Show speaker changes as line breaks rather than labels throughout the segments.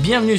Bienvenue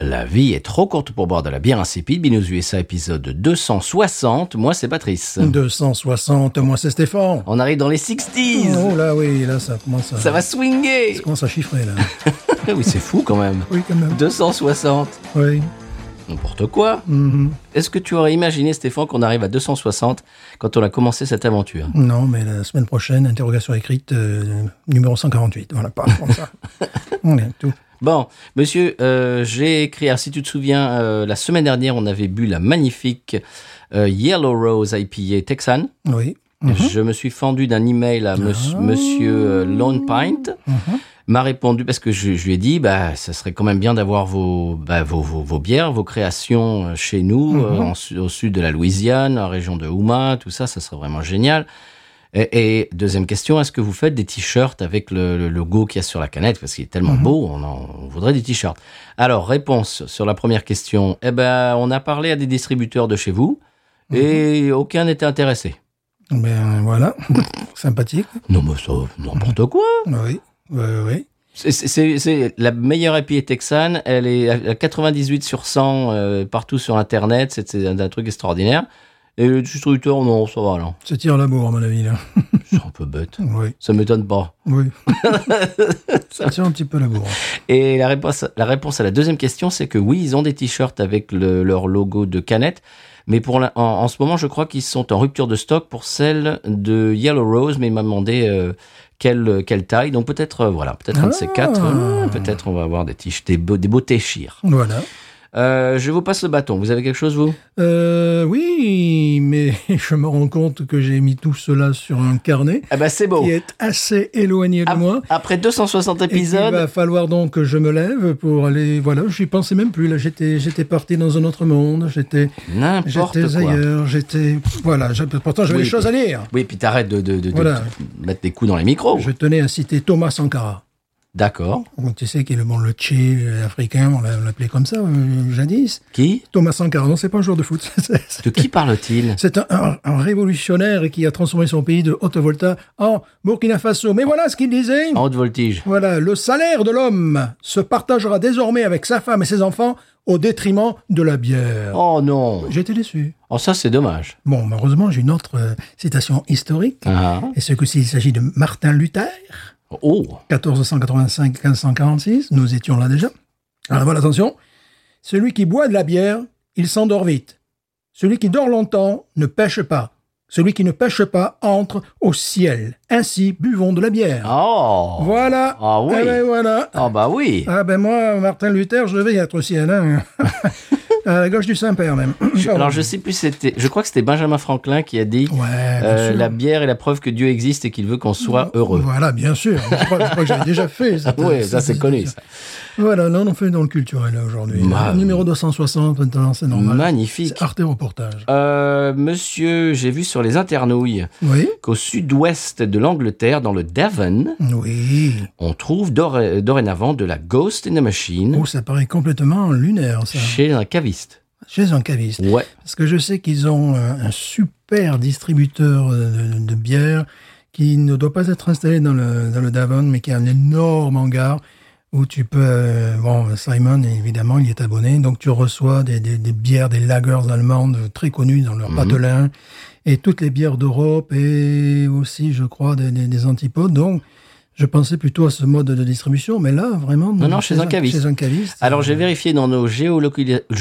La vie est trop courte pour boire de la bière insipide. Binous USA épisode 260. Moi, c'est Patrice.
260, moi c'est Stéphane.
On arrive dans les 60s.
Oh là oui, là ça commence à,
Ça va swinguer.
ça commence à chiffrer là.
Oui, c'est fou quand même.
oui quand même.
260.
Oui.
N'importe quoi. Est-ce que tu aurais imaginé, Stéphane, qu'on arrive à 260 quand on a commencé cette aventure
Non, mais la semaine prochaine, interrogation écrite euh, numéro 148. Voilà, pas comme ça. On est tout.
Bon, monsieur, euh, j'ai écrit, alors, si tu te souviens, euh, la semaine dernière, on avait bu la magnifique euh, Yellow Rose IPA Texan.
Oui.
Je me suis fendu d'un email à mons- monsieur euh, Lone Pint. M'a répondu parce que je, je lui ai dit, bah, ça serait quand même bien d'avoir vos, bah, vos, vos, vos bières, vos créations euh, chez nous, euh, en su- au sud de la Louisiane, en région de Houma, tout ça, ça serait vraiment génial. Et, et deuxième question, est-ce que vous faites des t-shirts avec le, le logo qu'il y a sur la canette Parce qu'il est tellement beau, on, en, on voudrait des t-shirts. Alors, réponse sur la première question. Eh ben, on a parlé à des distributeurs de chez vous et aucun n'était intéressé.
Ben voilà. Sympathique.
Non, mais ça, n'importe quoi.
Oui. Oui, oui.
C'est- C'est c'est- c'est la meilleure API texane. Elle est à à 98 sur 100 euh, partout sur Internet. C'est c'est un, un truc extraordinaire. Et le distributeur, non, ça va, non.
C'est tir à la bourre, à mon avis, là.
C'est un peu bête.
Oui.
Ça m'étonne pas.
Oui. ça tire un petit peu la bourre.
Et la réponse, la réponse à la deuxième question, c'est que oui, ils ont des t-shirts avec le- leur logo de canette. Mais pour la- en, en ce moment, je crois qu'ils sont en rupture de stock pour celle de Yellow Rose. Mais il m'a demandé euh, quelle, quelle taille. Donc peut-être, euh, voilà, peut-être un de ces
Ah.
quatre. euh, peut-être on va avoir des, t- des, beaux, des beaux téchirs.
Voilà.
Euh, je vous passe le bâton. Vous avez quelque chose, vous
Euh, oui, mais je me rends compte que j'ai mis tout cela sur un carnet
Ah bah c'est beau.
qui est assez éloigné de
Ap-
moi.
Après 260
Et qu'il
épisodes,
va falloir donc que je me lève pour aller. Voilà, j'y pensais même plus. Là, j'étais, j'étais parti dans un autre monde. J'étais,
n'importe
j'étais
quoi.
ailleurs. J'étais. Voilà. je- pourtant, j'avais
Oui,
des choses à lire.
Oui, puis t'arrêtes de, de- de- de
Voilà.
te mettre des coups dans les micros.
Je tenais à citer Thomas Sankara.
D'accord.
Donc, tu sais, qui est le bon le Che euh, africain, on l'a- on l'appelait comme ça euh, jadis.
Qui
Thomas Sankara, non, c'est pas un joueur de foot. c'est- c'est-
De qui parle-t-il
C'est un, un- un révolutionnaire qui a transformé son pays de Haute Volta en Burkina Faso. Mais voilà ce qu'il disait.
En haute voltige.
Voilà, le salaire de l'homme se partagera désormais avec sa femme et ses enfants au détriment de la bière.
Oh non
J'étais déçu.
Oh ça c'est dommage.
Bon, heureusement, j'ai une autre euh, citation historique.
Ah.
Et ce que s'il s'agit de Martin Luther,
Oh
1485-1546, nous étions là déjà. Alors voilà, attention. Celui qui boit de la bière, il s'endort vite. Celui qui dort longtemps ne pêche pas. Celui qui ne pêche pas entre au ciel. Ainsi, buvons de la bière.
Oh
Voilà.
Ah oui.
Eh ben, voilà.
Oh bah oui
Ah ben moi, Martin Luther, je vais être au ciel. hein. à la gauche du Saint-Père même.
Je- Alors je sais plus c'était... Je crois que c'était Benjamin Franklin qui a dit...
Ouais, bien
euh,
sûr.
la bière est la preuve que Dieu existe et qu'il veut qu'on soit heureux.
Voilà, bien sûr. Je crois, je crois que j'avais déjà fait. cette-
Oui, ça c'est
cette-
connu. ça.
Voilà, non, on fait dans le culturel là, aujourd'hui.
Ma-
Numéro 260, maintenant, c'est normal.
Magnifique.
C'est Arte Reportage.
Euh, monsieur, j'ai vu sur les internouilles
Oui,
qu'au sud-ouest de l'Angleterre, dans le Devon,
oui.
on trouve dor- dorénavant de la Ghost in the Machine
Oh, ça paraît complètement lunaire, ça.
chez un caviste.
Chez un caviste.
Ouais.
Parce que je sais qu'ils ont euh, un, un super distributeur euh, de, de bière qui ne doit pas être installé dans le, dans le Davon, mais qui a un énorme hangar où tu peux... euh, bon, Simon, évidemment, il est abonné, donc tu reçois des, des- des bières, des lagers allemandes très connues dans
Mhm.
leur patelin, et toutes les bières d'Europe, et aussi, je crois, des, des- des antipodes. Donc, je pensais plutôt à ce mode de distribution, mais là, vraiment...
Non, non, chez un caviste.
Chez un caviste.
Alors j'ai vérifié dans nos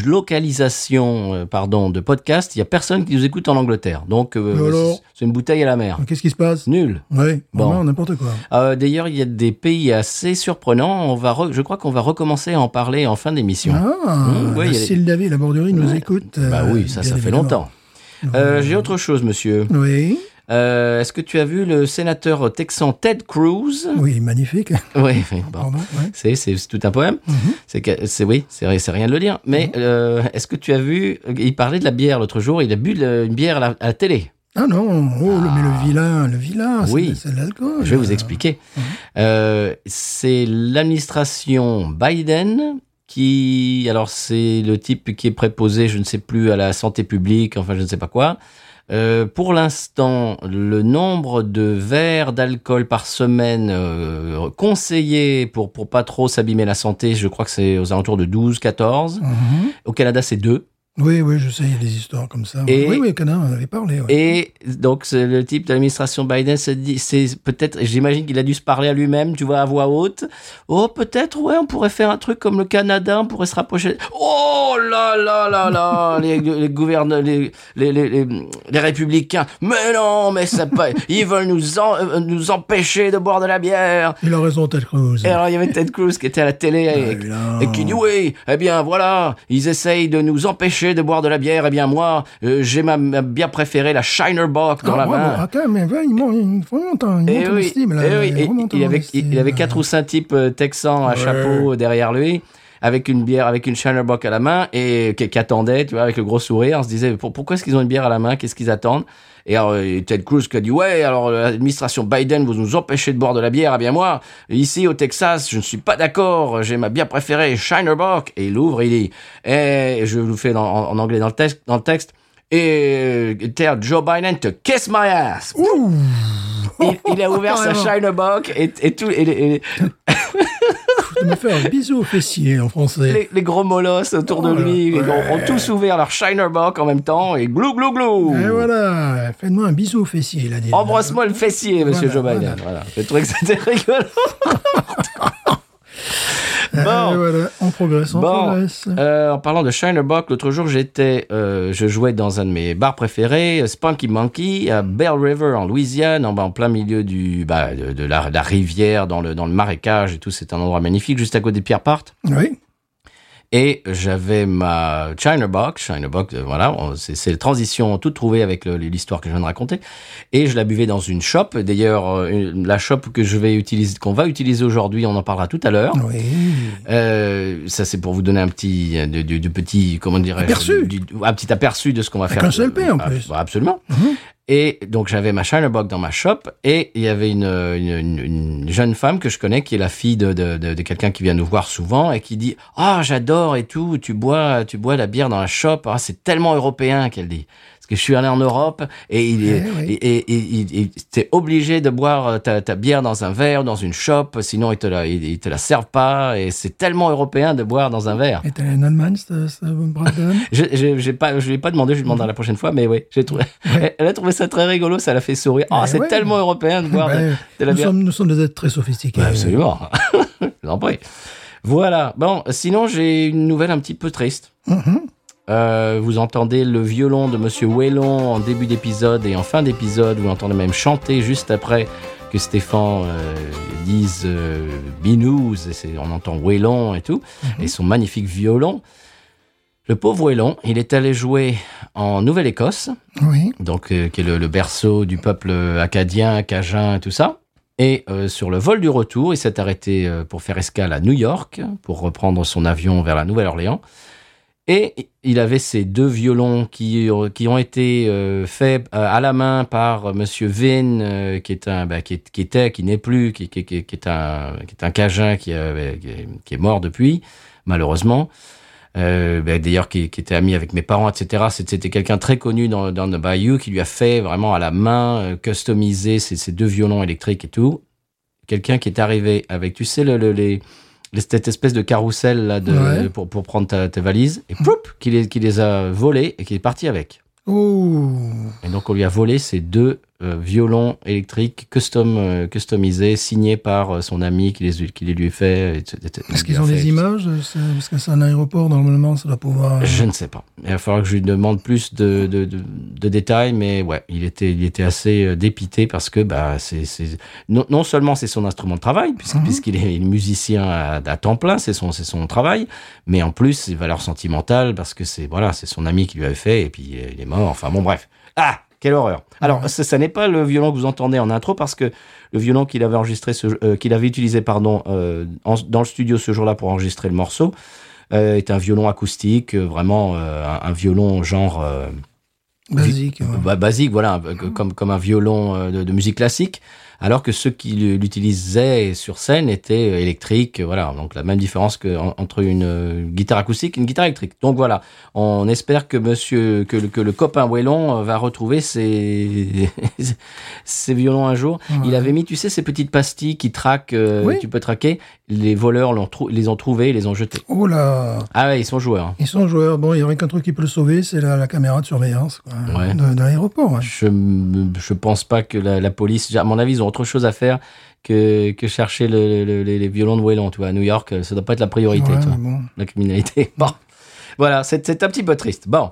géolocalisations euh, pardon, de podcasts, il n'y a personne qui nous écoute en Angleterre. Donc euh,
Mais alors
c'est- c'est une bouteille à la mer.
Qu'est-ce qui se passe
Nul.
Oui,
Bon.
vraiment, n'importe quoi.
Euh, D'ailleurs, il y a des pays assez surprenants. On va re- je crois qu'on va recommencer à en parler en fin d'émission.
Ah,
Mmh, ouais, il y a
Cécile David, la bordurie nous écoute.
bah
euh,
oui, ça,
bien
ça fait Euh,
évidemment. Euh,
longtemps. Euh, j'ai autre chose, monsieur.
Oui.
Euh, Est-ce que tu as vu le sénateur texan Ted Cruz
Oui, magnifique.
Oui, oui, bon.
Pardon, ouais.
C'est, c'est c'est tout un poème. C'est que- C'est oui, c'est c'est rien de le dire. Mais euh, est-ce que tu as vu Il parlait de la bière l'autre jour. Il a bu le- une bière à la, à la télé.
Ah non, oh, le- mais le vilain, le vilain, c'est-
Ah. Oui.
c'est de l'alcool.
Je vais vous expliquer. Euh, c'est l'administration Biden qui, alors c'est le type qui est préposé, je ne sais plus, à la santé publique, enfin je ne sais pas quoi. Euh, pour l'instant, le nombre de verres d'alcool par semaine euh, conseillés pour pour pas trop s'abîmer la santé, je crois que c'est aux alentours de 12, 14.
Mhm.
Au Canada, c'est 2.
Oui, oui, je sais, il y a des histoires comme ça.
Et-
Oui, oui, Canard, on en avait parlé. ouais.
Et donc c'est le type de l'administration Biden se dit, c'est peut-être, j'imagine qu'il a dû se parler à lui-même, tu vois, à voix haute. Oh, peut-être, ouais, on pourrait faire un truc comme le Canada, on pourrait se rapprocher. Oh là là là là, les, les gouverneurs, les, les, les, les- les républicains. Mais non, mais c'est pas, ils veulent nous, en- euh, nous empêcher de boire de la bière.
Il a raison, Ted Cruz.
Et alors il y avait Ted Cruz qui était à la télé
Ah,
et,
vilain.
et qui dit oui, eh bien voilà, ils essayent de nous empêcher de boire de la bière. Eh bien moi, euh, j'ai ma, ma bière préférée, la Shiner Bock dans
Ah,
la
bravo.
main.
Ah, quand même, ouais, il monte, il monte en il
Et
monte en
oui,
estime, là.
eh oui,
Il
et
remonte
il
en
avait
estime,
il, il avait
là.
quatre ou cinq types euh, texans à
Ouais.
chapeau euh, derrière lui. Avec une bière, avec une Shiner Bock à la main et qui, qui attendait, tu vois, avec le gros sourire, on se disait pour- pourquoi est-ce qu'ils ont une bière à la main, qu'est-ce qu'ils attendent Et alors euh, Ted Cruz qui a dit ouais, alors euh, l'administration Biden vous nous empêchez de boire de la bière, eh bien moi ici au Texas je ne suis pas d'accord, j'ai ma bière préférée Shiner Bock et il ouvre, il dit et je vous le fais dans- en, en anglais dans le texte, dans le texte et euh, tell Joe Biden to kiss my ass.
Ouh
Il, il a ouvert sa
Carrément.
shine box et, et tout, et, les- et les-
Je me faire un bisou au fessier en français.
les, les gros molosses autour de
Oh là,
lui ils
ouais.
ont, ont tous ouvert leur shiner box en même temps et glou glou glou.
Et Eh, voilà, faites-moi un bisou au fessier, il a dit.
Embrasse-moi le fessier, monsieur
Voilà,
Joe Biden. Voilà. J'ai trouvé que c'était rigolo.
Euh,
Bon.
voilà, on progresse, on
Bon.
progresse.
Euh, en parlant de Shiner Bock, l'autre jour, j'étais, euh, je jouais dans un de mes bars préférés, euh, Spunky Monkey, à Bell River, en Louisiane, en, en plein milieu du, bah, de, de la, la rivière, dans le, dans le marécage et tout. C'est un endroit magnifique, juste à côté de Pierre Part.
Oui,
Et j'avais ma China Box, China Box, euh, voilà, on- c'est c'est la transition toute trouvée avec le- l'histoire que je viens de raconter. Et je la buvais dans une shop. D'ailleurs, euh, une- la shop que je vais utiliser, qu'on va utiliser aujourd'hui, on en parlera tout à l'heure.
oui.
Euh, ça, c'est pour vous donner un petit, euh, du, du- du petit, comment dirais-je,
Aperçu.
du- du- un petit aperçu de ce qu'on va faire.
un seul pain, en
Ah,
plus. Mhm.
bah, Absolument. Et donc j'avais ma Shiner Box dans ma shop et il y avait une, une, une- une jeune femme que je connais qui est la fille de, de, de, de quelqu'un qui vient nous voir souvent et qui dit ah j'adore et tout tu bois tu bois la bière dans la shop ah c'est tellement européen qu'elle dit parce que je suis allé en Europe et il est,
Eh oui.
et, et, et- il- il- t'es obligé de boire euh, ta, ta bière dans un verre dans une shop sinon ils te la ils, ils te la servent pas et c'est tellement européen de boire dans un verre
Et t'es allé en Allemagne, ce, ce brave dame
je je- j'ai pas, je l'ai pas demandé, je lui
Mhm.
demanderai la prochaine fois, mais oui, j'ai trouvé. Elle, elle a trouvé ça très rigolo, ça l'a fait sourire. Ah,
Ouais,
c'est
ouais.
tellement européen de boire de,
Ben,
de la
nous,
bière.
sommes, nous sommes des êtres très sophistiqués.
Bah, absolument. je vous en prie. Voilà. Bon, sinon j'ai une nouvelle un petit peu triste.
Mhm.
Euh, vous entendez le violon de Monsieur Wellon en début d'épisode et en fin d'épisode. Vous l'entendez même chanter juste après que Stéphane euh, dise euh, Binous. Et c'est- on entend Wellon et tout. Et son magnifique violon. Le pauvre Wellon, il est allé jouer en Nouvelle-Écosse
Oui.
donc euh, qui est le, le berceau du peuple euh, acadien, cajun, tout ça. Et euh, sur le vol du retour, il s'est arrêté euh, pour faire escale à New York, pour reprendre son avion vers la Nouvelle-Orléans. Et il avait ces deux violons qui, euh, qui ont été euh, faits euh, à la main par euh, Monsieur Vin, euh, qui, est un, bah, qui, est- qui était, qui n'est plus, qui, qui, qui- qui est un, qui est un Cajun qui, euh, qui est- qui est mort depuis, malheureusement. Euh, ben, D'ailleurs, qui, qui était ami avec mes parents, etc. C'était c'était quelqu'un très connu dans, dans le Bayou qui lui a fait vraiment à la main euh, customiser ces, ces deux violons électriques et tout. Quelqu'un qui est arrivé avec, tu sais, le, le- les, les- cette espèce de carrousel là de,
Ouais.
pour, pour prendre ta, tes valises, et ploup, qui les, qui les a volés et qui est parti avec.
Oh,
Et donc, on lui a volé ces deux euh, violons électriques custom, euh, customisés, signés par euh, son ami qui les, qui les lui fait.
est-ce qu'ils ont des
images
images C'est- Parce que c'est un aéroport, normalement, ça doit pouvoir... euh,
Je ne sais pas. Il va falloir que je lui demande plus de, de, de, de détails, mais ouais, il était, il était assez euh, dépité parce que bah, c'est, c'est... Non, non seulement c'est son instrument de travail, puisque-
Mhm.
puisqu'il est musicien à, à temps plein, c'est son, c'est son travail, mais en plus, c'est valeur sentimentale parce que c'est, voilà, c'est son ami qui lui avait fait et puis euh, il est mort. Enfin bon, bref. Ah Quelle horreur. Alors, ça, ça n'est pas le violon que vous entendez en intro parce que le violon qu'il avait enregistré, ce- euh, qu'il avait utilisé, pardon, euh, en- dans le studio ce jour-là pour enregistrer le morceau, euh, est un violon acoustique, euh, vraiment euh, un, un violon genre euh,
Basique. ouais.
bah, basique, voilà, un peu que- comme comme un violon euh, de, de musique classique. Alors que ceux qui l'utilisaient sur scène étaient euh, électriques, voilà. Donc la même différence que en- entre une euh, guitare acoustique et une guitare électrique. Donc voilà, on espère que Monsieur, que le, que le copain Wellon euh, va retrouver ses ses violons un jour. Il avait mis, tu sais, ces petites pastilles qui traquent, euh,
Oui.
tu peux traquer. Les voleurs l'ont trou- les ont trouvés, et les ont jetés.
Oh là
Ah ouais, ils sont joueurs. hein.
Ils sont joueurs. Bon, il y aurait qu'un truc qui peut le sauver, c'est la, la caméra de surveillance quoi,
Ouais.
de, de l'aéroport. ouais.
Je m- je pense pas que la, la police, à mon avis, ils ont autre chose à faire que, que chercher le- le- les, les violons de Wayland. Tu vois, à New York, ça doit pas être la priorité,
Ouais,
tu vois,
mais bon.
la criminalité. Bon, voilà, c'est c'est un petit peu triste. Bon,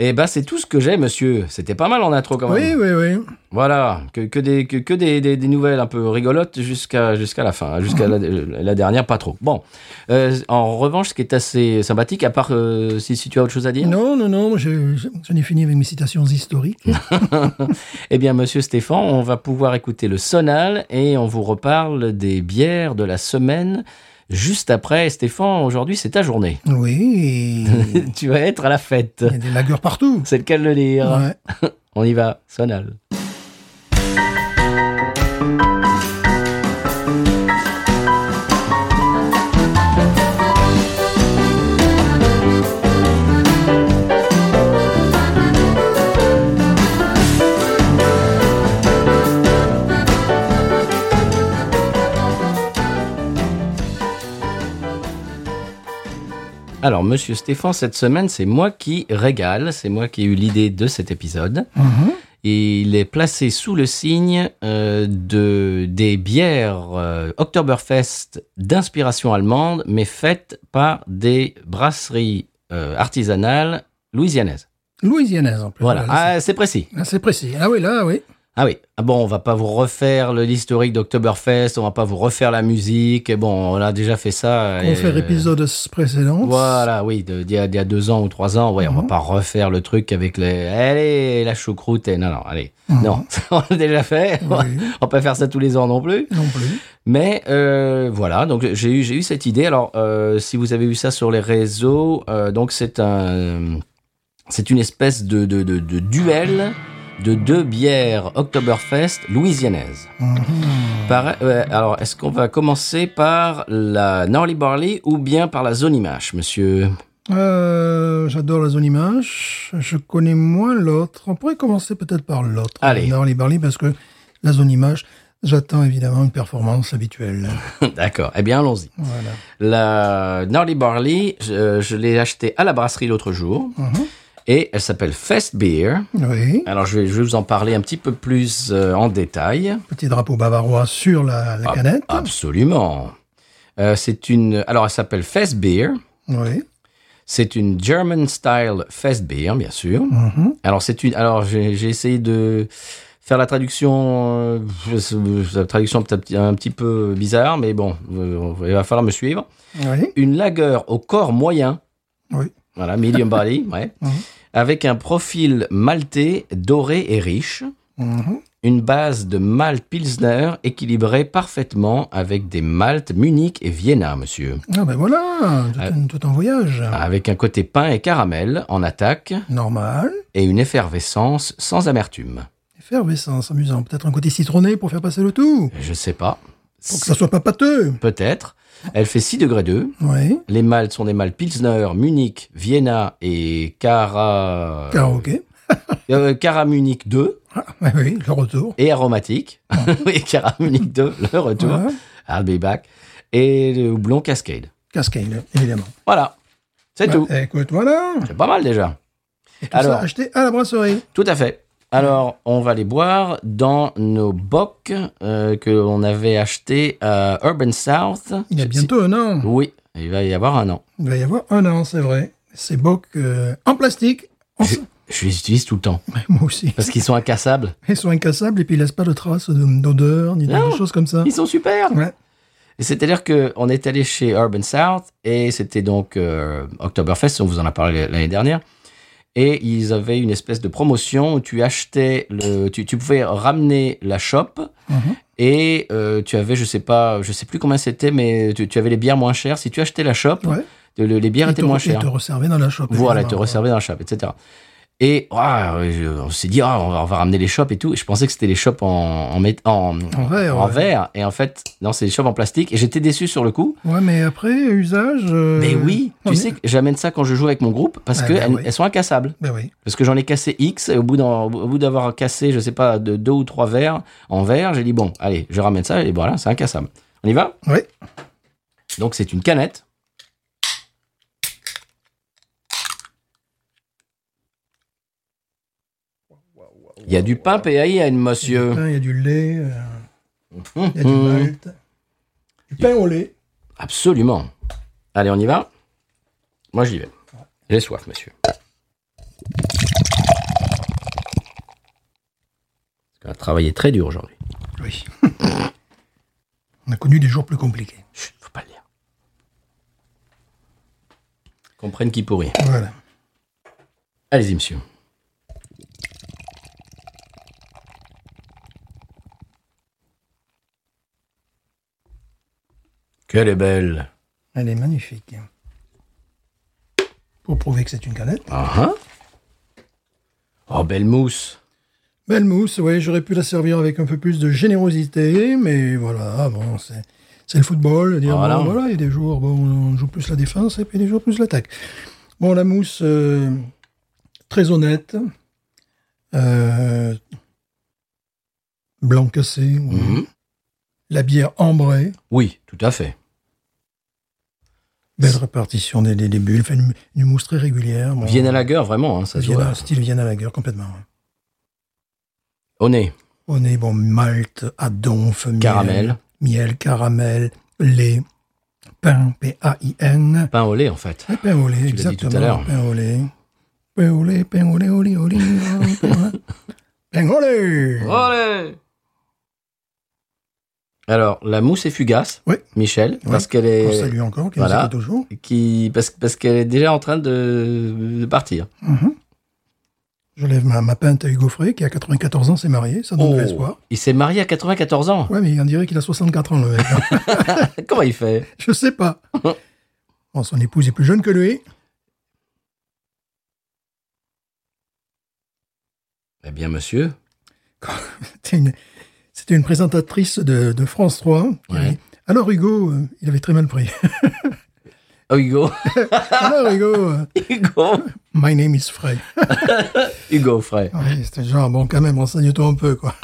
et ben c'est tout ce que j'ai, monsieur. C'était pas mal en intro quand même.
Oui, oui, oui.
Voilà, que, que des, que, que des, des, des nouvelles un peu rigolotes jusqu'à jusqu'à la fin, hein, jusqu'à la, la dernière, pas trop. Bon, Euh, en revanche, ce qui est assez sympathique, à part euh, si, si tu as autre chose à dire,
Non, non, non, je- je- j'en ai fini avec mes citations historiques.
eh bien, monsieur Stéphane, on va pouvoir écouter le sonal et on vous reparle des bières de la semaine juste après. Stéphane, aujourd'hui, c'est ta journée.
Oui, il
tu vas être à la fête.
y a des lagueurs partout.
C'est le cas de le dire.
Ouais.
On y va, sonal. Alors, monsieur Stéphane, cette semaine, c'est moi qui régale, c'est moi qui ai eu l'idée de cet épisode.
Mhm.
Et il est placé sous le signe euh, de, des bières euh, Oktoberfest d'inspiration allemande, mais faites par des brasseries euh, artisanales louisianaises.
Louisianaise en plus.
Voilà,
Là,
ah, c'est précis.
c'est- là, c'est précis. Ah oui, là, oui.
Ah oui, Ah bon, on va pas vous refaire le- l'historique d'Oktoberfest, on va pas vous refaire la musique. Bon, on a déjà fait ça.
On fait
euh,
l'épisode précédent.
Voilà, oui, de- d'il y, a- d'il y a deux ans ou trois ans, ouais, on va
Mhm.
pas refaire le truc avec les. Allez, la choucroute, et... non, non, allez.
Mhm.
Non, on l'a déjà fait.
Oui,
On peut faire ça tous les ans non plus.
non plus.
Mais euh, voilà, donc j'ai eu, j'ai eu cette idée. Alors, euh, si vous avez vu ça sur les réseaux, euh, donc c'est un, c'est une espèce de, de, de, de duel de deux bières Oktoberfest louisianaises.
Mhm.
Par- euh, alors, est-ce qu'on va commencer par la Norley Barley ou bien par la Zone Image, monsieur
Euh, J'adore la zone image. Je connais moins l'autre. On pourrait commencer peut-être par l'autre.
Allez.
J'adore les Barley parce que la zone image, j'attends évidemment une performance habituelle.
D'accord, eh bien allons-y.
Voilà.
La Gnarly Barley, euh, je, je l'ai achetée à la brasserie l'autre jour. Et elle s'appelle Fest Beer.
Oui.
Alors, je vais, je vais vous en parler un petit peu plus euh, en détail.
Petit drapeau bavarois sur la, la canette.
Absolument. Euh, c'est une. Alors, elle s'appelle Fest Beer.
Oui.
C'est une German style fest beer, bien sûr.
Mhm.
Alors c'est une. Alors j'ai j'ai essayé de faire la traduction. euh, je- la traduction peut-être un petit peu bizarre, mais bon, euh, il va falloir me suivre.
Oui.
Une lagueur au corps moyen.
Oui.
Voilà, medium body, ouais.
Mhm.
Avec un profil maltais, doré et riche.
Mhm.
Une base de malt pilsner équilibrée parfaitement avec des maltes Munich et Vienna, monsieur.
Ah ben voilà, tout,
Ah.
un- tout en voyage.
Avec un côté pain et caramel en attaque
Normal.
et une effervescence sans amertume.
Effervescence, amusant. Peut-être un côté citronné pour faire passer le tout.
Je sais pas.
Pour que ça soit pas pâteux.
Peut-être. Elle fait 6 degrés 2.
Oui.
Les mâles sont des mâles Pilsner, Munich, Vienna et Cara...
Ah, ok.
euh, Cara Munich 2
Ah, oui, oui, le retour.
et aromatique.
Ah.
oui, Cara Munich 2, le retour.
Voilà.
I'll be back. Et le houblon Cascade.
Cascade, évidemment.
Voilà. C'est
Bah,
tout.
Écoute, voilà.
C'est pas mal déjà.
Alors,
Alors,
acheté à la brasserie.
Tout à fait. Alors, on va les boire dans nos bocs euh, que l'on avait achetés à Urban South.
Il y a
Si-
bientôt un an.
Oui, il va y avoir un an.
Il va y avoir un an, c'est vrai. Ces bocs euh, en plastique. En-
Je, je les utilise tout le temps
Moi aussi.
parce qu'ils sont incassables.
Ils sont incassables et puis ils laissent pas de traces de- d'odeur ni de
Non.
de choses comme ça.
Ils sont super.
Ouais.
Et C'est-à-dire que on est allé chez Urban South et c'était donc euh, Oktoberfest, on vous en a parlé l'année dernière. Et ils avaient une espèce de promotion où tu achetais le, tu, tu pouvais ramener la chope
Mhm.
et euh, tu avais, je sais pas, je sais plus combien c'était, mais tu, tu avais les bières moins chères. Si tu achetais la chope,
Ouais.
le- les bières
Et
étaient
te-
moins
Et
chères.
te resservait dans la chope.
Voilà,
évidemment.
te resservait dans la chope, etc. Et ouah, je- on s'est dit, ah, on va- on va ramener les chopes et tout. Et je pensais que c'était les chopes en, en, mét- en,
En verre,
en
ouais.
verre. Et en fait, non, c'est les chopes en plastique. Et j'étais déçu sur le coup.
Ouais, mais après, usage. euh,
Mais oui,
non,
tu
mais-
sais que j'amène ça quand je joue avec mon groupe parce
Ah,
que
bah
elles,
oui.
elles sont incassables.
Ben oui.
Parce que j'en ai cassé X et au bout d'en- au bout d'avoir cassé, je sais pas, de deux ou trois verres en verre, j'ai dit, bon, allez, je ramène ça et voilà, c'est incassable. On y va
Ouais.
Donc c'est une canette. Il y a du pain PAIN,
Il y a du
monsieur.
pain, il y a du lait, euh, Mmh. il y a du
Mhm.
malt. Du pain au lait.
Absolument. Allez, on y va Moi, j'y vais. J'ai soif, monsieur. On a travaillé très dur aujourd'hui.
Oui. On a connu des jours plus compliqués.
Chut, faut pas le dire. Comprennent qui pourrit.
Voilà.
Allez-y, monsieur. Quelle est belle
Elle est magnifique. Pour prouver que c'est une canette.
Ah, hein Oh, belle mousse
Belle mousse, oui, j'aurais pu la servir avec un peu plus de générosité, mais voilà, bon, c'est. C'est le football, dire,
Voilà.
bon, voilà, il y a des jours, bon, on joue plus la défense et puis des jours plus l'attaque. Bon, la mousse, euh, très honnête, euh, blanc cassé, ouais.
Mhm.
la bière ambrée,
Oui, tout à fait.
belle répartition des, des, des bulles, fait une, une mousse très régulière. Bon,
Vienne à la gueule, vraiment, hein, ça se
Vienna,
voit.
style Vienna Lager, complètement. ouais.
Au nez,
On est bon, malt, adonf, miel,
Caramel.
miel, caramel, lait, pain, P-A-I-N,
pain au lait, en fait.
et pain au lait,
Tu l'as dit tout à
exactement,
l'heure.
pain au lait, pain au lait, pain au lait, au lait, au lait, pain au lait.
Alors, la mousse est fugace,
Oui.
Michel, parce qu'elle
On
est
salue encore, qui
voilà.
nous écoute toujours.
qui parce, parce qu'elle est déjà en train de, de partir.
Mhm. Je lève ma, ma pinte à Hugo Frey, qui a 94 ans, s'est marié, ça
Oh.
donne de l'espoir.
il s'est marié à 94 ans.
Ouais, mais on dirait qu'il a 64 ans, le mec.
Comment il fait
Je sais pas. Bon, son épouse est plus jeune que lui.
Eh bien, monsieur.
C'était une, c'était une présentatrice de, de France 3. qui
Ouais.
dit, Alors Hugo, euh, il avait très mal pris.
Oh, Hugo.
Alors Hugo, euh,
Hugo.
my name is Frey.
Hugo, frère.
Ouais, c'était genre, bon, quand même, renseigne-toi un peu, quoi.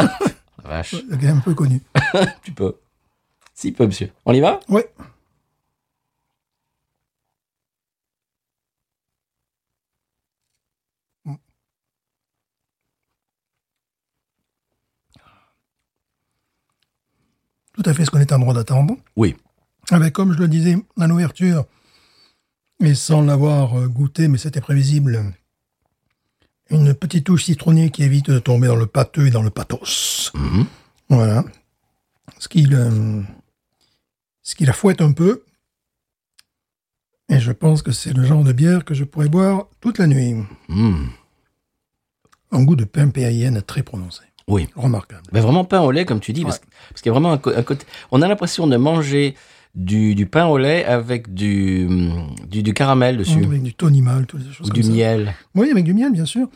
La vache,
C'est quand même un peu connu.
tu peux. Si peut, monsieur. On y va
Ouais. Tout à fait ce qu'on est en droit d'attendre.
Oui.
avec, Ah ben, comme je le disais, à l'ouverture, et sans l'avoir euh, goûté, mais c'était prévisible, une petite touche citronnée qui évite de tomber dans le pâteux et dans le pathos.
Mhm.
Voilà. Ce qui, le- ce qui la fouette un peu. Et je pense que c'est le genre de bière que je pourrais boire toute la nuit.
Mm.
Un goût de pain PAIN très prononcé.
Oui.
Remarquable.
Mais Ben, vraiment pain au lait, comme tu dis, parce, parce qu'il y a vraiment un, co- un côté. On a l'impression de manger du, du pain au lait avec du, hum, du, du caramel dessus,
Avec du tonimal, toutes ces choses
ou
comme
du
ça.
miel.
Oui, avec du miel, bien sûr.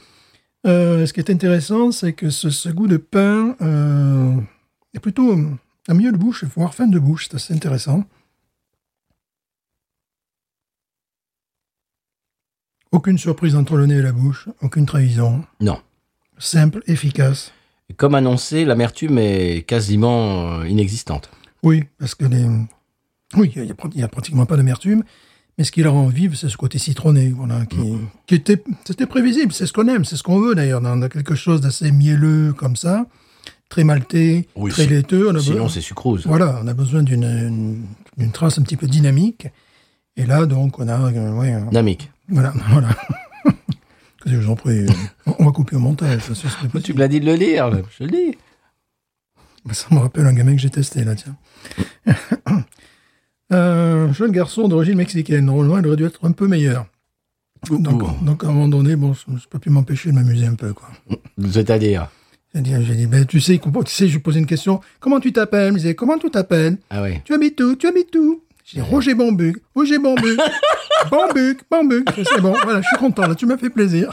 Euh, ce qui est intéressant, c'est que ce, ce goût de pain euh, est plutôt hum, un milieu de bouche, voire fin de bouche. C'est assez intéressant. Aucune surprise entre le nez et la bouche, aucune trahison.
Non.
Simple, efficace.
Et Comme annoncé, l'amertume est quasiment euh, inexistante.
Oui, parce que les. Oui, il n'y a, pratiquement pas d'amertume. Mais ce qui la rend vive, c'est ce côté citronné, voilà, qui,
Mm-hmm.
qui était, c'était prévisible, c'est ce qu'on aime, c'est ce qu'on veut d'ailleurs, dans dans quelque chose d'assez mielleux comme ça, très maltais,
Oui,
très
si-
laiteux. On a
Sinon,
be-
c'est sucrose.
voilà, on a besoin d'une, une- d'une trace un petit peu dynamique. Et là, donc, on a, euh, ouais, euh,
Dynamique.
voilà, voilà. Qu'est-ce que je vous en prie, euh, on- on va couper au montage. Ça, ça, c'est
Tu me l'as dit de le lire, là. je le lis.
Bah, Ça me rappelle un gamin que j'ai testé, là, tiens. Euh, un jeune garçon d'origine mexicaine. Normalement, il aurait dû être un peu meilleur. Donc, donc, à un moment donné, bon, je ne peux plus m'empêcher de m'amuser un peu. quoi.
C'est-à-dire
C'est-à-dire, j'ai dit, ben, tu sais, compo- tu sais, je posais une question. Comment tu t'appelles Il me disait, comment tu t'appelles
Ah oui.
Tu habites où Tu habites où J'ai dit, Roger Bambuc, Roger Bambuc, Bambuc, Bambuc. Je dis, C'est bon, voilà, je suis content, là, tu m'as fait plaisir.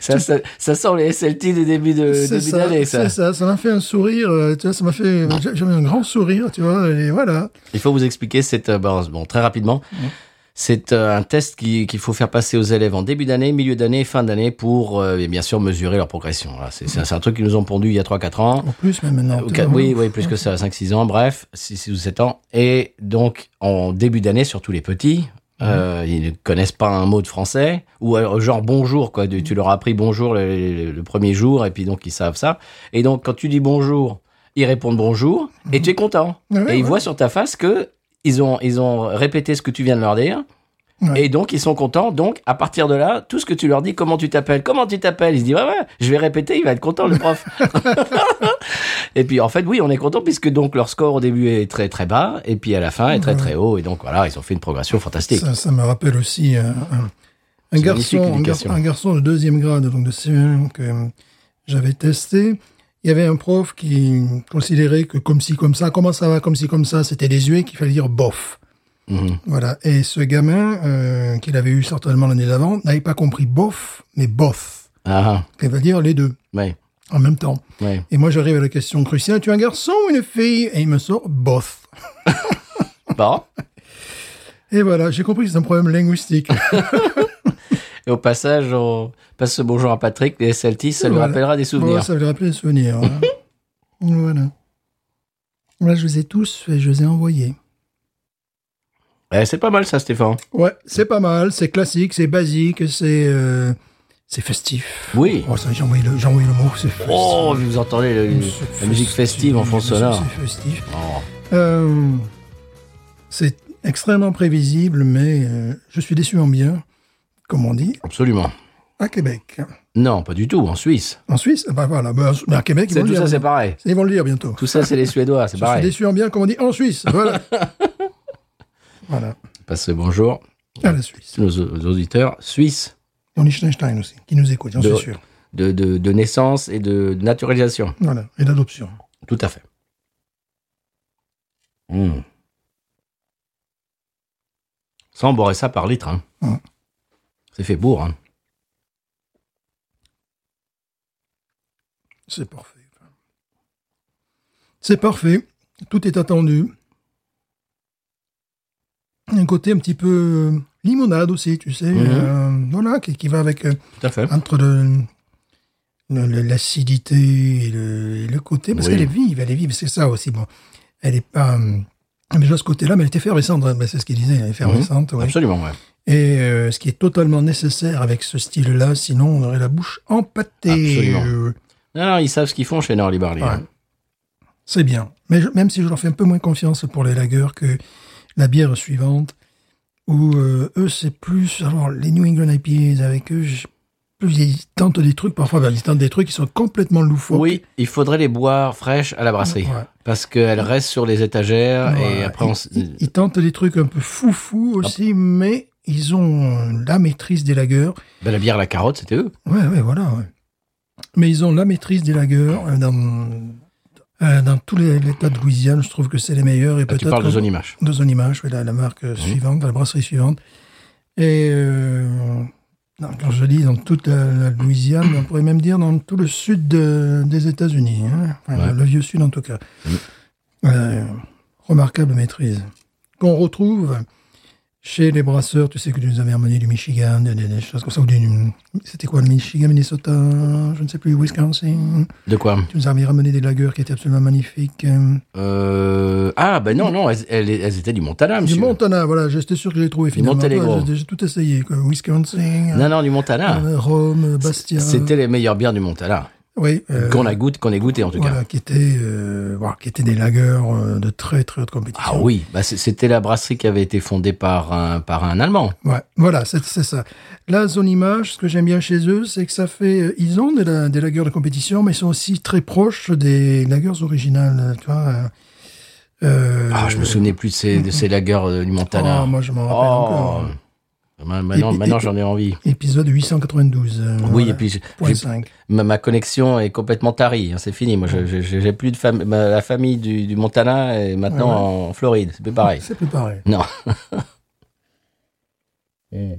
Ça, ça, ça sent les SLT des débuts de
C'est
début d'année, ça.
c'est ça, ça m'a fait un sourire, euh, tu vois, ça m'a fait, j'avais un grand sourire, tu vois, et voilà.
Il faut vous expliquer cette euh, bon, bon très rapidement. C'est euh, un test qui- qu'il faut faire passer aux élèves en début d'année, milieu d'année, fin d'année pour euh, et bien sûr mesurer leur progression. Voilà, c'est- C'est un- c'est un truc qu'ils nous ont pondu il y a 3-4 ans.
En plus, même maintenant.
Ou
tu
quatre-
vois,
oui, oui, plus que ça, 5-6 ans, bref, 6 ou 7 ans. Et donc, en début d'année, surtout les petits, euh, ils ne connaissent pas un mot de français, ou alors, genre bonjour, quoi. Tu tu leur as appris bonjour le, le- le premier jour, et puis donc ils savent ça. Et donc, quand tu dis bonjour, ils répondent bonjour, et tu es content.
Ouais,
et ils
ouais.
voient sur ta face que ils ont, ils ont répété ce que tu viens de leur dire.
Ouais.
Et donc, ils sont contents. Donc, à partir de là, tout ce que tu leur dis, comment tu t'appelles, comment tu t'appelles, ils se disent, ouais, ouais, je vais répéter, il va être content, le prof. et puis, en fait, oui, on est content puisque donc leur score au début est très, très bas. Et puis, à la fin, est très, très haut. Et donc, voilà, ils ont fait une progression fantastique.
Ça, ça me rappelle aussi euh, un, un
Ah, C'est magnifique,
garçon, un,
l'éducation.
gar- un garçon de deuxième grade, donc de CE1, que euh, j'avais testé. Il y avait un prof qui considérait que comme si, comme ça, comment ça va, comme si, comme ça, c'était désuet, qu'il fallait dire bof.
Mhm.
Voilà. Et ce gamin, euh, qu'il avait eu certainement l'année d'avant, n'avait pas compris bof, mais bof.
Ah,
Qui veut dire les deux,
ouais,
en même temps.
ouais.
Et moi, j'arrive à la question cruciale, tu es un garçon ou une fille Et il me sort bof.
Bon.
Et voilà, j'ai compris que c'est un problème linguistique.
Et au passage, on passe ce bonjour à Patrick, les SLT, ça lui
Voilà.
rappellera des souvenirs.
Bon, ça lui rappelle des souvenirs. hein. voilà. Là, je les ai tous et je les ai envoyés.
Eh, c'est pas mal, ça, Stéphane.
Ouais, c'est pas mal, c'est classique, c'est basique, c'est euh, c'est festif.
Oui.
Oh, ça, j'ai envoyé le, j'ai envoyé le mot, c'est festif.
Oh, vous entendez le-
C'est
la musique festive en fond
c'est-
sonore.
C'est festif.
Oh.
Euh, c'est extrêmement prévisible, mais euh, je suis déçu en bien, comme on dit,
Absolument.
à Québec.
Non, pas du tout, en Suisse.
En Suisse, bah voilà, bah, mais à Québec, ils
C'est-
vont,
Tout
le
ça,
dire, hein.
c'est pareil.
ils vont le dire bientôt.
Tout ça, c'est les Suédois, c'est
Je suis
pareil.
déçu en bien, comme on dit, en Suisse. Voilà. voilà.
Passez bonjour
À la Suisse.
nos aux auditeurs suisses
Et au Liechtenstein aussi, qui nous écoute, j'en
De-
suis sûr.
de, de, de naissance et de naturalisation.
Voilà. Et d'adoption.
Tout à fait. Hmm. Ça, on boirait ça par litre. Hein.
Hmm.
C'est fait bourre. Hein.
C'est parfait. C'est parfait. Tout est attendu. Un côté un petit peu euh, limonade aussi, tu sais.
Mhm.
euh, voilà, qui, qui va avec euh,
Tout à fait.
entre le- le- le- l'acidité et le, et le côté. Parce
Oui.
qu'elle est vive, elle est vive, c'est ça aussi. Bon, elle est pas. hum, Déjà, ce côté-là, mais elle est effervescente. hein, ben, c'est ce qu'il disait, elle est effervescente. ouais.
Mhm. Absolument, ouais.
Et euh, ce qui est totalement nécessaire avec ce style-là, sinon on aurait la bouche empâtée.
Absolument.
Euh,
Non, non, ils savent ce qu'ils font chez Norley Barley.
Ouais.
hein.
C'est bien. Mais je- même si je leur fais un peu moins confiance pour les lagueurs que la bière suivante, où euh, eux, c'est plus. Alors, les New England IPAs avec eux, je- plus ils tentent des trucs, parfois, ben, ils tentent des trucs qui sont complètement loufoques.
Oui, il faudrait les boire fraîches à la brasserie.
Ouais.
Parce qu'elles restent sur les étagères et
Voilà.
après on. s- Ah.
ils, ils- ils tentent des trucs un peu foufou aussi, mais ils ont la maîtrise des lagueurs.
Ben, la bière à la carotte, c'était eux.
Ouais, ouais, voilà. ouais. Mais ils ont la maîtrise des lagueurs euh, dans, euh, dans tous les l'État de Louisiane. Je trouve que c'est les meilleurs. Et
Là, Ah, tu
peut-être
parles de Zone Image.
de Zone Image, oui, la, la marque euh, suivante, la brasserie suivante. Et euh, non, quand je dis dans toute la, la Louisiane, on pourrait même dire dans tout le sud de- des États-Unis, hein. Enfin,
Ouais.
le, le vieux sud en tout cas. Euh, remarquable maîtrise qu'on retrouve chez les brasseurs. Tu sais que tu nous avais emmené du Michigan, des, des- des choses comme ça, ou du c'était quoi le Michigan, Minnesota, je ne sais plus, Wisconsin.
De quoi
Tu nous avais ramené des lagers qui étaient absolument magnifiques. euh,
Euh, ah, ben non, non, elles, elles- elles étaient du Montana,
Du
monsieur.
Montana, voilà, j'étais sûr que j'ai trouvé finalement.
Monténégro.
Ouais, j'ai- J'ai tout essayé, quoi. Wisconsin,
non, non, du Montana.
euh, Rome, Bastia.
C'était les meilleures bières du Montana.
oui, euh,
qu'on a goûté, qu'on ait goûté, en tout cas.
voilà, qui étaient, euh, voilà, qui étaient des lagers euh, de très très haute compétition.
Ah oui, bah, c'est- c'était la brasserie qui avait été fondée par un, par un Allemand.
Ouais, voilà, c'est c'est ça. La zone image, ce que j'aime bien chez eux, c'est que ça fait, euh, ils ont des, la- des lagers de compétition, mais ils sont aussi très proches des lagers originales, tu vois. euh, euh,
Ah, je me souvenais plus de ces, de ces lagers euh, du
oh,
Montana.
moi je m'en rappelle
Oh.
encore.
Maintenant,
Et puis-
maintenant
et-
j'en ai envie.
Épisode 892. euh,
Oui,
voilà,
et puis j'ai-
Point 5.
ma, ma connexion est complètement tarie. hein, c'est fini. Moi, je- je- j'ai plus de fam- ma- la famille du, du Montana est maintenant en Floride. C'est plus pareil.
C'est plus pareil.
Non. Eh.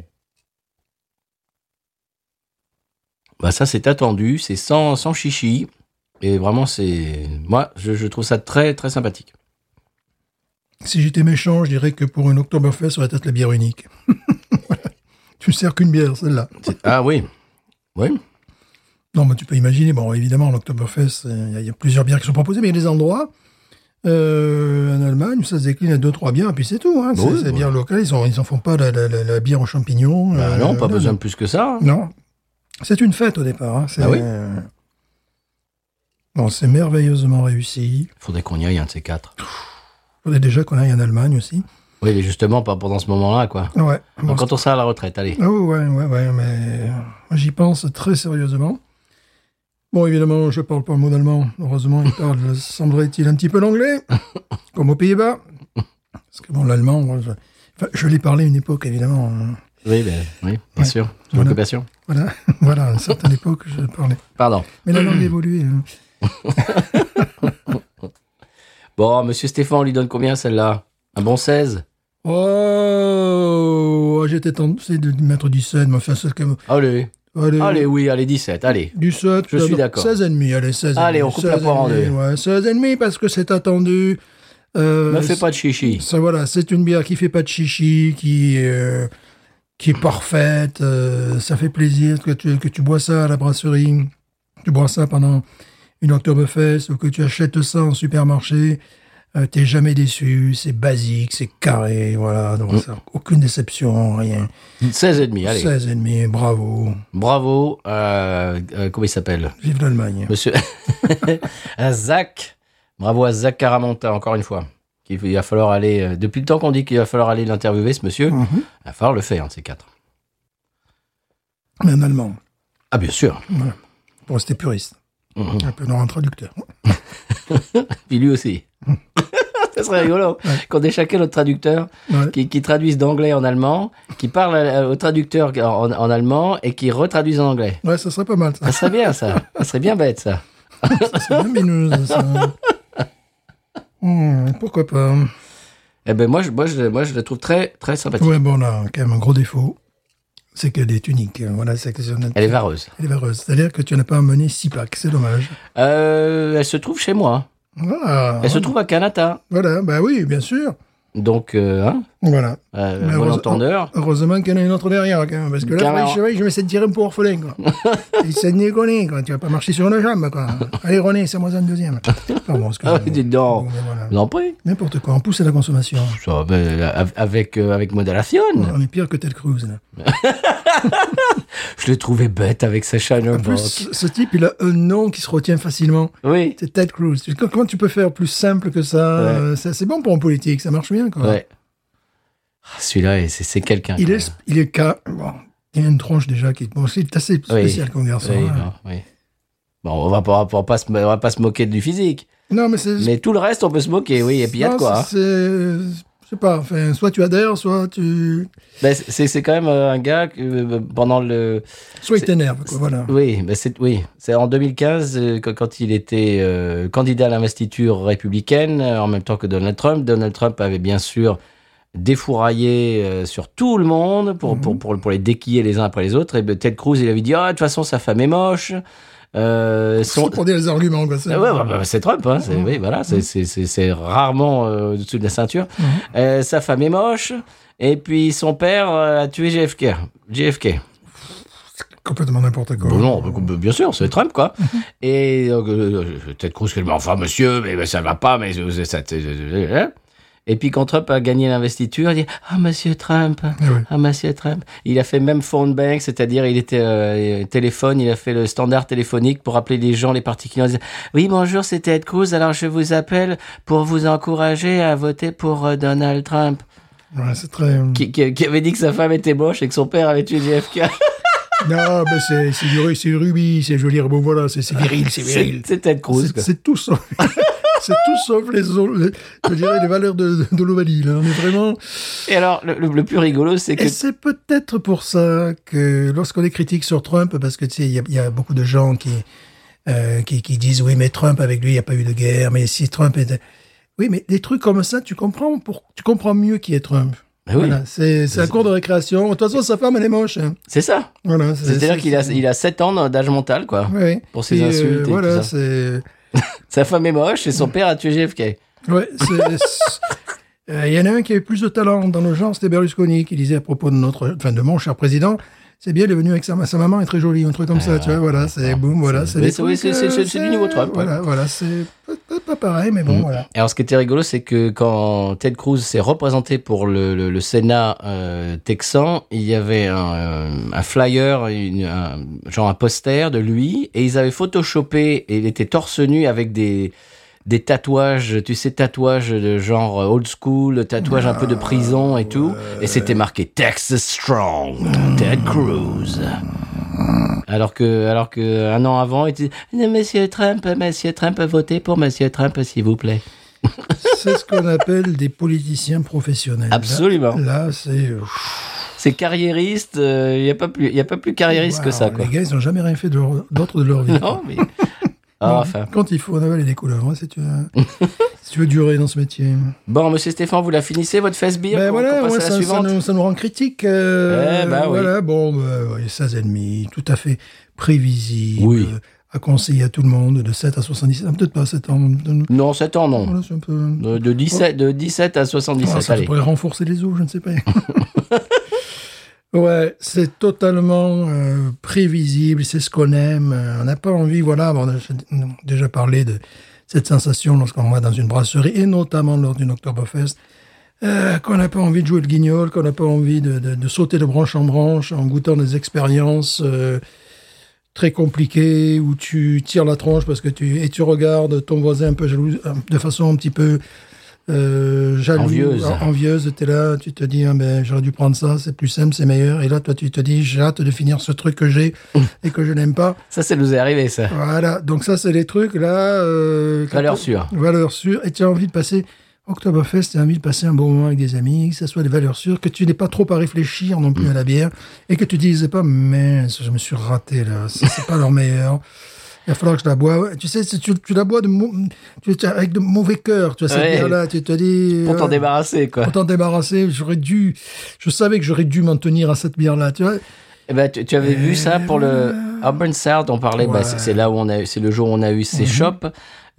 Bah ça, c'est attendu, c'est sans, sans chichi. Et vraiment, c'est. Moi, je, je trouve ça très, très sympathique.
Si j'étais méchant, je dirais que pour une Oktoberfest, ça aurait être la bière unique. tu sers qu'une bière, celle-là.
C'est- Ah oui. Oui.
Non, mais tu peux imaginer, bon, évidemment, l'Oktoberfest, euh, il y, a- il y a plusieurs bières qui sont proposées, mais il y a des endroits euh, en Allemagne où ça se décline à deux, trois bières, et puis c'est tout. Hein,
Bah
c'est
oui,
c'est
ouais.
bières locales, ils n'en font pas la, la- la- la bière aux champignons.
Bah
euh,
non, pas besoin de plus que ça. hein.
Non. C'est une fête au départ. hein, c'est-
Ah oui
euh, Bon, c'est merveilleusement réussi.
Faudrait qu'on y aille, un de ces quatre.
Il faudrait déjà qu'on aille en Allemagne aussi.
Oui, mais justement, pas pendant ce moment-là, quoi.
Ouais. Bon,
Donc, quand on sera à la retraite, allez.
Ah oui, ouais, ouais, ouais, mais euh, moi, j'y pense très sérieusement. Bon, évidemment, je parle pas le mot d'allemand. Heureusement, il parle, semblerait-il, un petit peu l'anglais, comme aux Pays-Bas. Parce que bon, l'allemand, moi, je, enfin, je l'ai parlé à une époque, évidemment. hein.
Oui, ben, oui, bien
Ouais.
sûr. C'est
Voilà.
l'occupation.
Voilà, voilà, à une certaine époque, je parlais.
Pardon.
Mais la langue évolue. hein.
Bon, monsieur Stéphane, on lui donne combien celle-là Un bon 16
Oh, j'étais tenté de mettre 17, mais enfin, c'est comme...
Allez.
Allez,
Allez, oui, allez, 17, allez.
Du 7,
Je suis d'accord.
16 et demi, allez, 16
Allez,
et
on
demi,
coupe la
16 et
poire en
demi,
deux.
Ouais, 16 et demi parce que c'est attendu. Euh,
Ne fais pas de chichi.
Ça voilà, c'est une bière qui fait pas de chichi, qui euh, qui est parfaite. euh, ça fait plaisir que tu que tu bois ça à la brasserie, tu bois ça pendant une Oktoberfest ou que tu achètes ça en supermarché. euh, T'es jamais déçu, c'est basique, c'est carré, voilà, donc ça, aucune déception, rien.
16 et demi, Mm. allez.
16 et demi, bravo,
Bravo. euh, euh, comment il s'appelle
vive l'Allemagne.
Monsieur à Zach. Bravo à Zach Caramonta, encore une fois. Il il va falloir aller. euh, Depuis le temps qu'on dit qu'il va falloir aller l'interviewer, ce monsieur,
Mhm.
il va falloir le faire, un de ces quatre.
Mais en allemand,
Ah, bien sûr.
pour rester puriste,
Mhm.
un peu dans un traducteur.
Puis lui aussi.
Mhm.
Ça serait rigolo qu'on ait chacun notre traducteur
Ouais.
qui, qui traduise d'anglais en allemand, qui parle à- au traducteur en, en allemand et qui retraduise en anglais.
Ouais, ça serait pas mal, ça.
Ça serait bien, ça. Ça serait bien bête, Ah, ça.
C'est bien mineuse, ça. Hmm, pourquoi pas
Eh ben, moi, je, moi, je, moi, je la trouve très, très sympathique.
Ouais, bon, là, quand même, un gros défaut, c'est qu'elle est unique. hein. Voilà, c'est que
Elle est vareuse.
Elle est vareuse. C'est-à-dire que tu n'as pas amené six packs, c'est dommage.
Euh, elle se trouve chez moi.
Ah,
Elle se trouve à Kanata.
Voilà, bah oui, bien sûr.
Donc, euh, hein,
Voilà.
euh,
Mais
bon
heureuse-
entendeur.
Heureusement qu'il y en a une autre derrière, quand même. Parce que là,
Carrément.
Frédéric Chevalier, je vais essayer de tirer pour orphelin, quoi. Essaye de déconner, quoi. Tu vas pas marcher sur une jambe, quoi. Allez, René, c'est moi un deuxième. Enfin, bon,
Ah,
excusez-moi.
oui, dites donc.
Bon, mais voilà.
Vous en prie.
N'importe quoi, on pousse à la consommation.
Ça, ben, av- avec, euh, avec modération.
On est pire que Ted Cruz, là.
Je l'ai trouvé bête avec sa Shannon
En plus,
Brock.
ce ce type, il a un nom qui se retient facilement.
Oui.
C'est Ted Cruz. Tu- Comment tu peux faire plus simple que ça Euh, ça, C'est bon pour un politique, ça marche bien. Quoi.
Ouais. Ah, Celui-là, c'est c'est quelqu'un.
Il,
quand
est, il est ca- bon, il a une tronche déjà qui bon, c'est assez
Oui.
spécial comme garçon.
même. Oui,
hein.
non, oui. Bon, on va pas, on va pas, se, on va pas se moquer du physique.
Non, mais c'est.
Mais tout le reste, on peut se moquer, oui. Et puis, il y a de
non,
quoi. hein.
C'est. c'est- Je sais pas, enfin, soit tu adhères, soit tu.
Ben, c'est c'est quand même euh, un gars que, euh, pendant le.
Soit il
C'est-
t'énerve, quoi, voilà.
Oui, ben c'est oui. C'est en 2015 euh, quand, quand il était euh, candidat à l'investiture républicaine euh, en même temps que Donald Trump. Donald Trump avait bien sûr défouraillé euh, sur tout le monde pour,
Mhm.
pour, pour, pour les déquiller les uns après les autres. Et ben, Ted Cruz, il avait dit ah de toute façon sa femme est moche. Euh, son-
Son... Pour dire les Mhm. arguments, quoi. c'est-
ah ouais, bah, bah, c'est Trump, hein, c'est, oui, voilà, c'est, c'est, c'est, c'est rarement euh, au-dessus de la ceinture.
Mhm.
Euh, sa femme est moche, et puis son père euh, a tué JFK. JFK.
Complètement n'importe quoi.
Bon, non, bah, bien sûr, c'est Trump, quoi. et donc, euh, euh, Ted Cruz, qui dit, mais enfin, monsieur, mais, mais ça va pas, mais vous- ça- ça- ça- ça- ça- hein. Et puis, quand Trump a gagné l'investiture, il dit Ah, monsieur Trump,
Eh oui.
ah, monsieur Trump. Il a fait même phone bank, c'est-à-dire, il était euh, téléphone, il a fait le standard téléphonique pour appeler les gens, les particuliers. en disant, oui, bonjour, c'est Ted Cruz, alors je vous appelle pour vous encourager à voter pour euh, Donald Trump,
Ouais, c'est très.
qui, qui- qui avait dit que sa femme était moche et que son père avait tué JFK.
Non, mais c'est c'est du, c'est du rubis, c'est joli, bon voilà, c'est c'est viril, c'est viril.
C'est Ted Cruz,
C'est-
quoi.
C'est tout ça. C'est tout sauf les, les- je dirais, les valeurs de, de l'Ovalie. Là. On est vraiment.
Et alors, le, le- le plus rigolo, c'est que
Et c'est peut-être pour ça que lorsqu'on est critique sur Trump, parce que tu sais, il y a- il y, a beaucoup de gens qui, euh, qui, qui disent oui, mais Trump, avec lui, il n'y a pas eu de guerre, mais si Trump était. Oui, mais des trucs comme ça, tu comprends, pour, tu comprends mieux qui est Trump.
Ben oui,
Voilà, c'est c'est un cours de récréation. De toute façon, sa femme, elle est moche. hein.
c'est ça.
Voilà, c'est-
C'est-à-dire
c'est-
qu'il a, il a 7 ans d'âge mental, quoi.
Ouais.
pour ses
Puis, euh,
insultes et
voilà,
tout ça.
c'est.
Sa femme est moche et son père a tué JFK.
Ouais, c'est. c'est- Euh, Il y en a un qui avait plus de talent dans le genre, c'était Berlusconi, qui disait à propos de notre, enfin de mon cher président, c'est bien, il est venu avec sa, sa maman, est très jolie, un truc comme ça, tu vois, voilà, c'est boum, voilà, c'est
mais
des
Ah, c'est- oui,
trucs,
c'est- c'est-
euh,
c'est du niveau Trump, ouais. Mm.
Voilà, voilà, c'est pas, pas- pas pareil, mais bon, voilà.
Alors, ce qui était rigolo, c'est que quand Ted Cruz s'est représenté pour le, le- le Sénat euh, texan, il y avait un, euh, un flyer, une- un- genre un poster de lui, et ils avaient photoshopé, et il était torse nu avec des des tatouages, tu sais, tatouages de genre old school, tatouages un peu de prison et tout, et c'était marqué Texas Strong, Ted Cruz. Alors que, alors que un an avant, il disait Monsieur Trump, Monsieur Trump, votez pour Monsieur Trump, s'il vous plaît.
C'est ce qu'on appelle des politiciens professionnels. Là-
Absolument.
Là, c'est. euh,
C'est carriériste, il n'y a, pas plus- y a pas plus carriériste que Ah, ça,
Waouh,
quoi.
Les gars, ils n'ont jamais rien fait de leur- d'autre de leur vie.
Non, mais.
Mm.
Ah, enfin.
Quand il faut, on avale des couleurs, hein, si, tu veux, si tu veux durer dans ce métier.
Bon, monsieur Stéphane, vous la finissez, votre face beer
Ben
pour
voilà,
qu'on passe
ouais,
à
ça,
la
ça
suivante
nous, ça nous rend critique. euh,
Eh ben oui.
voilà, bon, ben, ouais, 16 et demi, tout à fait prévisible. euh,
Oui.
À conseiller à tout le monde de 7 à 70, ah, peut-être pas à 7 ans. de-
Non, 7 ans, non.
Voilà, c'est un peu.
De, de 17, de 17 à
Ah,
77,
Oh. ça
allez.
pourrait renforcer les os, je ne sais pas. ouais, c'est totalement euh, prévisible, c'est ce qu'on aime. euh, On n'a pas envie, voilà, bon, on a on a déjà parlé de cette sensation lorsqu'on va dans une brasserie, et notamment lors d'une Oktoberfest, euh, qu'on n'a pas envie de jouer le guignol, qu'on n'a pas envie de, de- de sauter de branche en branche en goûtant des expériences euh, très compliquées où tu tires la tronche parce que tu et tu regardes ton voisin un peu jaloux, euh, de façon un petit peu euh, jaloux,
Envieuse.
en- envieuse. T'es là, tu te dis ah ben j'aurais dû prendre ça, c'est plus simple, c'est meilleur. Et là toi tu te dis j'ai hâte de finir ce truc que j'ai et que je n'aime pas.
Ça, ça nous est arrivé, ça.
Voilà, donc ça c'est les trucs là. Euh, quand
Valeur
tu-
sûre.
Valeurs sûres. Et tu as envie de passer Oktoberfest, tu as envie de passer un bon moment avec des amis, que ce soit des valeurs sûres, que tu n'aies pas trop à réfléchir non plus à la bière, et que tu te dises pas, mince, je me suis raté là, ça c'est pas leur meilleur. Il va falloir que je la bois. Tu sais, si tu, tu la bois de mau- tu- tu- avec de mauvais cœur. Tu vois, cette
Ouais.
bière-là, tu te dis.
Pour t'en
euh,
débarrasser, quoi.
pour t'en débarrasser, j'aurais dû. Je savais que j'aurais dû m'en tenir à cette bière-là. Tu vois,
Eh ben, tu, tu avais vu ça pour le Auburn South, on parlait, bah,
Ouais. Mhm.
c'est c'est là où on a eu- c'est le jour où on a eu ces shops.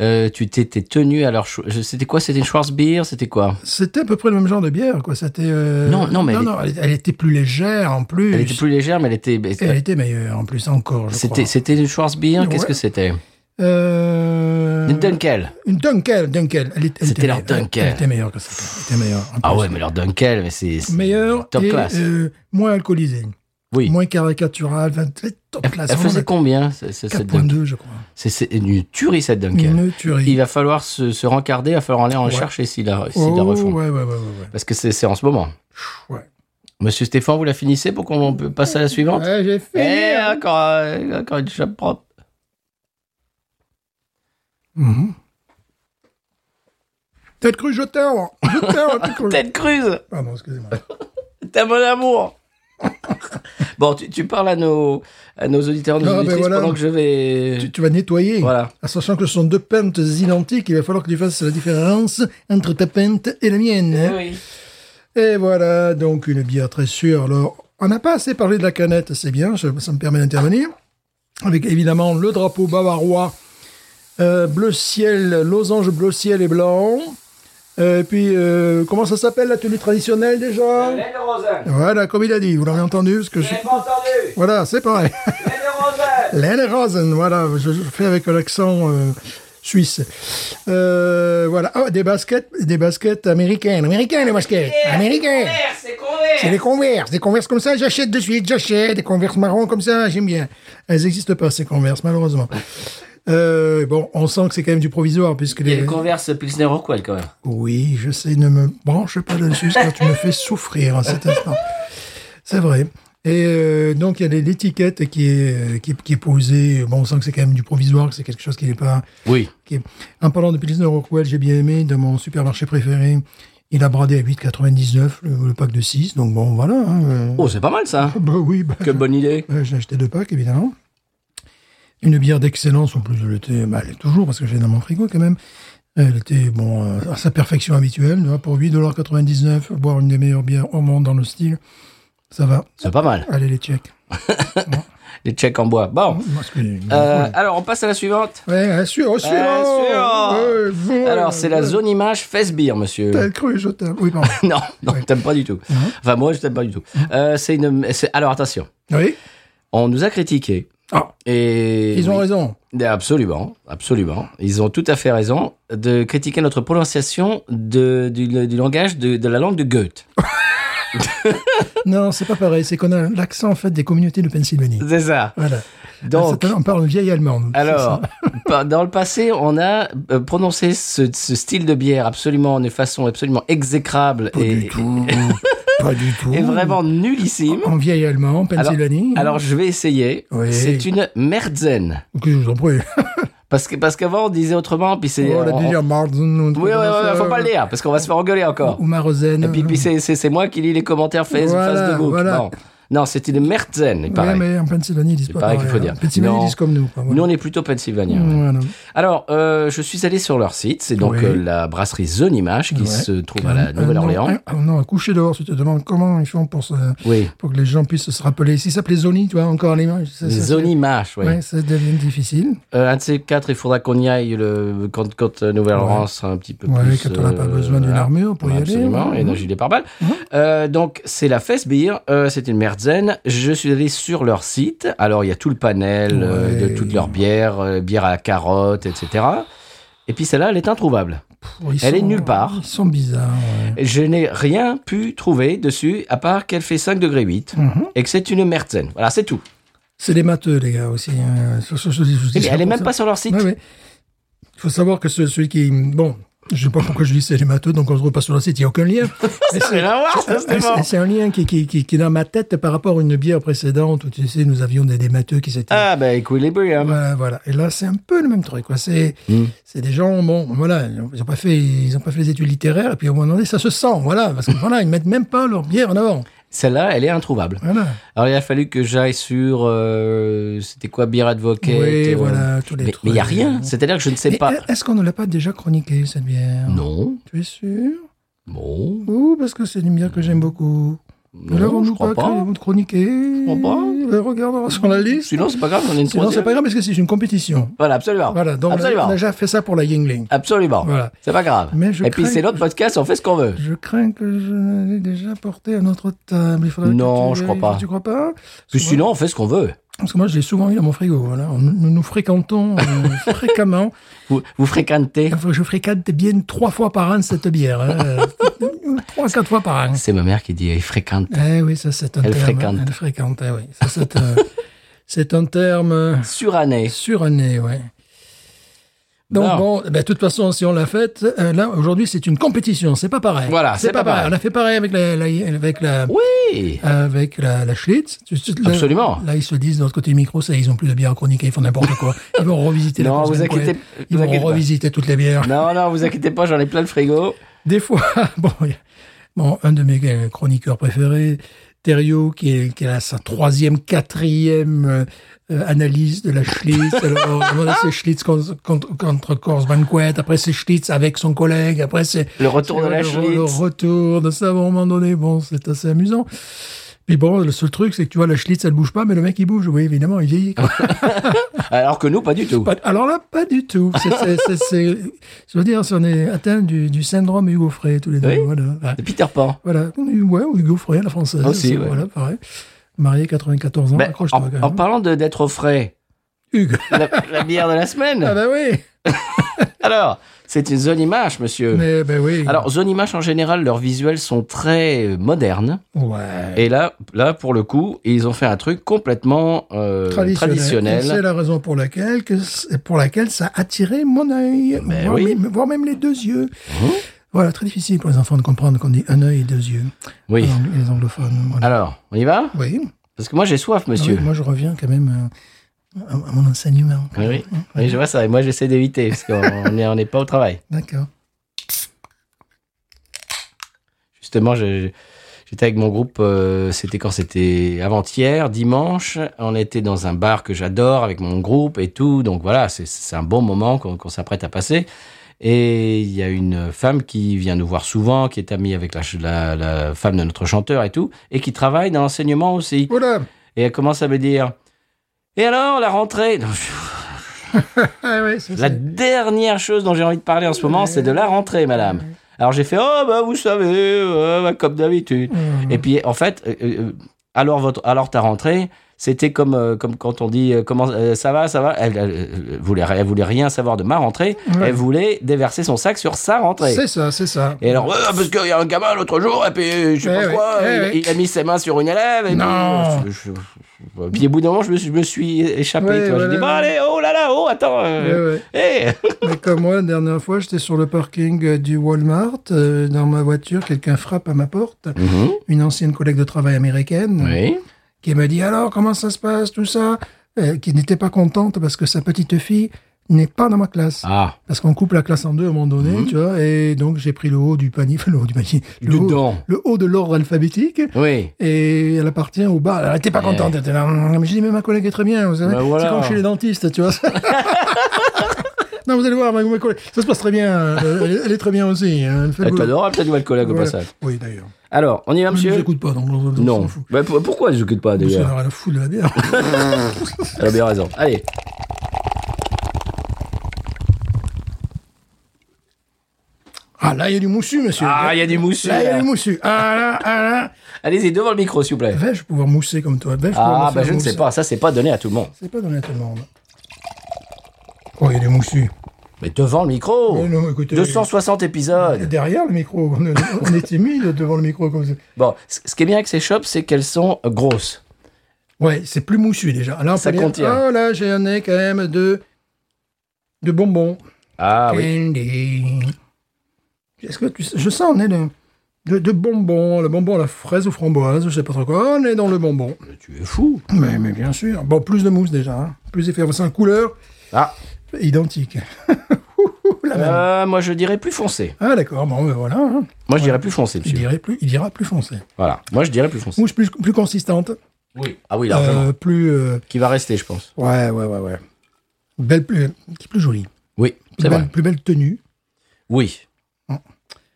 Euh, tu t'étais tenu à leur, chou- je- c'était quoi, c'était une Schwarzbier, c'était quoi
c'était à peu près le même genre de bière, quoi. C'était. euh,
Non, non, mais
non,
elle
elle, elle était plus légère en plus.
Elle était plus légère, mais elle était,
Et elle était meilleure en plus encore, je
c'était,
crois.
c'était une Schwarzbier, qu'est-ce
Ouais.
que c'était
Euh...
Une Dunkel.
Une Dunkel, Dunkel. Elle est- elle
C'était
était
leur
meilleure.
Dunkel.
Elle était meilleure que ça. Elle était meilleure. en
Ah
plus.
ouais, mais leur Dunkel, mais c'est, c'est
Meilleure
top
et
class.
euh, moins alcoolisée.
oui.
Moins caricaturale. enfin, très top class.
Elle faisait
Vraiment,
combien ce- ce- cette Dunkel
4.2, je crois.
C'est c'est une tuerie cette Dunkel.
Une tuerie.
Il va falloir se, se rencarder, il va falloir aller en
Ouais.
chercher s'ils la, s'ils la
oh,
refont,
ouais, ouais, ouais, ouais, ouais.
parce que c'est c'est en ce moment.
Ouais.
Monsieur Stéphane, vous la finissez pour qu'on peut passer à la suivante
Ouais, j'ai
Eh,
fait.
encore, euh, encore une chope propre.
Mhm. Tête crue, je t'aime. Je t'aime, tête crue.
Ted Cruz,
Pardon, excusez-moi.
t'as mon amour Bon, tu, tu parles à nos, à nos auditeurs, nos
Ah, ben
auditrices
voilà.
pendant que je
Tu,
vais...
tu vas nettoyer.
Voilà.
Ah, Sachant que ce sont deux peintes identiques, il va falloir que tu fasses la différence entre ta peinte et la mienne. hein.
Oui.
Et voilà, donc une bière très sûre. Alors, on n'a pas assez parlé de la canette, c'est bien, je- ça me permet d'intervenir. Avec évidemment le drapeau bavarois, euh, bleu ciel, losange bleu ciel et blanc. Euh, Et puis, euh, comment ça s'appelle la tenue traditionnelle déjà Voilà, comme il a dit, vous l'avez entendu parce que je...
entendu
Voilà, c'est pareil. Lene Rosen, voilà, je, je fais avec l'accent euh, suisse. Euh, voilà, Ah, des baskets, des baskets américaines, américaines les baskets, américaines. C'est des converses, des converses comme ça, j'achète de suite, j'achète des converses marron comme ça, j'aime bien. Elles n'existent pas ces converses, malheureusement. Euh, bon, on sent que c'est quand même du provisoire puisque
Il y a
les.
une converse Pilsner Rockwell quand même.
Oui, je sais, ne me branche pas dessus, car tu me fais souffrir en cet instant. C'est vrai. Et euh, donc, il y a l'étiquette qui est, euh, qui, est- qui est posée. Bon, on sent que c'est quand même du provisoire, que c'est quelque chose qui n'est pas...
Oui.
qui est- En parlant de Pilsner Rockwell, j'ai bien aimé, dans mon supermarché préféré, il a bradé à 8,99 le, le pack de 6. Donc bon, voilà. hein, euh.
Oh, c'est pas mal ça.
Ah bah oui, bah,
Quelle bonne idée.
euh, j'ai acheté deux packs, évidemment. Une bière d'excellence, en plus, elle était... Bah, elle est toujours, parce que j'ai dans mon frigo quand même. Elle était, bon, euh, à sa perfection habituelle. tu vois, Pour 8,99$, boire une des meilleures bières au monde dans le style, ça va.
C'est pas mal.
Allez les checks.
Les checks en bois. Bon.
Parce que-
Euh, alors, on passe à la suivante.
Ouais, à suivre, au suivant.
suivant.
Ouais, voilà.
Alors, c'est la zone image face beer, monsieur.
T'as cru, je t'aime. Oui, pardon.
Non, non, t'aimes pas du tout. Enfin, moi, je t'aime pas du tout. Euh, c'est une. c'est- Alors, attention.
oui.
On nous a critiqué.
Ah.
Et
Ils ont
oui.
raison.
Eh, Absolument, absolument. Ils ont tout à fait raison de critiquer notre prononciation de, du, du langage de, de la langue de Goethe.
Non, c'est pas pareil. C'est qu'on a l'accent en fait des communautés de Pennsylvanie.
C'est ça.
Voilà.
Donc,
Ah, C'est- on parle vieil allemand. nous.
alors, par- dans le passé, on a euh, prononcé ce, ce style de bière absolument de façon absolument exécrable
C'est ça. pas
et,
du tout. pas du tout.
et vraiment nullissime.
En vieil allemand, Pennsylvanie.
Alors, je vais essayer.
Oui.
C'est une merzen.
Oh, que je vous en prie.
Parce que parce qu'avant, on disait autrement, puis c'est.
Oh, la
on-
délire Marzen. ou un truc
Oui, oui,
comme
oui,
ça.
faut pas le dire, parce qu'on va se faire engueuler encore.
Ou Marozen.
Et puis, puis c'est- c'est c'est moi qui lis les commentaires face,
Voilà,
Facebook.
voilà.
Bon. Non, c'est une merzen, il
Ouais,
paraît.
mais en Pennsylvanie, ils disent
C'est
pas.
pareil qu'il faut
pareil,
dire.
hein. Pennsylvanie,
Non.
ils disent comme nous. quoi, voilà.
Nous, on est plutôt pennsylvaniens.
Voilà.
Alors, euh, je suis allé sur leur site. C'est donc
Oui.
euh, la brasserie Zone Image qui
Ouais.
se trouve à la
Un-
Nouvelle-Orléans.
un- un- Euh, Non, un coucher dehors, tu te demandes comment ils font pour, se,
Oui,
pour que les gens puissent se rappeler. S'ils s'appelaient Zoni, tu vois, encore les mains. ça- ça-
Zone Image, oui.
Ouais, ça devient difficile.
Euh, un de ces quatre, il faudra qu'on y aille le, quand, quand euh, Nouvelle-Orléans sera un petit peu
Ouais,
plus...
quand on n'a pas
euh,
besoin d'une
voilà.
armure pour y aller.
Absolument,
Ouais.
et d'un gilet pare-balles.
Mhm.
Euh, donc, c'est la Fesbeer, euh, c'est une merzen. Je suis allé sur leur site. Alors, il y a tout le panel euh,
Ouais.
de toutes leurs bières, euh, bières à la carotte, etc. Et puis celle-là, elle est introuvable.
Ils
Elle est nulle part.
Ils sont bizarres. ouais.
Et Je n'ai rien pu trouver dessus, à part qu'elle fait 5 degrés 8
Mhm.
et que c'est une merzen. Voilà, c'est tout.
C'est des matheux, les gars, aussi. hein. Je- je- je- je- je-
Et
je-
Eh elle est
pour
même
ça.
pas sur leur site.
Ouais, ouais. Il faut savoir que ce- celui qui. Bon, je sais pas pourquoi je dis c'est les matheux, donc on se retrouve pas sur le site, il n'y a aucun lien. Mais
Ça n'a rien à voir, ça, c'est bon.
Ah, C'est c'est un lien qui, qui, qui, qui est dans ma tête par rapport à une bière précédente où tu sais, nous avions des, des matheux qui s'étaient.
Ah, bah, Equilibrium.
Voilà, voilà. Et là, c'est un peu le même truc. quoi. C'est
Mm.
c'est des gens, bon, voilà, ils n'ont pas, fait- ils ont pas fait les études littéraires, et puis au moment donné, ça se sent, voilà, parce que voilà, ils mettent même pas leur bière en avant.
Celle-là, elle est introuvable.
Voilà.
Alors, il a fallu que j'aille sur. euh, C'était quoi, Beer Advocate
oui,
euh,
voilà, tous les
Mais
trucs.
il n'y a rien. C'est-à-dire que je ne sais
Mais euh,
pas.
Est-ce qu'on ne l'a pas déjà chroniquée, cette bière
Non.
Tu es sûr
Bon.
Ouh, parce que c'est une bière que j'aime beaucoup.
Non,
l'avons-nous
je crois pas.
chroniquée chroniquer
crois pas.
Ben, regarde sur la liste.
Sinon, c'est pas grave, on est une
Sinon, c'est
troisième.
pas grave parce que c'est une compétition.
Voilà, absolument.
Voilà, donc on a, on
absolument.
a déjà fait ça pour la Yingling.
Absolument.
Voilà.
C'est pas grave.
Mais je
Et puis,
crains
c'est
que-
l'autre podcast, on fait ce qu'on veut.
Je crains que je l'ai déjà porté à notre table. Il faudrait que
Non,
tu
je crois
vérifies.
pas.
Tu crois pas
Puis
Parce que
sinon, on fait ce qu'on veut.
moi- Parce que moi, je l'ai souvent eu dans mon frigo. Voilà. On- Nous nous fréquentons euh, fréquemment.
Vous, vous fréquentez.
Enfin, Je fréquente bien trois fois par an cette bière. hein. trois, quatre fois par an.
C'est ma mère qui dit elle fréquente.
Eh oui, ça, c'est un
Elle
terme.
fréquente.
Elle fréquente, eh oui. Ça, c'est un- c'est un terme euh,
Surannée.
suranné, oui. Donc
Non.
bon, ben, de toute façon, si on l'a faite, euh, là aujourd'hui c'est une compétition, c'est pas pareil.
Voilà, c'est pas pareil.
On a fait pareil avec la, la- avec la,
Oui.
avec la, la Schlitz. Tu- tu- là-
Absolument.
Là, ils se disent, de l'autre côté du micro, ça, ils ont plus de bière chronique, ils font n'importe quoi. Ils vont revisiter la
Non,
Pilsner
vous inquiétez-
Quelle. Ils
vous
vont
inquiétez pas.
revisiter toutes les bières.
Non, non, vous inquiétez pas, j'en ai plein le frigo.
Des fois, bon, il y a- bon, un de mes euh, chroniqueurs préférés, Thériault, qui est, qui est à sa troisième, quatrième euh, euh, analyse de la Schlitz. Alors, on a c'est Schlitz contre, contre, contre Kors Banquet, après c'est Schlitz avec son collègue, après c'est...
Le retour
c'est
de la
le- Le
Schlitz.
retour de ça, à un moment donné, bon, c'est assez amusant. Puis bon, le seul truc, c'est que tu vois, la Schlitz, elle bouge pas, mais le mec, il bouge. Oui, évidemment, il vieillit.
Ah
quoi.
Alors que nous, pas du tout.
Pas- alors là, pas du tout. C'est, c'est- c'est- c'est- je veux dire, si on est atteint du, du syndrome Hugo Frey, tous les deux.
Oui. Eh
Voilà. Ouais.
De Peter Pan.
Voilà, ouais, ou Hugo Frey, la française.
Aussi,
C'est-
ouais.
Voilà, pareil. Marié, 94 ans,
Ben,
accroche-toi
en,
quand même.
en parlant de- d'être au frais,
Hugues.
la, la bière de la semaine.
Ah bah oui,
Alors, c'est une zone image, monsieur.
mais bah oui.
Euh, Alors, zone image en général, leurs visuels sont très euh, modernes.
ouais.
Et là, là pour le coup, ils ont fait un truc complètement euh, traditionnel.
Et C'est la raison pour laquelle, que c'est- pour laquelle ça a attiré mon œil,
Ben
voire,
oui. Mmh.
même, voire même les deux yeux. Voilà, très difficile pour les enfants de comprendre qu'on dit un œil et deux yeux.
Oui.
Les ang- Les anglophones. Voilà.
Alors, on y va
Oui.
Parce que moi, j'ai soif, monsieur.
Ah oui, moi, je reviens quand même euh, à, à mon enseignement.
Oui, oui. Oui, je vois ça. Et moi, j'essaie d'éviter, parce qu'on n'est on n'est pas au travail.
D'accord.
Justement, je- je- j'étais avec mon groupe, euh, c'était quand c'était avant-hier, dimanche. On était dans un bar que j'adore avec mon groupe et tout. Donc voilà, c'est- c'est un bon moment qu'on qu'on s'apprête à passer. Et il y a une femme qui vient nous voir souvent, qui est amie avec la ch- la- la femme de notre chanteur et tout, et qui travaille dans l'enseignement aussi.
Voilà.
Et elle commence à me dire Et alors, la rentrée Non, je-
Ah ouais, ça,
La
c'est-
dernière chose dont j'ai envie de parler en ce moment, c'est de la rentrée, madame. Alors j'ai fait Oh, bah, vous savez, euh, bah, comme d'habitude.
Euh,
Et puis, en fait, euh, euh, alors, votre, alors ta rentrée, c'était comme, euh, comme quand on dit euh, comment euh, ça va, ça va. Elle, elle, euh, voulait, elle voulait rien savoir de ma rentrée.
Ouais.
Elle voulait déverser son sac sur sa rentrée.
Ah, C'est ça, c'est ça.
Et alors, ouais, parce qu'il y a un gamin l'autre jour, et puis euh, je sais
Eh
pas
oui,
quoi,
eh
il,
oui.
il a mis ses mains sur une élève, et
Non.
puis. je- je- je- puis au bout d'un moment, je me, suis- je me suis échappé,
Ouais,
tu vois.
voilà.
J'ai dit, bon, allez, oh là là, oh, attends. euh,
Ouais, ouais.
hey.
Mais comme moi, la dernière fois, j'étais sur le parking euh, du Walmart. euh, dans ma voiture, quelqu'un frappe à ma porte.
eh.
Une ancienne collègue de travail américaine
Mhm. Oui.
qui me dit alors comment ça se passe, tout ça, Euh, qui n'était pas contente parce que sa petite fille n'est pas dans ma classe.
Ah, Mhm.
Parce qu'on coupe la classe en deux à un moment donné, tu vois, et donc j'ai pris le haut du panier, enfin, le haut du panier, le,
Du
haut,
don.
le haut de l'ordre alphabétique,
oui.
et elle appartient au bas. Elle était pas contente. Elle était là, Hum, mais j'ai dit, mais ma collègue est très bien. Vous savez,
Ben voilà.
c'est comme chez les dentistes, tu vois. non, vous allez voir, ma, ma collègue, ça se passe très bien. euh, Elle, elle est très bien aussi. hein, Elle fait
Elle
le
est
boulot.
adorable, ta nouvelle collègue, au
Voilà.
passage.
Oui, d'ailleurs.
Alors, on y va,
Je ne
monsieur
écoute pas, donc on s'en
Non.
fout.
Bah, pour- pourquoi elle s'occupe pas,
Parce qu'elle
d'ailleurs
a rien à foutre de la bière.
Elle a bien raison. Allez.
Ah, là, il y a du moussu, monsieur.
Ah, il y a du moussu,
Là, il y a
là.
du moussu. Ah, là, ah, là.
Allez-y, devant le micro, s'il vous plaît.
Vais-je pouvoir mousser comme toi Vais-je pouvoir
Ah,
me
bah,
faire
je ne sais
mousser
pas. Ça, c'est pas donné à tout le monde.
C'est pas donné à tout le monde. Oh, il y a du moussu.
Mais devant le micro
Mais non, écoutez-
260 épisodes
Derrière le micro, on est, on est timide devant le micro comme ça.
Bon, c- ce qui est bien avec ces shops, c'est qu'elles sont euh, grosses.
Ouais, c'est plus moussu déjà. Là, on
Ça
peut dire,
contient.
Oh là, j'ai un nez quand même de, de bonbons.
Ah oui.
Candy. Est-ce que tu sais- je sens on est de, de, de bonbons, le bonbon à la fraise ou framboise, je sais pas trop quoi. On est dans le bonbon.
Mais tu es fou.
Mais, mais bien sûr. Bon, plus de mousse déjà, hein. plus effervescent, couleur
Ah,
identique. La Ah, même.
euh, moi je dirais plus foncé.
Ah d'accord, bon, ben voilà. hein.
Moi je dirais plus foncé,
Il,
monsieur.
dirait plus, il dira plus foncé.
Voilà. Moi je dirais plus foncé.
Mousse plus, plus consistante,
Oui. Ah oui,
euh,
largement.
plus... euh,
Qui va rester, je pense.
Ouais, ouais, ouais, ouais. Belle plus, qui est plus jolie.
Oui,
Plus
c'est
belle,
vrai.
plus belle tenue.
Oui.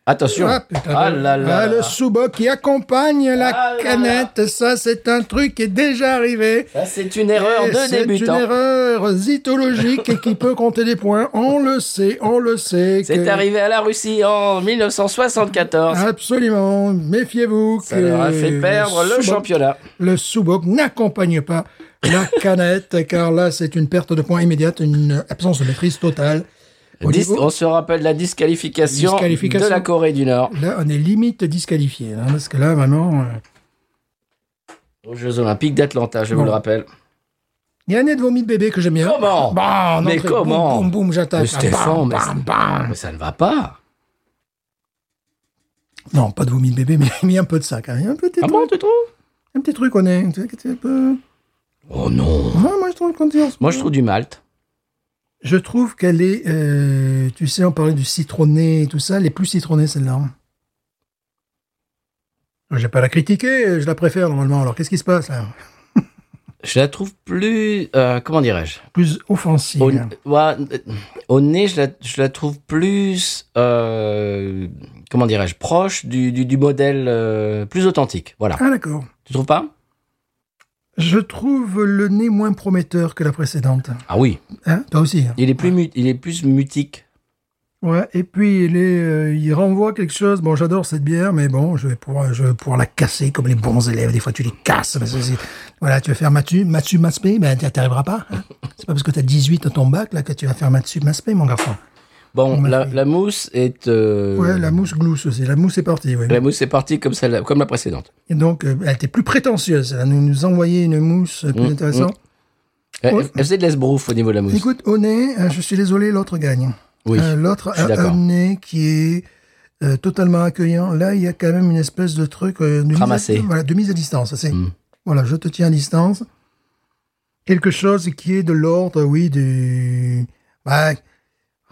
Attention.
Ah, putain,
Ah
le-
là là.
ah, le sous-boc qui accompagne la
Ah là
canette, ça c'est un truc qui est déjà arrivé.
Ça, Ah, c'est une erreur
Et
de
Eh, C'est une
débutant.
erreur zytologique et qui peut compter des points. On le sait, on le sait.
C'est
que- Ah,
arrivé à la Russie en 1974.
Absolument. Méfiez-vous.
Ça leur a fait perdre le
sous-boc-
championnat.
Le sous-boc n'accompagne pas la canette, car là c'est une perte de points immédiate, une absence de maîtrise totale. Au
Dis-
niveau-
on se rappelle la disqualification,
Disqualification.
de la Corée du Nord
Là, on est limite disqualifié, hein, parce que là, vraiment, euh,
aux Jeux Olympiques d'Atlanta, je vous
Bon.
le rappelle.
il y a un nez de vomi de bébé que j'aime bien.
Comment
Bah, en
Mais
entrée,
comment
Boum, boum, boum, j'attaque.
Mais Stéphane,
Bam, bam,
mais-
bam.
Mais ça ne va pas.
Non, pas de vomi de bébé, mais, mais un peu de ça, quand même. Un petit,
Ah
truc,
bon, tu trouves
un petit truc, on est. tu sais, qui est un peu-
Oh non.
Ouais, moi, je trouve qu'on dit en ce
Moi, je
moment.
trouve du malt.
Je trouve qu'elle est. euh, tu sais, on parlait du citronné et tout ça, elle est plus citronnée, celle-là. Je vais pas la critiquer, je la préfère normalement. Alors, qu'est-ce qui se passe là
Je la trouve plus. euh, comment dirais-je
Plus offensive.
au, ouais, au nez, je la, je la trouve plus. euh, comment dirais-je Proche du, du- du modèle euh, plus authentique. Voilà.
Ah, d'accord.
Tu trouves pas
Je trouve le nez moins prometteur que la précédente.
Ah oui.
Hein Toi aussi. hein
Il est plus, mu- il est plus mutique.
Ouais. Et puis il est, euh, il renvoie quelque chose. Bon, j'adore cette bière, mais bon, je vais pouvoir, je vais pouvoir la casser comme les bons élèves. Des fois, tu les casses. parce que c'est- voilà, tu vas faire Mathieu, Mathieu Maspé, ben t'y arriveras pas. hein. C'est pas parce que t'as 18 à ton bac là que tu vas faire Mathieu Maspé, mon garçon.
Bon,
On m'a
la,
fait.
la mousse est. euh,
Ouais, la mousse glousse aussi. La mousse est partie. Ouais.
la mousse est partie comme, celle, comme la précédente.
Et donc, euh, elle était plus prétentieuse. Elle nous, nous envoyait une mousse plus
Mm,
intéressante.
Euh, Elle,
Ouais.
elle faisait de l'esbrouf au niveau de la mousse.
Écoute, au nez, euh, je suis désolé, l'autre gagne.
oui.
Euh, L'autre
je suis
a
d'accord.
un nez qui est euh, totalement accueillant. Là, il y a quand même une espèce de truc euh, de, mise à,
Ramassé. Mm.
voilà, de mise à distance. C'est Voilà, je te tiens à distance. Quelque chose qui est de l'ordre, oui, du... Bah,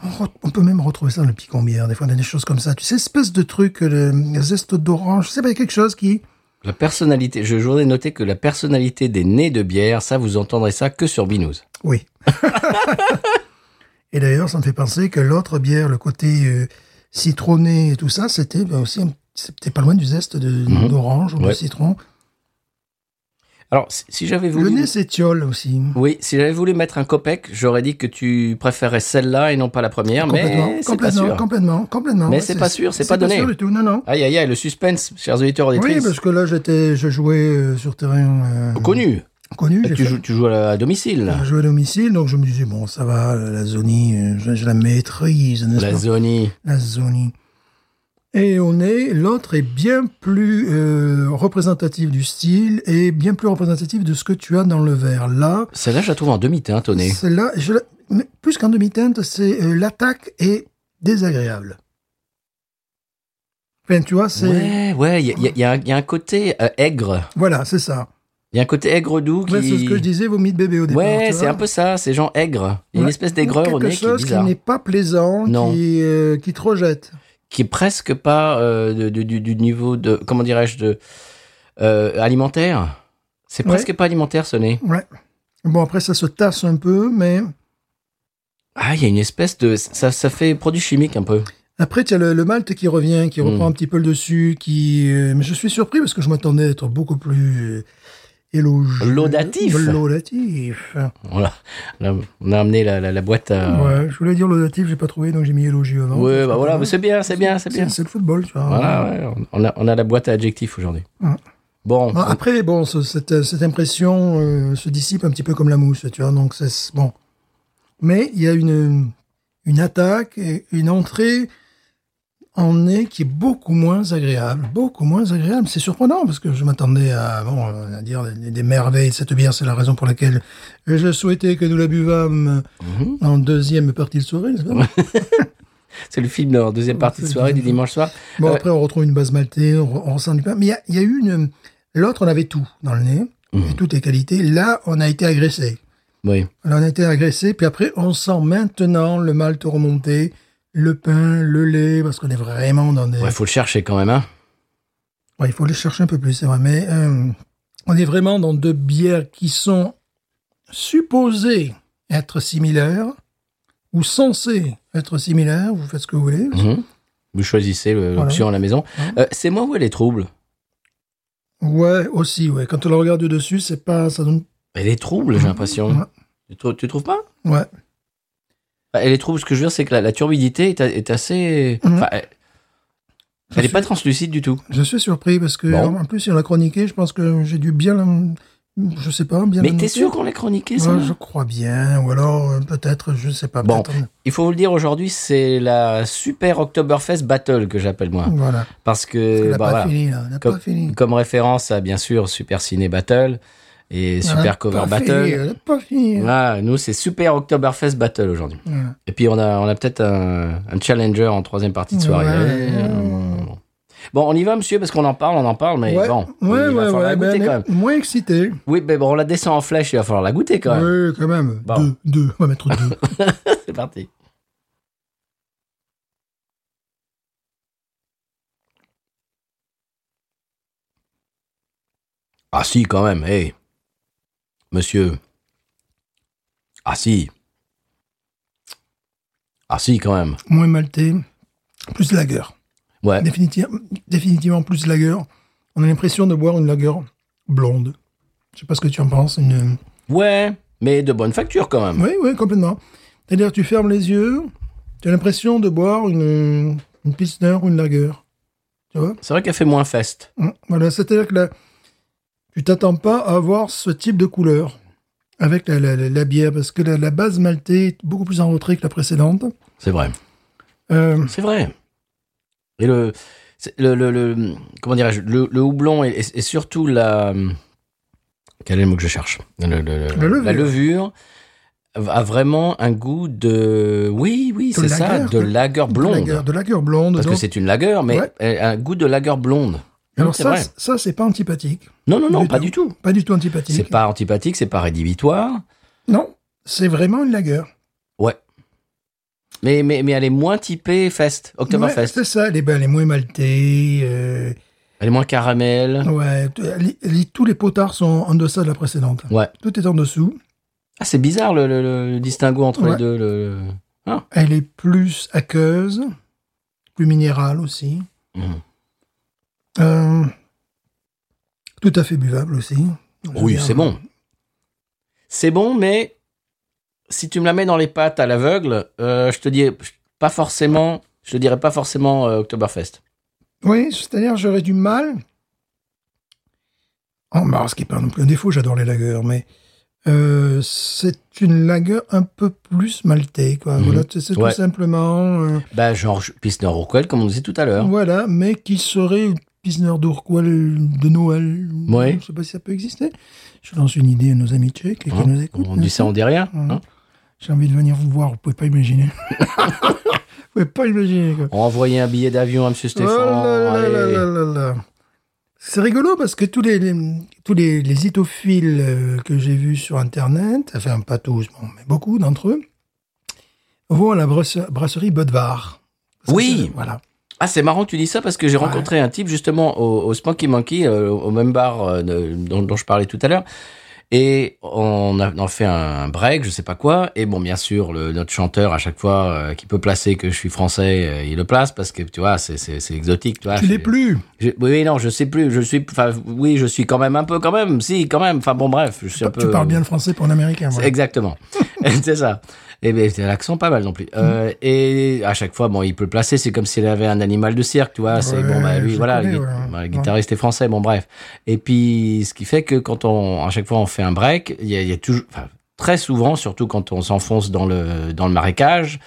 on, re- on peut même retrouver ça dans le picon bière, des fois, on a des choses comme ça. Tu sais, espèce de truc, euh, le zeste d'orange, c'est pas quelque chose qui...
La personnalité, je voudrais noter que la personnalité des nez de bière, ça, vous entendrez ça que sur Binous.
Oui. et d'ailleurs, ça me fait penser que l'autre bière, le côté euh, citronné et tout ça, c'était bah, aussi un- c'était pas loin du zeste de-
Mhm.
d'orange ou de
Ouais.
citron.
Alors, si- si j'avais
Le
voulu...
nez, c'est tiole aussi.
Oui, si j'avais voulu mettre un copec, j'aurais dit que tu préférais celle-là et non pas la première,
complètement,
mais c'est pas
complètement,
sûr.
complètement, complètement.
Mais
Ouais,
c'est pas sûr, c'est pas donné.
sûr du tout, non, non.
Aïe, aïe, aïe, le suspense, chers auditeurs
Oui,
auditrices.
parce que là, j'étais, je jouais euh, sur terrain euh,
Connu.
connu. j'ai
Tu
fait- Ah,
joues, tu joues à, la- à domicile.
j'ai joué à domicile, donc je me disais, bon, ça va, la zonie, euh, je, je la maîtrise, n'est-ce
La
pas
zonie.
La zonie. Et on est, l'autre est bien plus euh, représentatif du style et bien plus représentatif de ce que tu as dans le verre. Là,
Celle-là, je la trouve en demi-teinte, au nez.
celle-là, je la- mais plus qu'en demi-teinte, c'est euh, l'attaque est désagréable. Enfin, tu vois, c'est
Ouais, ouais, il y, a- il y a- il y a un- il y a un côté euh, aigre.
voilà, c'est ça.
Il y a un côté aigre doux qui.
Ouais, c'est ce que je disais, vomi de bébé au départ.
Ouais,
tu
c'est
vois.
un peu ça, c'est genre aigre. Il y a une
Ouais.
espèce d'aigreur au
Quelque
nez qui est
chose qui
bizarre. Qui,
n'est pas plaisant,
Non.
qui euh, qui te rejette.
est presque pas euh, de- du, du- du niveau de. Comment dirais-je de euh, Alimentaire. C'est
Ouais.
presque pas alimentaire ce nez.
Ouais. Bon après ça se tasse un peu, mais
Ah, il y a une espèce de. Ça, ça fait produit chimique un peu.
Après, tu as le, le malt qui revient,
Hmm.
qui reprend un petit peu le dessus, qui. euh, mais je suis surpris parce que je m'attendais à être beaucoup plus euh, élogieux.
Laudatif. Ah.
Laudatif.
Voilà. Là, on a amené la, la- la boîte à.
Ouais, je voulais dire laudatif, j'ai pas trouvé, donc j'ai mis élogieux avant.
Ouais, bah voilà, mais c'est bien, c'est bien, c'est bien.
C'est le football, tu vois.
Voilà, ouais, on on a, on a la boîte à adjectifs aujourd'hui.
Ouais. Bah,
Bon,
Bon, après, bon, ce- cette, cette impression euh, se dissipe un petit peu comme la mousse, tu vois. Donc c'est bon. Mais il y a une une attaque, et une entrée en nez qui est beaucoup moins agréable, beaucoup moins agréable. C'est surprenant parce que je m'attendais à bon à dire des, des merveilles de cette bière. C'est la raison pour laquelle je souhaitais que nous la buvâmes
Mhm.
en deuxième partie de soirée. n'est-ce pas
c'est le film de la deuxième partie de soirée du dimanche soir.
Bon,
Euh,
après, on retrouve une base maltaise, on, re- on ressent du pain. Mais il y a- il y, a eu une. L'autre, on avait tout dans le nez,
Mhm.
et toutes les qualités. Là, on a été agressé.
Oui.
Là, on a été agressé, puis après, on sent maintenant le malt remonter, le pain, le lait, parce qu'on est vraiment dans des.
Ouais, faut le chercher quand même, hein.
Ouais, il faut les chercher un peu plus, c'est vrai. Mais euh, on est vraiment dans deux bières qui sont supposées être similaires, ou censées être similaires, vous faites ce que vous voulez.
Mhm. Vous choisissez le- l'option à la maison. Euh, c'est moi où elle est trouble.
Ouais, aussi, ouais. Quand on le regarde du dessus, c'est pas. Ça donne.
Elle est trouble, j'ai l'impression.
Ouais.
Tu, trou- tu trouves pas
Ouais.
Bah, Elle est trouble. Ce que je veux dire, c'est que la, la turbidité est, a- est assez.
Mhm.
enfin, elle
Je
elle est
suis-
pas translucide du tout.
Je suis surpris parce que,
Bon.
en plus, si on l'a chroniqué, je pense que j'ai dû bien. la- Je sais pas, bien.
Mais
la
t'es
noter.
sûr qu'on l'a chroniqué ça
Ouais, Je crois bien. Ou alors, euh, peut-être, je sais pas.
Bon.
peut-être-
Il faut vous le dire aujourd'hui, c'est la super Oktoberfest Battle que j'appelle moi,
Voilà.
Mhm. parce
on
que
n'a
Ah. bah,
pas
voilà.
fini, là. On n'a pas fini.
comme référence à bien sûr Super Ciné Battle et
On
Super
n'a
Cover
pas
Battle.
fini, on n'a pas fini.
Voilà, nous c'est Super Oktoberfest Battle aujourd'hui.
Voilà.
Et puis on a, on a peut-être un, un challenger en troisième partie de soirée.
Ouais.
Euh, bon. Bon, on y va monsieur parce qu'on en parle, on en parle, mais
ouais,
bon, il
ouais,
va
ouais,
falloir la
ouais,
goûter
ben,
quand même.
mais moins excité.
Oui, mais bon, on la descend en flèche, il va falloir la goûter quand même.
Oui, quand même.
Bon.
Deux, deux. On va mettre deux.
c'est parti. Ah si, quand même, hey. Monsieur. Ah si. Ah si, quand même.
moins maltais, plus lager.
Ouais.
Définitivement, définitivement plus lager. On a l'impression de boire une lager blonde. Je sais pas ce que tu en penses. Une...
Ouais, mais de bonne facture quand même.
Oui, oui, complètement. C'est-à-dire, tu fermes les yeux, tu as l'impression de boire une, une pilsner ou une lager. Tu vois
C'est vrai qu'elle fait moins feste.
Mm, Voilà, c'est-à-dire que là, tu t'attends pas à avoir ce type de couleur avec la, la- la- la bière, parce que la, la base maltée est beaucoup plus en retrait que la précédente.
C'est vrai.
Euh,
C'est vrai. Et le, c'est- le, le, le- comment dirais-je, le, le houblon et, et- et surtout la, quel est le mot que je cherche Le- le- le-
La levure.
La levure a vraiment un goût de, oui, oui,
De
c'est ça,
lager,
de
de-
lager
de
blonde.
lager- De lager blonde.
Parce que
donc-
c'est une lager, mais
Ouais.
un goût de lager blonde.
Alors
c'est
ça,
vrai.
c- ça c'est pas antipathique.
Non, non, non, pas du tout.
Pas du tout antipathique.
C'est pas antipathique, c'est pas rédhibitoire.
Non, c'est vraiment une lagueur.
Ouais. Mais, mais, mais elle est moins typée Fest, Oktoberfest.
Ouais, c'est ça, les, ben, les moins maltais. euh,
elle est moins caramel.
ouais, t- les- les- tous les potards sont en deçà de la précédente.
Ouais.
Tout est en dessous.
Ah, c'est bizarre le, le, le distinguo entre
Ouais.
les deux. Le, le-
Elle est plus aqueuse, plus minérale aussi.
Mhm.
Euh, tout à fait buvable aussi. Je veux
Oui,
dire,
c'est bon. C'est bon, mais si tu me la mets dans les pattes à l'aveugle, euh, je te dis pas forcément, je te dirais pas forcément euh, Oktoberfest.
Oui, c'est-à-dire j'aurais du mal. En bah, ce qui n'est pas non plus un défaut, j'adore les lagers, mais euh, c'est une lager un peu plus maltais, quoi.
Mhm.
Voilà, c'est c'est
Ouais.
tout simplement, euh,
Bah, genre Pilsner Urquell, comme on disait tout à l'heure.
voilà, mais qui serait une Pilsner d'Urquell de Noël.
Ouais.
Je ne sais pas si ça peut exister. Je lance une idée à nos amis tchèques et qui
Hein,
nous écoutent.
on dit ça, on dit rien.
Mhm.
hein.
J'ai envie de venir vous voir, vous pouvez pas imaginer. vous pouvez pas imaginer, quoi.
Envoyer un billet d'avion à M. Stéphane.
Oh là là là
allez.
là là là. C'est rigolo parce que tous les, les- tous les, les itophiles euh, que j'ai vus sur Internet, enfin pas tous, bon, mais beaucoup d'entre eux, vont à la brasse- brasserie Budvar. Parce que
Oui.
c'est- Voilà.
Ah, c'est marrant que tu dis ça parce que j'ai rencontré un type justement au, au Spunky Monkey, euh, au même bar euh, de- dont, dont je parlais tout à l'heure. Et on a, on a fait un break, je sais pas quoi. Et bon, bien sûr, le, notre chanteur, à chaque fois, euh, qui peut placer que je suis français, euh, il le place parce que, tu vois, c'est, c'est, c'est exotique. Tu, vois,
tu l'es
Ah, c'est-
plus.
je- oui, oui, non, je sais plus. Je suis, enfin, oui, je suis quand même un peu, quand même. Si, quand même. Enfin, bon, bref, je suis un peu.
Tu parles bien le français pour un américain.
C'est
hein, voilà.
Exactement. c'est ça. Et bien, c'est un accent pas mal non plus. Euh, Et à chaque fois, bon, il peut le placer. C'est comme s'il avait un animal de cirque, tu vois. c'est
Ouais,
bon, bah, lui,
je
voilà,
connais,
le, gui-
ouais.
bah, le guitariste est français. Bon, bref. Et puis, ce qui fait que quand on, à chaque fois, on fait un break, il y a, il y a toujours, enfin, très souvent, surtout quand on s'enfonce dans le, dans le marécage.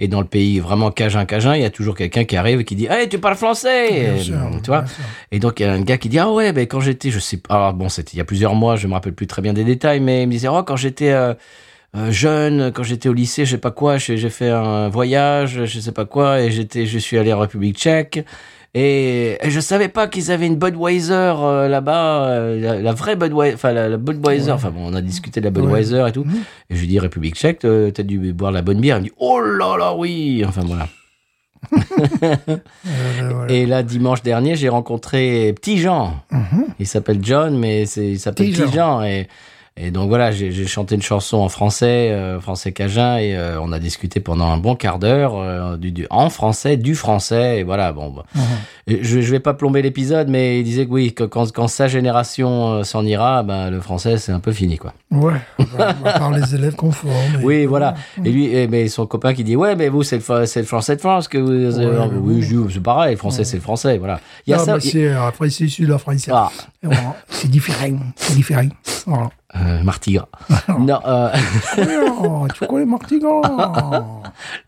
Et dans le pays vraiment cajun cajun, il y a toujours quelqu'un qui arrive et qui dit "Hey, tu parles français
Bien
Et,
sûr,
Eh, Tu vois
bien sûr.
et donc, il y a un gars qui dit, ah ouais, ben, quand j'étais, je sais pas, alors bon, c'était il y a plusieurs mois, je me rappelle plus très bien des détails, mais il me disait, oh, quand j'étais euh, euh, jeune, quand j'étais au lycée, je sais pas quoi, j'ai j'ai fait un voyage, je sais pas quoi, et j'étais, je suis allé en République tchèque. Et, et je savais pas qu'ils avaient une Budweiser euh, là-bas, euh, la, la vraie Budweiser, enfin la, la Budweiser,
Ouais.
enfin bon, on a discuté de la Budweiser et tout. Et je lui dis République tchèque, euh, t'as dû boire la bonne bière. Il me dit oh là là oui, enfin voilà.
Euh, voilà.
Et là, dimanche dernier, j'ai rencontré Petit Jean.
Mhm.
Il s'appelle John, mais c'est, il s'appelle
Petit
Petit Jean. Et, et donc voilà, j'ai, j'ai chanté une chanson en français, euh, français cajun, et euh, on a discuté pendant un bon quart d'heure euh, du, du- en français, du français, et voilà. Bon, bah.
Mhm.
Et je, je vais pas plomber l'épisode, mais il disait que oui, que quand, quand sa génération euh, s'en ira, ben, le français c'est un peu fini, quoi.
Ouais, on va- on va par les élèves conformes. et-
Oui, voilà. Et lui, eh, mais son copain qui dit ouais, mais vous c'est le, fa- c'est le français de France que vous. euh,
Ouais,
oui, je dis, oh, c'est pareil, français c'est le français, voilà. Il y a
Non,
ça.
mais
il-
c'est, euh, après, c'est issu de la France.
Ah.
Et voilà, C'est différent. C'est différent. Voilà.
Euh, Martiga. non, euh,
Oh, tu connais Martigan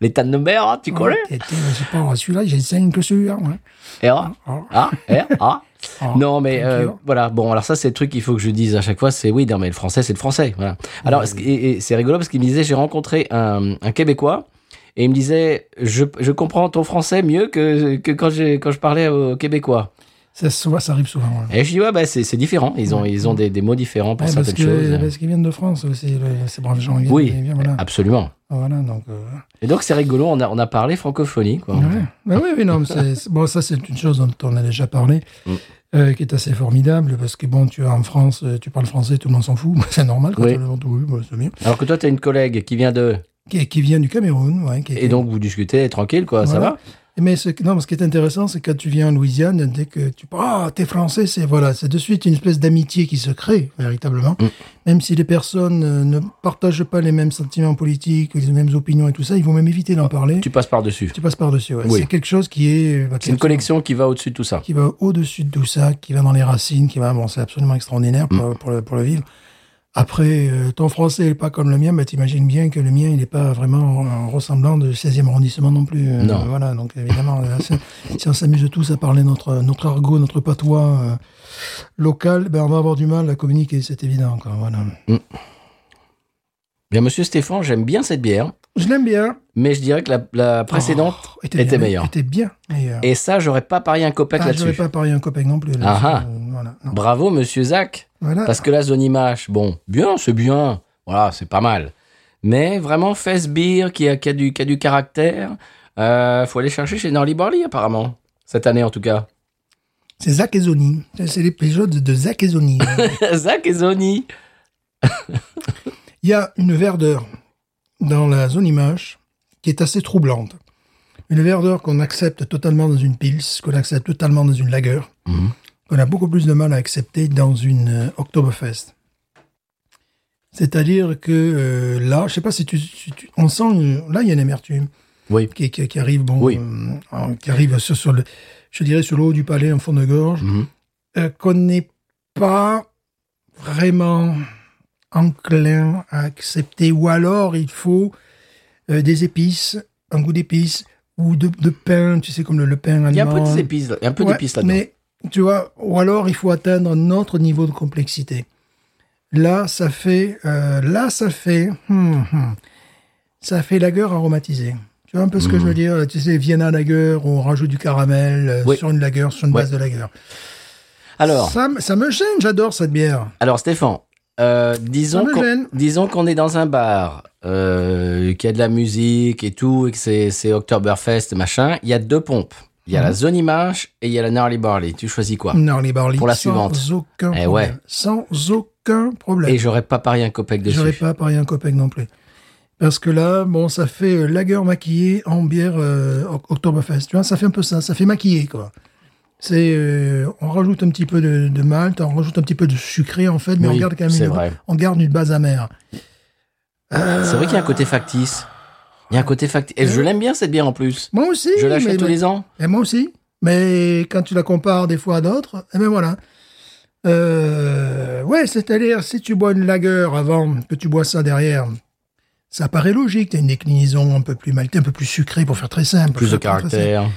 les Tannenberg, hein, tu connais Eh,
Ouais, t'es- je sais pas, celui-là, j'ai 5 que celui-là. ouais.
R,
Ah,
A, R, A.
ah,
eh, oh. Non, mais
comme tu
euh,
veux.
voilà. Bon, alors ça, c'est le truc qu'il faut que je dise à chaque fois. C'est oui, non, mais le français, c'est le français. Voilà. Alors, ce qui- et- et c'est rigolo parce qu'il me disait, j'ai rencontré un, un Québécois et il me disait, je, je comprends ton français mieux que, que quand, j'ai- quand je parlais au Québécois.
ça, se voit, ça arrive souvent. ouais.
Et je dis, ouais, bah, c'est c'est différent. Ils ont, ils ont des, des mots différents pour
Ouais, parce
certaines
que-
choses. hein.
parce qu'ils viennent de France aussi, le- ces braves gens. ils viennent-
Oui, Ah.
ils viennent, voilà.
Absolument.
Voilà, donc. euh,
Et donc, c'est rigolo. On a, on a parlé francophonie, quoi.
Ouais. Ben oui, oui, non, mais c'est- c'est- bon, ça, c'est une chose dont on a déjà parlé,
Mm.
euh, qui est assez formidable, parce que bon, tu es en France, euh, tu parles français, tout le monde s'en fout, Bah, c'est normal, quand
Oui.
tout le monde, oui, bah, c'est bien.
Alors que toi, t'as une collègue qui vient de.
Qui, qui vient du Cameroun, ouais, qui-
Et donc, vous discutez tranquille, quoi. Ça
Voilà.
va
Mais ce, que- non, mais ce qui est intéressant, c'est que quand tu viens en Louisiane, dès que tu ah t'es français, c'est voilà, c'est de suite une espèce d'amitié qui se crée véritablement,
Mm.
même si les personnes euh, ne partagent pas les mêmes sentiments politiques, les mêmes opinions et tout ça, ils vont même éviter d'en parler. Tu,
Ah, Tu passes par-dessus.
passes par dessus. Ouais.
Oui.
C'est quelque chose qui est euh,
C'est une collection qui va au-dessus de tout ça.
qui va au-dessus de tout ça, qui va dans les racines, qui va bon, c'est absolument extraordinaire
Mm.
pour, pour le, pour le vivre. Après, euh, ton français n'est pas comme le mien, mais t'imagines bien que le mien, il n'est pas vraiment euh, ressemblant du 16e arrondissement non plus. Euh,
Non.
Voilà, donc évidemment, euh, si, si on s'amuse tous à parler notre, notre argot, notre patois euh, local, ben, on va avoir du mal à communiquer, c'est évident. Quoi, voilà.
Bien, monsieur Stéphane, j'aime bien cette bière,
Je l'aime bien.
mais je dirais que la, la précédente
Oh,
était,
bien-
meilleure.
Était bien meilleure.
Et ça, j'aurais pas parié un copec
Ah, j'aurais
là-dessus.
pas parié un copec non plus. là.
Ah, ah.
Euh, Voilà. non.
Bravo, monsieur Zach.
Voilà.
Parce que la zone image, bon, bien, c'est bien. Voilà, c'est pas mal. Mais vraiment, Fess Beer, qui a, qui a du, qui a du caractère, euh, faut aller chercher chez Norly Barley, apparemment. Cette année, en tout cas.
C'est Zach et Zoni. C'est- C'est l'épisode de Zach et Zoni.
Zach et Zoni.
Il y a une verdeur dans la zone image qui est assez troublante. Une verdeur qu'on accepte totalement dans une pils, qu'on accepte totalement dans une lager,
Mhm.
qu'on a beaucoup plus de mal à accepter dans une euh, Oktoberfest. C'est-à-dire que euh, là, je sais pas si tu, si tu- on sent euh, là il y a une amertume
Oui.
qui, qui- qui arrive bon,
Oui.
euh, en- qui arrive sur, sur le, je dirais sur le haut du palais en fond de gorge
Mhm.
euh, qu'on n'est pas vraiment enclin à accepter. Ou alors, il faut euh, des épices, un goût d'épices, ou de, de pain, tu sais, comme le, le pain allemand.
Il y a un peu des épices, là- il y a un peu
Ouais,
d'épices là-dedans.
Mais, tu vois, ou alors, il faut atteindre notre niveau de complexité. Là, ça fait... euh, là, ça fait... hum, hum, ça fait lager aromatisée. Tu vois un peu ce
Hmm.
que je veux dire Tu sais, Vienna lager, on rajoute du caramel euh,
Oui.
sur une lager, sur une
Ouais.
base de lager.
Alors,
Ça, me- ça me gêne, j'adore cette bière.
alors Stéphane, euh, disons
Ça me
qu'on
gêne.
disons qu'on est dans un bar, euh, qu'il y a de la musique et tout, et que c'est c'est Oktoberfest, machin. Il y a deux pompes. Il
Mhm.
y a la zone image et il y a la Gnarly Barley. Tu choisis quoi
Gnarly Barley.
Pour la
sans
suivante.
Aucun
Eh
problème.
ouais.
Sans aucun problème.
Et j'aurais pas parié un copec
J'aurais
dessus.
pas parié un copec non plus. Parce que là, bon, ça fait euh, lager maquillée en bière euh, Oc- Oktoberfest. Tu vois, ça fait un peu ça. Ça fait maquillé, quoi. C'est, euh, on rajoute un petit peu de, de malt, on rajoute un petit peu de sucré, en fait, mais
Oui,
on garde quand même
c'est
une-
vrai.
on garde une base amère. Euh,
C'est vrai qu'il y a un côté factice. Il y a un côté factice. Et je l'aime bien cette bière en plus.
Moi aussi.
Je
mais-
l'achète tous
mais-
les ans.
Et moi aussi. Mais quand tu la compares des fois à d'autres, eh ben voilà. Euh, ouais, c'est-à-dire, si tu bois une lagueur avant que tu bois ça derrière, ça paraît logique. T'as une déclinaison un peu plus maltée, un peu plus sucrée pour faire très simple.
Plus de
Pour faire très simple.
caractère.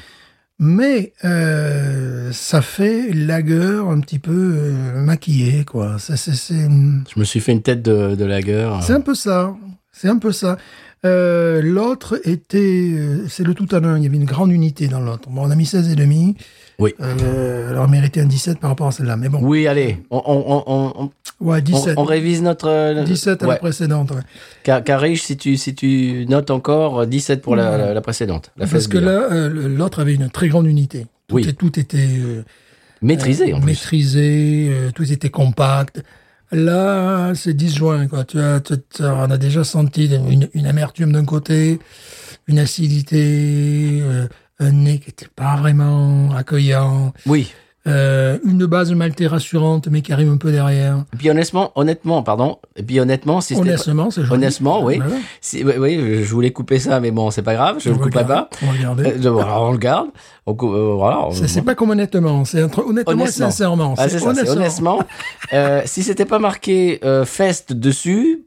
Mais euh, ça fait lagueur un petit peu euh, maquillée, quoi. Ça, c'est- c'est
Je me suis fait une tête de, de lager.
Ah. c'est un peu ça. C'est un peu ça. Euh, l'autre était, euh, c'est le tout à l'un. Il y avait une grande unité dans l'autre. Bon, on a mis 16 et demi.
Oui.
Euh, alors, on méritait un 17 par rapport à celle-là. Mais bon,
Oui, allez, on, on, on- on,
ouais,
on-
17.
on révise notre... euh,
17 à
ouais.
la précédente. ouais.
Car, car Rich, si tu, si tu notes encore euh, 17 pour la, la- la précédente. La
Parce
fesse
que
bière.
là, euh, le- l'autre avait une très grande unité. Tout,
Oui.
est- tout était euh,
Maîtrisée, en plus.
maîtrisé, euh, tout était compact. Là, c'est disjoint. Quoi. Tu as, tu- tu- on a déjà senti une, une amertume d'un côté, une acidité, euh, un nez qui n'était pas vraiment accueillant,
Oui.
euh, une base maltée rassurante mais qui arrive un peu derrière.
Et puis honnêtement, honnêtement, pardon. Et puis honnêtement, si c'était... pas-
Honnêtement, c'est joli.
Honnêtement, oui.
Voilà.
si- oui, oui, je voulais couper ça, mais bon, c'est pas grave, je
On
le
va
couperai
garder-
pas.
On va le garder.
Euh, donc, alors, on le garde. On cou- euh, voilà, on-
C'est- c'est pas comme honnêtement, c'est entre honnêtement, et
Honnêtement.
sincèrement.
Ah, c'est ça, c'est honnêtement. Euh, si c'était pas marqué euh, Fest dessus,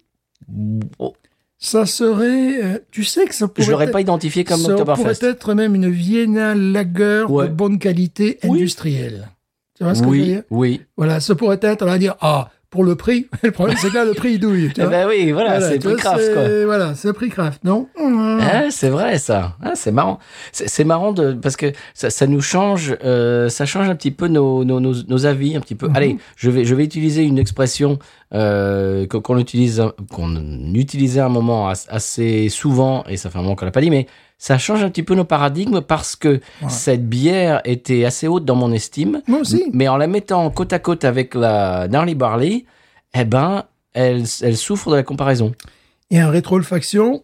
oh,
Ça serait, euh, tu sais que ça pourrait
je l'aurais
être-
pas identifié comme
Ça pourrait
Oktoberfest.
être même une Vienna Lager
Ouais.
de bonne qualité
Oui.
industrielle. Tu vois hein, ce que je veux
Oui,
dire
oui. Eh
Voilà, ça pourrait être, on va dire, ah, pour le prix, le problème c'est que là, le prix il douille.
Eh
Tu vois
ben oui, voilà,
Voilà,
c'est
tu vois,
plus craft, quoi.
c'est- Voilà, c'est le prix craft, non
Ah, c'est vrai ça. Ah, c'est marrant. C'est c'est marrant de, parce que ça, ça nous change, euh, ça change un petit peu nos, nos, nos, nos avis un petit peu. Allez, je vais je vais utiliser une expression euh, que- qu'on utilise qu'on utilisait à un moment as- assez souvent et ça fait un moment qu'on l'a pas dit, mais ça change un petit peu nos paradigmes parce que cette bière était assez haute dans mon estime,
Moi aussi.
mais en la mettant côte à côte avec la Gnarly Barley, eh ben elle, elle souffre de la comparaison.
Et un rétro-olfaction,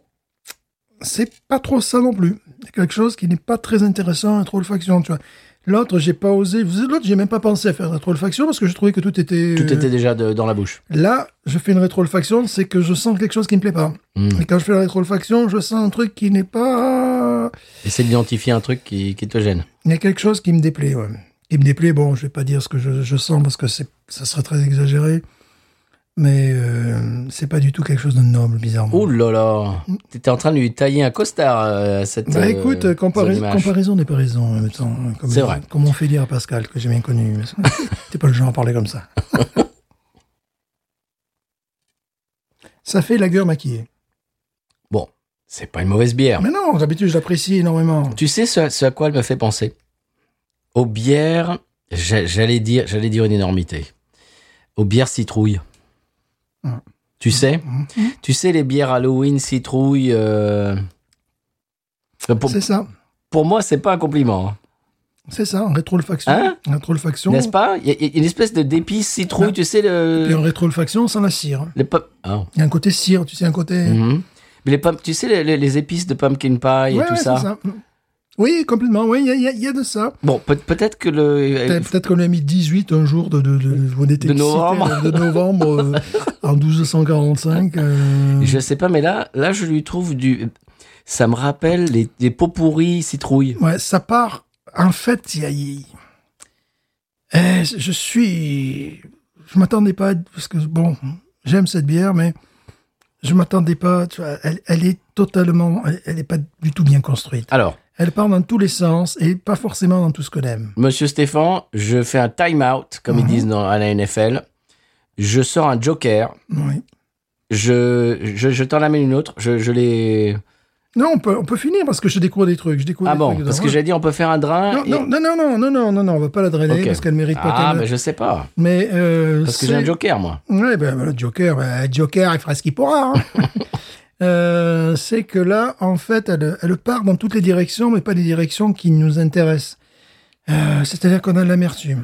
c'est pas trop ça non plus. C'est quelque chose qui n'est pas très intéressant, un rétro-olfaction, tu vois. L'autre, j'ai pas osé. L'autre, j'ai même pas pensé à faire un rétro-olfaction parce que je trouvais que tout était.
Tout
euh,
était déjà de- dans la bouche.
Là, je fais une rétro-olfaction, c'est que je sens quelque chose qui me plaît pas.
Mm.
Et quand je fais la rétro-olfaction, je sens un truc qui n'est pas.
Essaie d'identifier un truc qui, qui te gêne.
Il y a quelque chose qui me déplaît, ouais. Qui me déplaît, bon, je vais pas dire ce que je, je sens parce que c'est, ça serait très exagéré. Mais euh, c'est pas du tout quelque chose de noble, bizarrement.
Ouh là là T'étais en train de lui tailler un costard euh, à cette.
bah
euh,
écoute,
cette
compara-
image.
comparaison n'est pas raison, en même temps. hein, Comme,
C'est vrai.
Comme on fait dire à Pascal, que j'ai bien connu. T'es pas le genre à parler comme ça. Ça fait lagueur maquillée.
Bon, c'est pas une mauvaise bière.
Ah, Mais non, d'habitude, je l'apprécie énormément.
Tu sais ce, ce à quoi elle me fait penser Aux bières, j'a- j'allais dire, j'allais dire une énormité. Aux bières citrouilles.
Mm.
Tu sais
Mmh.
Tu sais les bières Halloween citrouilles euh, pour,
C'est ça.
pour moi, c'est pas un compliment, hein.
C'est ça, en rétrofaction.
Hein
rétrofaction.
n'est-ce pas Il y, a- il y a une espèce de d'épice citrouille,
Non.
tu sais
Et
le
en rétrofaction, sans la cire.
les pom- ah.
Il y a un côté cire, tu sais, un côté.
Mhm. Mais les pom- tu sais les, les- les épices de pumpkin pie et
Ouais,
tout
ouais, c'est
ça.
Oui, complètement. Oui, il y a- il y, a- il y a de ça.
Bon, peut- peut-être que le euh,
Peut- Peut-être qu'on a mis 18 un jour de, de, de, on était
De
excités,
novembre.
euh, de novembre, euh, en 1245. euh,
Je sais pas, mais là, là, je lui trouve du. Ça me rappelle les, les pots pourris citrouilles.
Ouais, ça part. En fait, il y a- il- Eh, je suis. Je m'attendais pas, parce que bon, j'aime cette bière, mais je m'attendais pas. Tu vois, elle, elle est totalement. Elle, elle est pas du tout bien construite.
Alors,
Elle part dans tous les sens et pas forcément dans tout ce qu'on aime.
monsieur Stéphane, je fais un time out, comme ils disent dans, à la NFL. Je sors un joker.
Oui.
Je, je, je t'en amène une autre. Je, je les.
Non, on peut, on peut finir parce que je découvre des trucs. Je découvre
Ah
des
bon,
trucs
parce que
dedans.
j'ai dit on peut faire un drain. et-
Non, non, non, non, non, non, non, non, on va pas la drainer
Ok.
parce qu'elle mérite pas.
Ah,
qu'elle-
mais je sais pas.
mais euh,
Parce que j'ai un
c'est-
joker, moi.
Ouais, ben, ben, le Joker, ben, le Joker, il fera ce qu'il pourra. hein. Euh, c'est que là, en fait, elle, elle part dans toutes les directions, mais pas des directions qui nous intéressent. Euh, C'est-à-dire qu'on a de l'amertume.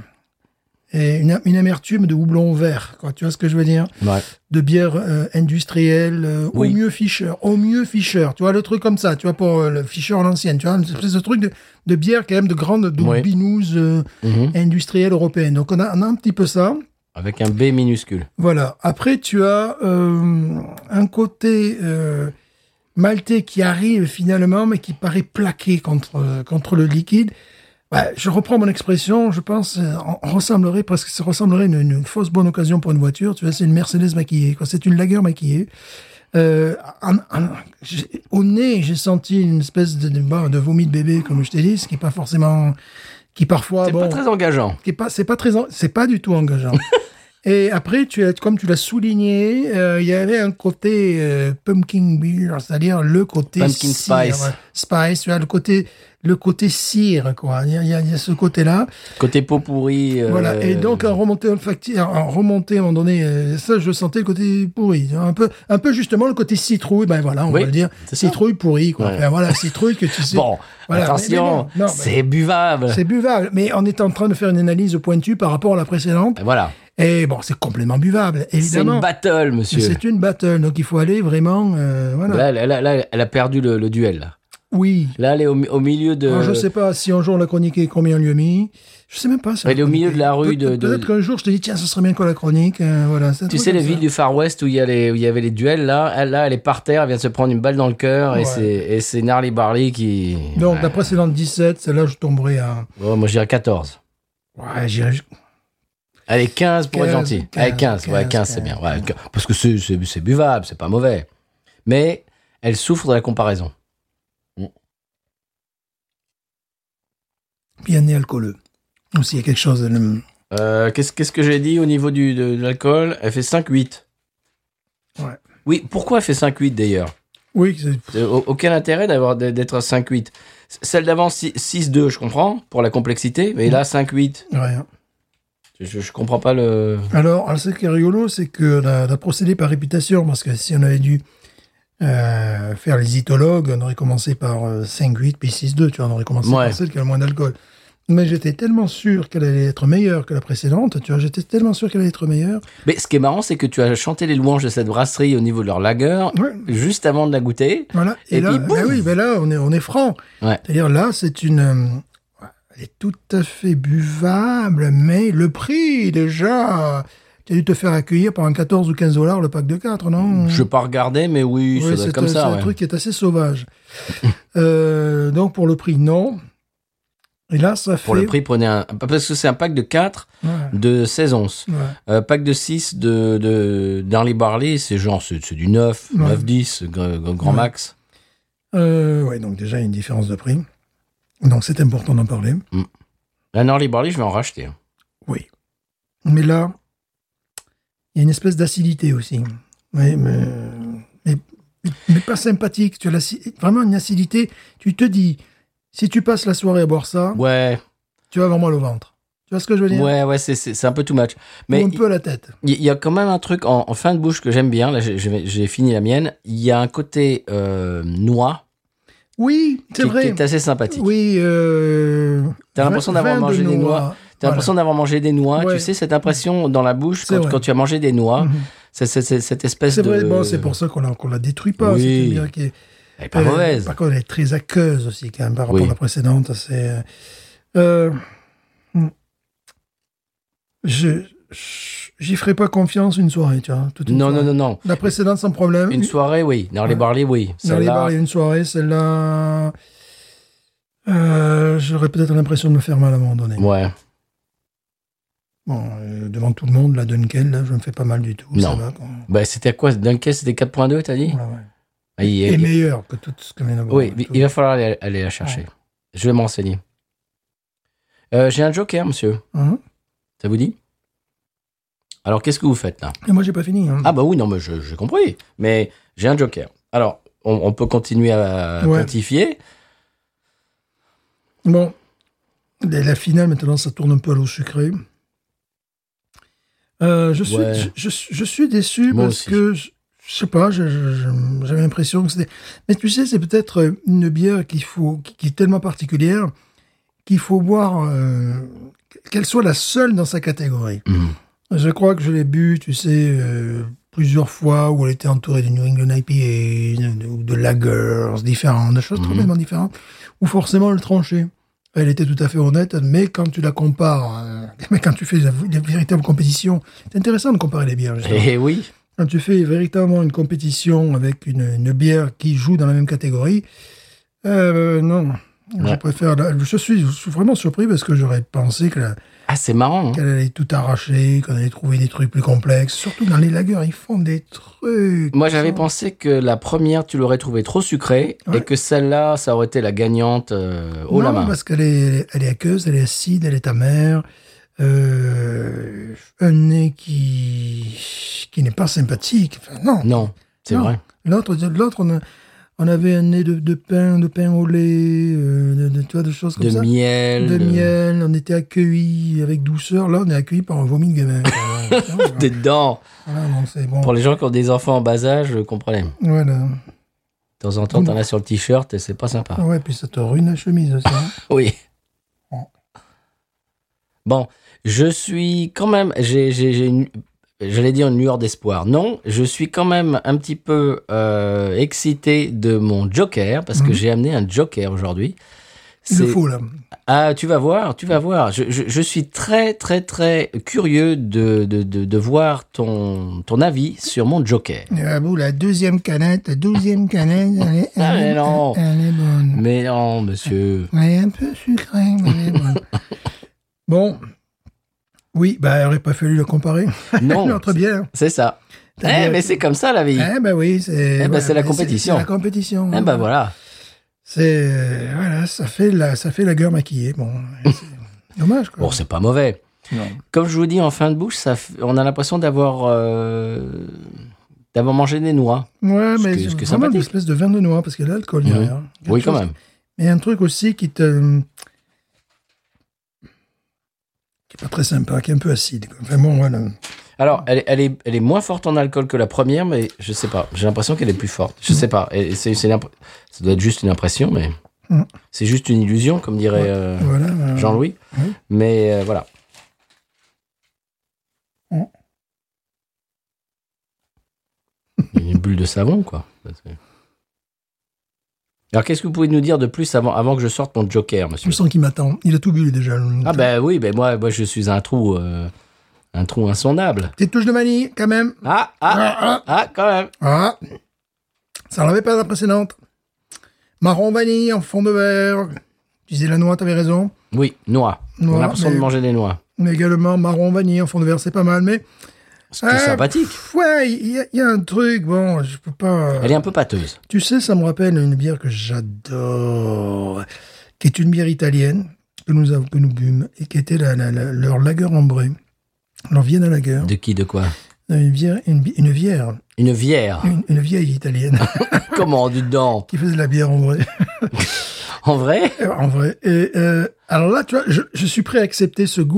Et une, une amertume de houblon vert, quoi. Tu vois ce que je veux dire
Ouais.
De bière euh, industrielle, euh,
Oui.
au mieux Fischer, au mieux Fischer. Tu vois, le truc comme ça, tu vois, pour euh, le Fischer à l'ancienne, tu vois, une espèce de truc de, de bière quand même de grande de
Oui.
binouse euh,
Mhm.
industrielle européenne. Donc on a, on a un petit peu ça.
Avec un B minuscule.
Voilà. Après, tu as euh, un côté euh, maltais qui arrive finalement, mais qui paraît plaqué contre, euh, contre le liquide. Ouais, je reprends mon expression, je pense, euh, on- on ressemblerait, parce que ça ressemblerait à une, une fausse bonne occasion pour une voiture. Tu vois, c'est une Mercedes maquillée, quoi. C'est une lagueur maquillée. Euh, en- en- j'ai- au nez, j'ai senti une espèce de, de, bon, de vomi de bébé, comme je t'ai dit, ce qui est pas forcément, qui parfois,
C'est
Ah bon,
pas très engageant.
qui est pas, c'est pas très, en- c'est pas du tout engageant. Et après, tu as, comme tu l'as souligné, euh, il y avait un côté euh, pumpkin beer, c'est-à-dire le côté
Pumpkin
cire,
spice.
ouais, spice, tu as le côté, le côté cire, quoi. Il y a, il y a- il y a ce côté-là.
Côté pot pourri. euh,
Voilà. Et donc, en remontée olfactive, en remontée à un moment donné, euh, ça, je sentais le côté pourri. Un peu, un peu justement le côté citrouille, ben voilà, on
Oui,
va le dire.
c'est ça.
Citrouille pourri, quoi.
Ouais.
Ben voilà, citrouille que tu sais.
Bon,
Voilà, mais- mais
attention,
non, non, mais-
c'est buvable.
C'est buvable. Mais on est en train de faire une analyse pointue par rapport à la précédente.
Voilà.
Et bon, c'est complètement buvable,
C'est
évidemment.
une battle,
Mais
monsieur.
C'est une battle, donc il faut aller vraiment. euh, voilà.
Là, là, là, là, elle a perdu le, le duel. Là.
oui.
Là, elle est au, mi- au milieu de.
Alors, je sais pas si un jour on l'a chroniqué, combien on lui a mis. Je sais même pas. si on
Elle est au
chroniqué.
milieu de la rue
Peut-
de- de-
Peut-être qu'un jour je te dis, tiens, ce serait bien qu'on la chronique. euh, voilà, c'est un
Tu
truc
sais,
comme
les
ça.
villes du Far West où il y, a les- où il y avait les duels, là, elle, là, elle est par terre, elle vient de se prendre une balle dans le cœur et
Ouais.
c'est- et c'est Gnarly Barley qui.
Donc,
Ouais.
la précédente 17, celle-là, je tomberai à.
Oh, moi, j'irais 14.
Ouais, j'irai jusqu'-
Allez, 15 pour être
15,
gentil. Allez, 15, ouais, 15,
15,
c'est bien. Ouais, parce que c'est- c'est c'est buvable, c'est pas mauvais. Mais elle souffre de la comparaison.
bien né alcooleux. Ou s'il y a quelque chose. de-
Euh, Qu'est-ce qu'est-ce que j'ai dit au niveau du, de, de l'alcool Elle fait 5-8.
Ouais.
Oui, pourquoi elle fait 5-8 d'ailleurs
Oui, c'est-
C'est au- Aucun intérêt d'avoir d'être à 5-8. C- Celle d'avant, 6-2, je comprends, pour la complexité, mais
Mm.
là, 5-8,
ouais.
je, je comprends pas le...
Alors, alors, ce qui est rigolo, c'est que on a, on a procédé par réputation, parce que si on avait dû euh, faire les itologues, on aurait commencé par euh, 5-8, puis 6-2, tu vois, on aurait commencé
Ouais.
par celle qui a le moins d'alcool. Mais j'étais tellement sûr qu'elle allait être meilleure que la précédente, tu vois, j'étais tellement sûr qu'elle allait être meilleure.
Mais ce qui est marrant, c'est que tu as chanté les louanges de cette brasserie au niveau de leur lager,
Ouais.
juste avant de la goûter.
Voilà. Et,
Et
là,
puis, boum
bah oui, bah là, on est, on est franc.
Ouais.
C'est-à-dire, là, c'est une. euh, ouais, elle est tout à fait buvable, mais le prix, déjà. Tu as dû te faire accueillir par un 14 ou 15 dollars le pack de 4, non
Je vais pas regarder, mais oui, ça
Mm. Oui,
doit être
c'est
comme
un,
ça.
c'est un
ouais.
truc qui est assez sauvage. Euh, donc pour le prix, non. Et là, ça fait.
Pour le prix, prenez un... Parce que c'est un pack de 4
Ouais,
de 16 onces.
ouais.
Euh, pack de 6 de, de, d'Harley Barley, c'est genre, c'est c'est du 9,
Ouais.
9-10, grand, grand
Ouais.
max.
Euh, ouais, donc déjà, il y a une différence de prix. Donc c'est important d'en parler.
Un Harley Barley, je vais en racheter. hein.
Oui. Mais là, il y a une espèce d'acidité aussi. Oui, mais, mais, mais pas sympathique. Tu as l'aci- vraiment une acidité. Tu te dis, si tu passes la soirée à boire ça,
Ouais,
tu vas avoir mal au ventre. Tu vois ce que je veux dire
ouais, ouais, c'est- c'est c'est un peu too much. Mais
Ou un peu à la tête.
Il y- y a quand même un truc en, en fin de bouche que j'aime bien. Là, j'ai- j'ai j'ai fini la mienne. Il y a un côté euh, noix
Oui,
qui,
c'est vrai.
qui est assez sympathique.
Oui. Euh,
T'as l'impression
vin-
d'avoir
vin de
mangé des noix. T'as
Voilà.
l'impression d'avoir mangé des noix.
Ouais.
Tu sais cette impression dans la bouche
C'est
quand,
vrai.
quand tu as mangé des noix.
Mhm.
C'est c'est- c'est cette espèce
C'est
de.
vrai, bon, c'est pour ça qu'on la, qu'on la détruit pas.
Oui.
C'est-à-dire qu'elle-
Elle est pas
euh,
mauvaise.
Par contre, elle est très aqueuse aussi, quand même, par rapport
Oui.
à la précédente. C'est. euh, euh, je. je- J'y ferai pas confiance une soirée, tu vois. toute une
Non, non,
soirée.
non, non.
hein. La précédente, sans problème.
Une soirée, oui. Dans les
Mm. Ouais.
barley, oui.
Dans les
Celle-là,
bars, il y a une soirée, celle-là. euh, J'aurais peut-être l'impression de me faire mal à un moment donné.
Ouais.
Bon, euh, devant tout le monde, la Dunkel, là, je me fais pas mal du tout. Ça
Non.
va, quoi.
Bah, c'était quoi Dunkel, c'était 4.2, t'as dit
Voilà, ouais.
Ah, il-
Et,
il-
meilleur que tout ce que vient d'avoir.
Oui,
Tout.
il va falloir aller, aller la chercher. Je vais me renseigner. Euh, J'ai un joker, monsieur.
Hein
Ça vous dit Alors, qu'est-ce que vous faites là
Et moi, j'ai pas fini. hein.
Ah, bah oui, non, mais je- j'ai compris. Mais j'ai un joker. Alors, on, on peut continuer à
Ouais.
pontifier.
Bon, la la finale maintenant, ça tourne un peu à l'eau sucrée. Euh, je, suis,
Ouais.
je, je suis- je suis déçu
Moi
parce
aussi.
que, je, je sais pas, je- je- je- j'avais l'impression que c'était... Mais tu sais, c'est peut-être une bière qu'il faut, qui, qui est tellement particulière qu'il faut boire, euh, qu'elle soit la seule dans sa catégorie.
Mhm.
Je crois que je l'ai bu, tu sais, euh, plusieurs fois où elle était entourée de New England IPA, de- de- ou de lagers différentes, de choses
Mhm.
complètement différentes, ou forcément le tranché. Elle était tout à fait honnête, mais quand tu la compares, euh, mais quand tu fais la, la véritable compétition, c'est intéressant de comparer les bières. justement.
Eh oui.
Quand tu fais véritablement une compétition avec une, une bière qui joue dans la même catégorie, euh, non. Je
Ouais.
préfère. la- je, suis, je suis vraiment surpris parce que j'aurais pensé que la,
Ah, c'est marrant. hein.
qu'elle allait tout arracher, qu'on allait trouver des trucs plus complexes. Surtout dans les lagueurs, ils font des trucs.
Moi, j'avais pensé que la première, tu l'aurais trouvée trop sucrée
Ouais.
et que celle-là, ça aurait été la gagnante euh, haut
non, bah,
la main.
parce qu'elle est, elle est aqueuse, elle est acide, elle est amère. Euh, un nez qui, qui n'est pas sympathique. Enfin, non.
Non, c'est
Non.
vrai.
L'autre, l'autre, on, a- on avait un nez de, de pain, de pain au lait, euh, de, de- tu vois, de choses comme
De
ça.
miel.
de miel, on était accueillis avec douceur. Là, on est accueillis par un vomi de gamin. Voilà,
Des dents.
Voilà, non, c'est bon.
Pour les gens qui ont des enfants en bas âge, je comprenais. De
Voilà.
temps en temps, t'en as sur le t-shirt et c'est pas sympa.
Ouais, puis ça te ruine la chemise aussi. hein.
Oui.
Ouais.
Bon, je suis quand même. J'ai, j'ai, j'ai une- j'allais dire une lueur d'espoir. Non, je suis quand même un petit peu euh, excité de mon Joker parce que
Mhm.
j'ai amené un Joker aujourd'hui.
Il le
C'est-
faut, là.
Ah, tu vas voir, tu vas voir. Je, je- je suis très, très, très curieux de, de, de, de voir ton, ton avis sur mon Joker.
Ah bon, la deuxième canette, la douzième canette, elle est, elle
Ah, mais
est-
non.
elle est bonne.
Mais non, monsieur.
Elle est un peu sucrée, mais elle est bonne. bon. Oui, bah, il aurait pas fallu le comparer.
Non,
Notre bière.
c'est ça. Eh,
Ta bière-
mais c'est comme ça la vie.
hein. Eh ben oui, c'est.
ben,
voilà,
c'est la compétition.
C'est la compétition.
Eh ben voilà.
C'est euh, voilà, ça fait la, ça fait la gueule maquillée. Bon, c'est dommage quoi.
Bon, c'est pas mauvais.
Non.
Comme je vous dis, en fin de bouche, ça, f- on a l'impression d'avoir euh, d'avoir mangé des noix.
Ouais,
Ce que-
mais
ce
c'est
que
vraiment une
sympathique.
espèce de vin de noix parce qu'il y a de l'alcool
Mhm.
derrière. Quelque
oui, quand
chose
même.
Mais un truc aussi qui te. hum, qui est pas très sympa, qui est un peu acide. quoi. Enfin bon, voilà.
Alors, elle, est- elle est, elle est moins forte en alcool que la première, mais je sais pas. J'ai l'impression qu'elle est plus forte. Je sais pas. Et c'est, c'est une impr- ça doit être juste une impression, mais
Mm.
c'est juste une illusion, comme dirait euh,
voilà euh,
Jean-Louis.
Oui.
Mais euh, voilà. Mmh.
Mm.
Une bulle de savon, quoi. Alors, qu'est-ce que vous pouvez nous dire de plus avant, avant que je sorte mon Joker,
Je
monsieur
me sens qu'il m'attend. Il a tout bu lui, déjà.
Ah ben oui, ben moi, moi je suis un trou, euh, un trou insondable.
Petite touche de manie, quand même.
Ah ah
Ah, ah,
ah quand même.
ah. Ça n'en avait pas la précédente. Marron vanille en fond de verre. Tu disais la noix, t'avais raison.
Oui, noix. On
Noix,
a l'impression
mais-
de manger des noix.
Mais également marron vanille en fond de verre, c'est pas mal. Mais
C'est
Ah,
sympathique.
pff, ouais, il y, a- il y a un truc. Bon, je peux pas. euh,
Elle est un peu pâteuse.
Tu sais, ça me rappelle une bière que j'adore, qui est une bière italienne que nous, avons- que nous bûmes et qui était la, la- la- leur lager ambrée, leur Vienna lager.
De qui, de quoi
une vieille, une, bi- une vieille,
Une bière.
une, une vieille italienne
Comment, dis donc
qui faisait de la bière en vrai.
En vrai
en vrai. Et euh, alors là, tu vois, je, je suis prêt à accepter ce goût-là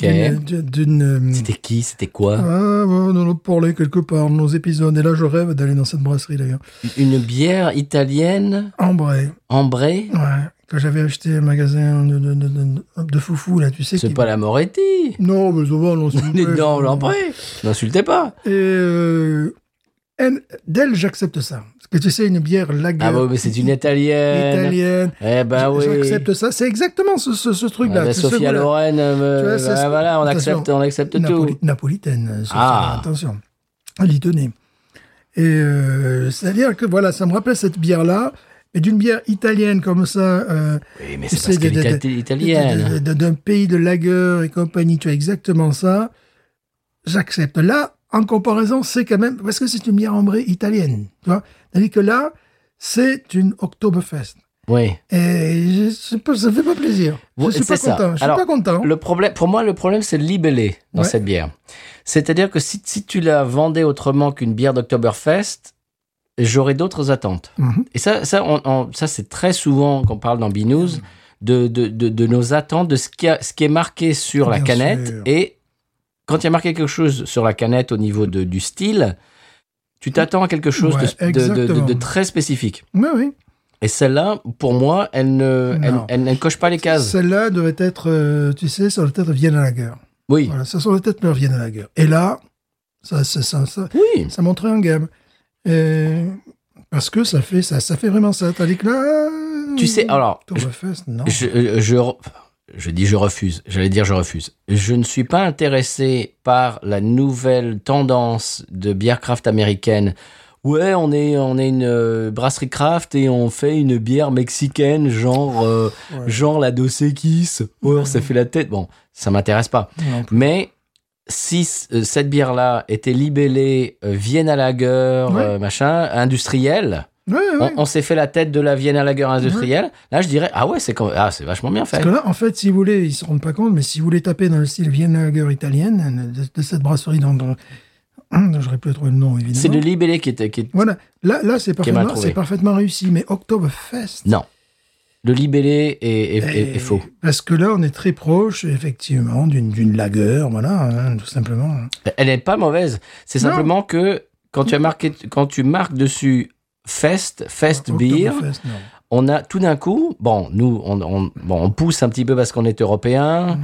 d'une- d'une. euh,
C'était qui C'était quoi
Ah, on en a parlé quelque part dans nos épisodes. Et là, je rêve d'aller dans cette brasserie d'ailleurs.
Une bière italienne
En vrai,
ambrée
ouais, que j'avais acheté au magasin de, de, de, de- de foufou là, tu sais.
C'est
qui-
pas la Moretti
Non, mais ça va, non, s'il vous
Les
plaît.
dents, l'ambrée N'insultez pas
Et euh, elle- d'elle, j'accepte ça. Parce que tu sais, une bière lager
Ah bah, mais c'est une italienne
italienne.
Eh ben oui
J'accepte ça. C'est exactement ce, ce, ce
Ah
truc-là.
bah,
c'est ce
Sophia
goût-là.
Loren, euh,
Tu vois, c'est
bah,
ce-
voilà, on
attention,
accepte, on accepte
Napoli-
tout.
Napolitaine. euh, Sophia,
Ah.
Attention. Elle y tenait. Et euh, c'est-à-dire que voilà, ça me rappelle cette bière-là. Et d'une bière italienne comme ça, euh,
Oui, mais
tu
c'est
sais,
parce qu'elle
de- de-
est
de-
ita- italienne.
de- de- d'un pays de lager et compagnie, tu as exactement ça. J'accepte. Là, en comparaison, c'est quand même parce que c'est une bière ambrée italienne, tu vois. Tandis que là, c'est une Oktoberfest.
Oui.
Et je sais pas, ça fait pas plaisir.
Ouais,
je suis pas
c'est ça.
content. Je suis
Alors,
pas content.
Le problème, pour moi, le problème, c'est le libellé dans
Ouais.
cette bière. C'est-à-dire que si, si tu la vendais autrement qu'une bière d'Oktoberfest, j'aurais d'autres attentes.
Mhm.
Et ça, ça, on- on- ça c'est très souvent qu'on parle dans Binous de, de, de, de nos attentes, de ce qui, a- ce qui est marqué sur la
Bien
canette.
sûr.
Et quand il y a marqué quelque chose sur la canette au niveau de, du style, tu t'attends à quelque chose de-
Ouais,
de- de- de- de
exactement.
très spécifique.
Oui, oui.
Et celle-là, pour moi, elle ne, elle,
Non.
elle- elle coche pas les cases.
Celle-là devait être, euh, tu sais, sur la tête de Vienne à la guerre.
Oui.
Voilà, ça sur la tête de Vienne à la guerre. Et là, ça, ça, ça, ça,
Oui.
ça montrait un gamme. Et- parce que ça fait ça, ça fait vraiment ça. Tandis que là,
Tu sais, alors,
Oktoberfest, non.
Je, euh, je, re- je dis je refuse. J'allais dire je refuse. Je ne suis pas intéressé par la nouvelle tendance de bière craft américaine. Ouais, on est, on est une euh, brasserie craft et on fait une bière mexicaine, genre, euh,
Ouais.
genre la Dos Equis. Ouais, on s'est fait la tête. Bon, ça m'intéresse pas.
Non.
Mais si c- euh, cette bière-là était libellée euh, Vienna Lager,
Ouais.
euh, machin, industrielle,
Ouais, Mm-hmm.
on,
ouais.
on s'est fait la tête de la Vienna Lager industrielle. Là, je dirais, ah ouais, c'est quand- ah, c'est vachement bien fait.
Parce que là, en fait, si vous voulez, ils se rendent pas compte, mais si vous voulez taper dans le style Vienne Lager italienne, de, de cette brasserie dont, dont- dont j'aurais plus trouvé le nom, évidemment.
C'est le libellé qui était. Qui est-
Voilà, là, là
est
c'est
mal
parfaitement,
trouvé.
c'est parfaitement réussi, mais Oktoberfest.
Non. Le libellé est, est- est- est faux.
Parce que là, on est très proche, effectivement, d'une, d'une lagueur, voilà, hein, tout simplement.
Elle n'est pas mauvaise. C'est
Non. Mm.
simplement que quand tu, as marqué, quand tu marques dessus Fest,
Ah,
Fest Beer,
Oktoberfest, non.
on a tout d'un coup, bon, nous, on, on- bon, on pousse un petit peu parce qu'on est
Mm. Mhm.
européen,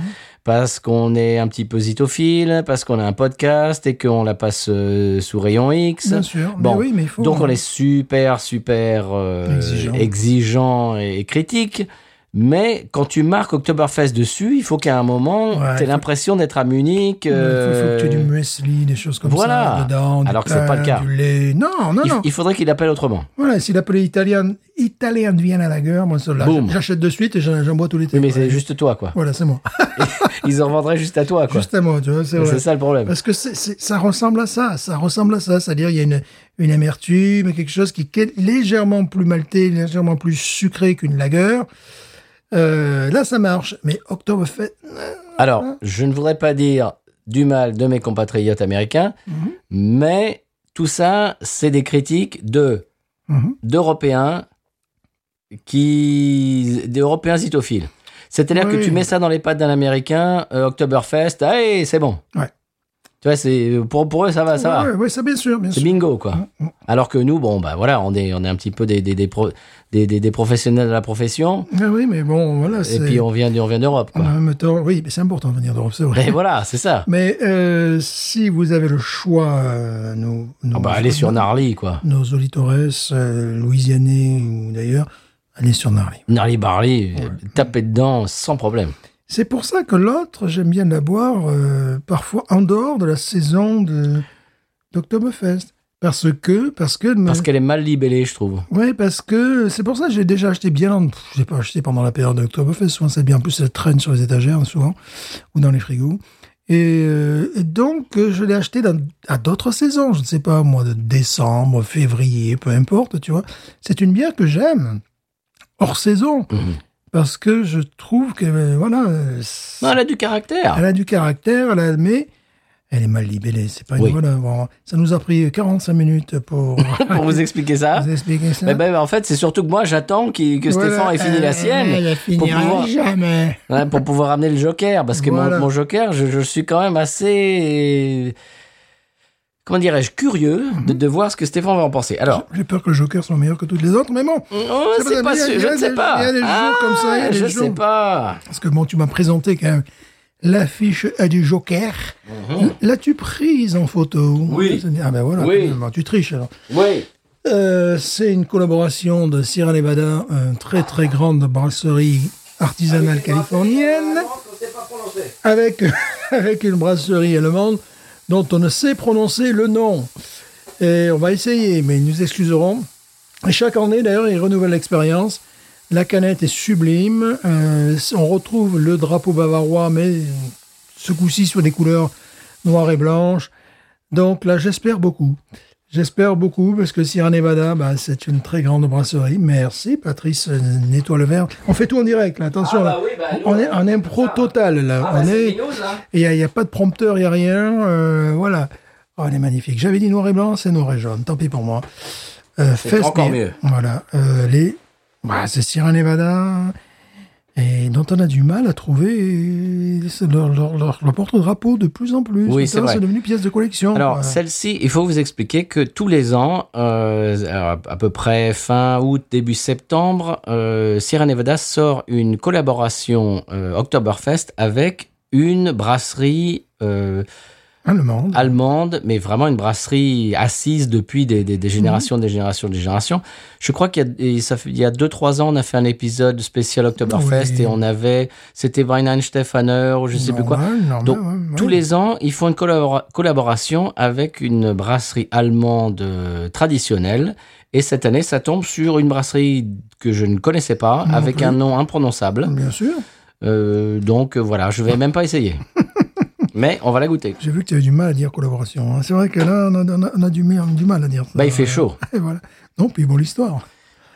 parce qu'on est un petit peu zitophile, parce qu'on a un podcast et qu'on la passe euh, sous rayon X.
Bien sûr,
Bon.
mais oui, mais il faut.
Donc on est super, super euh,
Exigeant.
exigeant et critique. Mais quand tu marques Oktoberfest dessus, il faut qu'à un moment,
Ouais,
tu aies
faut-
l'impression d'être à Munich.
Il faut, faut que tu aies du
euh,
muesli, des choses comme
Voilà.
ça dedans. du
Alors que c'est pas le
pain,
cas.
Du lait. Non, non,
il,
non.
il faudrait qu'il appelle autrement.
Voilà, s'il appelait italien, italien de Vienne à la guerre, moi, ça, là,
Boum.
j'achète de suite et j'en, j'en bois tous les
Oui,
temps.
mais c'est juste toi, quoi.
Voilà, c'est moi.
Ils en vendraient juste à toi, quoi.
Juste à moi, tu vois, c'est vrai.
C'est ça le problème.
Parce que c'est- c'est- ça ressemble à ça, ça ressemble à ça, c'est-à-dire il y a une, une amertume, quelque chose qui est légèrement plus maltais, légèrement plus sucré qu'une lagueur. Euh, là, ça marche, mais Oktoberfest, euh,
Alors, je ne voudrais pas dire du mal de mes compatriotes américains,
Mhm.
mais tout ça, c'est des critiques de
mhm.
Ah, d'Européens qui d'Européens zitophiles. C'est-à-dire que
Oui.
tu mets ça dans les pattes d'un Américain, euh, Oktoberfest, allez, c'est bon.
Ouais.
Tu vois, c'est pour, pour eux ça va, ça va.
ouais, ouais, ouais, ça bien sûr, bien
C'est
sûr.
bingo quoi.
Mm, mm.
Alors que nous, bon bah voilà, on est on est un petit peu des des, des, pro- des, des- des professionnels de la profession
Ah oui, mais bon, voilà,
et
c'est...
puis on vient du- on vient d'Europe
En
quoi.
Ah, même temps, oui, mais c'est important de venir d'Europe, c'est vrai.
Et voilà, c'est ça.
Mais euh, si vous avez le choix, euh, nos,
Ah
nos-
bah allez sur Narly quoi.
nos auditores euh, louisianais ou d'ailleurs, allez sur Narly.
Narly Barley, euh, tapez dedans sans problème.
C'est pour ça que l'autre, j'aime bien la boire euh, parfois en dehors de la saison de d'Octoberfest. Parce que, parce que,
Parce qu'elle est mal libellée, je trouve.
ouais, parce que c'est pour ça que j'ai déjà acheté bien, en- pff, j'ai pas acheté pendant la période d'Octoberfest. Souvent, c'est bien. En plus, elle traîne sur les étagères, souvent, ou dans les frigos. Et, euh, et donc, euh, je l'ai acheté dans- à d'autres saisons. Je ne sais pas, au mois de décembre, février, peu importe, tu vois. C'est une bière que j'aime hors saison
Mhm.
parce que je trouve que, euh, voilà. euh,
Non, elle a du caractère.
elle a du caractère, elle a, mais Elle est mal libellée, c'est pas une
Oui.
bonne œuvre. Ça nous a pris 45 minutes pour,
pour vous expliquer ça.
vous expliquer ça.
Mais ben, en fait, c'est surtout que moi, j'attends qu'il- que
Hein Voilà, euh,
Stéphane ait fini
elle-
la sienne
Elle, elle
pour
finira
pouvoir,
jamais.
ouais, pour pouvoir amener le Joker. Parce que mon-
Voilà.
mon, Joker, je, je suis quand même assez. Comment dirais-je Curieux
Mhm.
de, de voir ce que Stéphane va en penser. Alors,
J'ai peur que le Joker soit meilleur que toutes les autres, mais bon.
oh,
C'est
c'est
pas
pas
ça, il y
sûr,
a- il y
je
a
ne sais
des-
pas.
il y a des jours
Ah,
comme ça, il y a des
Je ne
jours.
sais pas.
Parce que bon, tu m'as présenté quand même l'affiche euh, du Joker. L'as-tu prise en photo
Mhm. Oui.
Ah ben voilà,
Oui.
finalement, tu triches alors.
Oui.
Euh, c'est une collaboration de Sierra Nevada, une très très grande brasserie artisanale californienne, avec, avec une brasserie allemande dont on ne sait prononcer le nom. Et on va essayer, mais ils nous excuserons. Et chaque année, d'ailleurs, ils renouvellent l'expérience. La canette est sublime. Euh, on retrouve le drapeau bavarois, mais ce coup-ci sur des couleurs noires et blanches. Donc là, j'espère beaucoup. J'espère beaucoup parce que Sierra Nevada, bah, c'est une très grande brasserie. Merci, Patrice, euh, nettoie le verre. On fait tout en direct, là, attention.
Ah, bah
là.
oui, bah, nous,
on est
on-
en impro total, là.
Ah, bah,
on
c'est
est.
Minos, là.
Il n'y a, y a pas de prompteur, il n'y a rien. euh, voilà. Oh, elle est magnifique. J'avais dit noir et blanc, c'est noir et jaune. Tant pis pour moi. Euh, Fest,
encore
mais-
mieux.
Voilà. euh, les... bah, c'est Sierra Nevada. Et dont on a du mal à trouver c'est leur, leur- leur- leur porte-drapeau de plus en plus.
Oui,
Maintenant,
c'est vrai.
devenu pièce de collection.
Alors,
quoi.
celle-ci, il faut vous expliquer que tous les ans, euh, à à peu près fin août, début septembre, euh, Sierra Nevada sort une collaboration euh, Oktoberfest avec une brasserie euh, Ah,
Allemande.
allemande, mais vraiment une brasserie assise depuis des, des- des générations, des générations, des générations. Je crois qu'il y a- et ça fait- il y a 2-3 ans, on a fait un épisode spécial Oktoberfest
Oui.
et on avait, c'était Weinheim Stefaner ou je sais plus quoi.
Normal, normal,
Donc,
ouais,
Tous
ouais.
les ans, ils font une collabora- collaboration avec une brasserie allemande euh, traditionnelle. Et cette année, ça tombe sur une brasserie que je ne connaissais pas,
Non
avec
plus. Mm.
un nom imprononçable.
Bien sûr.
Euh, donc euh, voilà, je
Ah.
vais même pas essayer. Mais on va la goûter.
J'ai vu que tu avais du mal à dire collaboration. hein. C'est vrai que là, on a, on a- on a du, mi- du mal à dire ça.
Bah, il fait chaud.
Et voilà. Non, puis bon, l'histoire.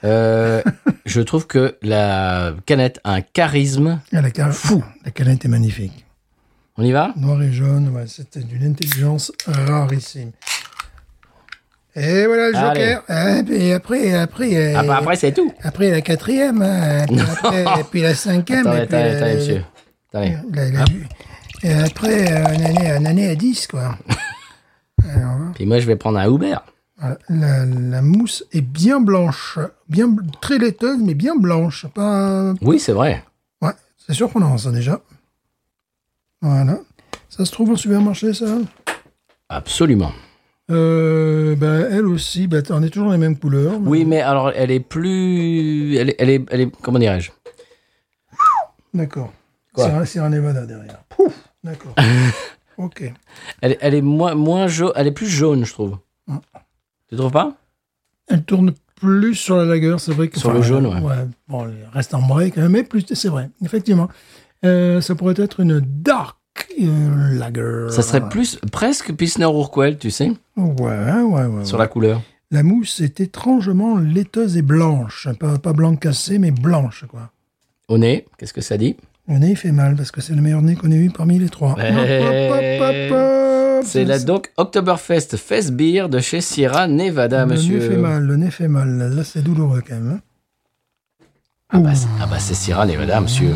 Euh, je trouve que la canette a un charisme.
Et La, car... Fou. la canette est magnifique.
On y va
Noir et jaune, ouais, c'était d'une intelligence rarissime. Et voilà le Joker. Ah, Et puis après, après,
Après,
euh,
Ah, bah, après, c'est tout.
après la quatrième, hein, et puis après- et puis la cinquième,
Attendez,
et puis euh,
attendez,
la-
attendez, monsieur. Attendez.
la- la- Et après, euh, une année, une année à 10, quoi. Alors,
Puis moi, je vais prendre un Uber.
voilà. la, la mousse est bien blanche, bien très laiteuse, mais bien blanche. Pas,
Oui, c'est vrai.
ouais, c'est surprenant ça déjà. Voilà, ça se trouve au supermarché, ça.
Absolument.
Euh, bah, elle aussi, bah, on est toujours dans les mêmes couleurs.
Oui, mais alors, elle est plus. Elle est. Elle est, elle est- comment dirais-je
D'accord.
Quoi
Sierra, Sierra Nevada derrière. Pouf D'accord. ok.
elle, est- elle est moins, moins jaune. Elle est plus jaune, je trouve.
Mm.
Tu trouves pas
Elle tourne plus sur la lagueur, c'est vrai que.
Sur le jaune, ouais.
Bon, elle reste en break, hein, mais plus, c'est vrai, effectivement. Euh, ça pourrait être une dark euh, lager.
Ça serait plus. Presque Pissner Urquell, tu sais,
Ouais, ouais, ouais. ouais.
sur la couleur.
La mousse est étrangement laiteuse et blanche. Pas, pas blanc cassé, mais blanche, quoi.
Au nez, qu'est-ce que ça dit
Le nez, il fait mal parce que c'est le meilleur nez qu'on ait eu parmi les trois.
Ouais. C'est la donc Oktoberfest Fest Beer de chez Sierra Nevada,
le
monsieur.
nez fait mal, le nez fait mal. Là, c'est douloureux quand même. hein.
Ah bah, c'est- ah bah, c'est Sierra Nevada, monsieur.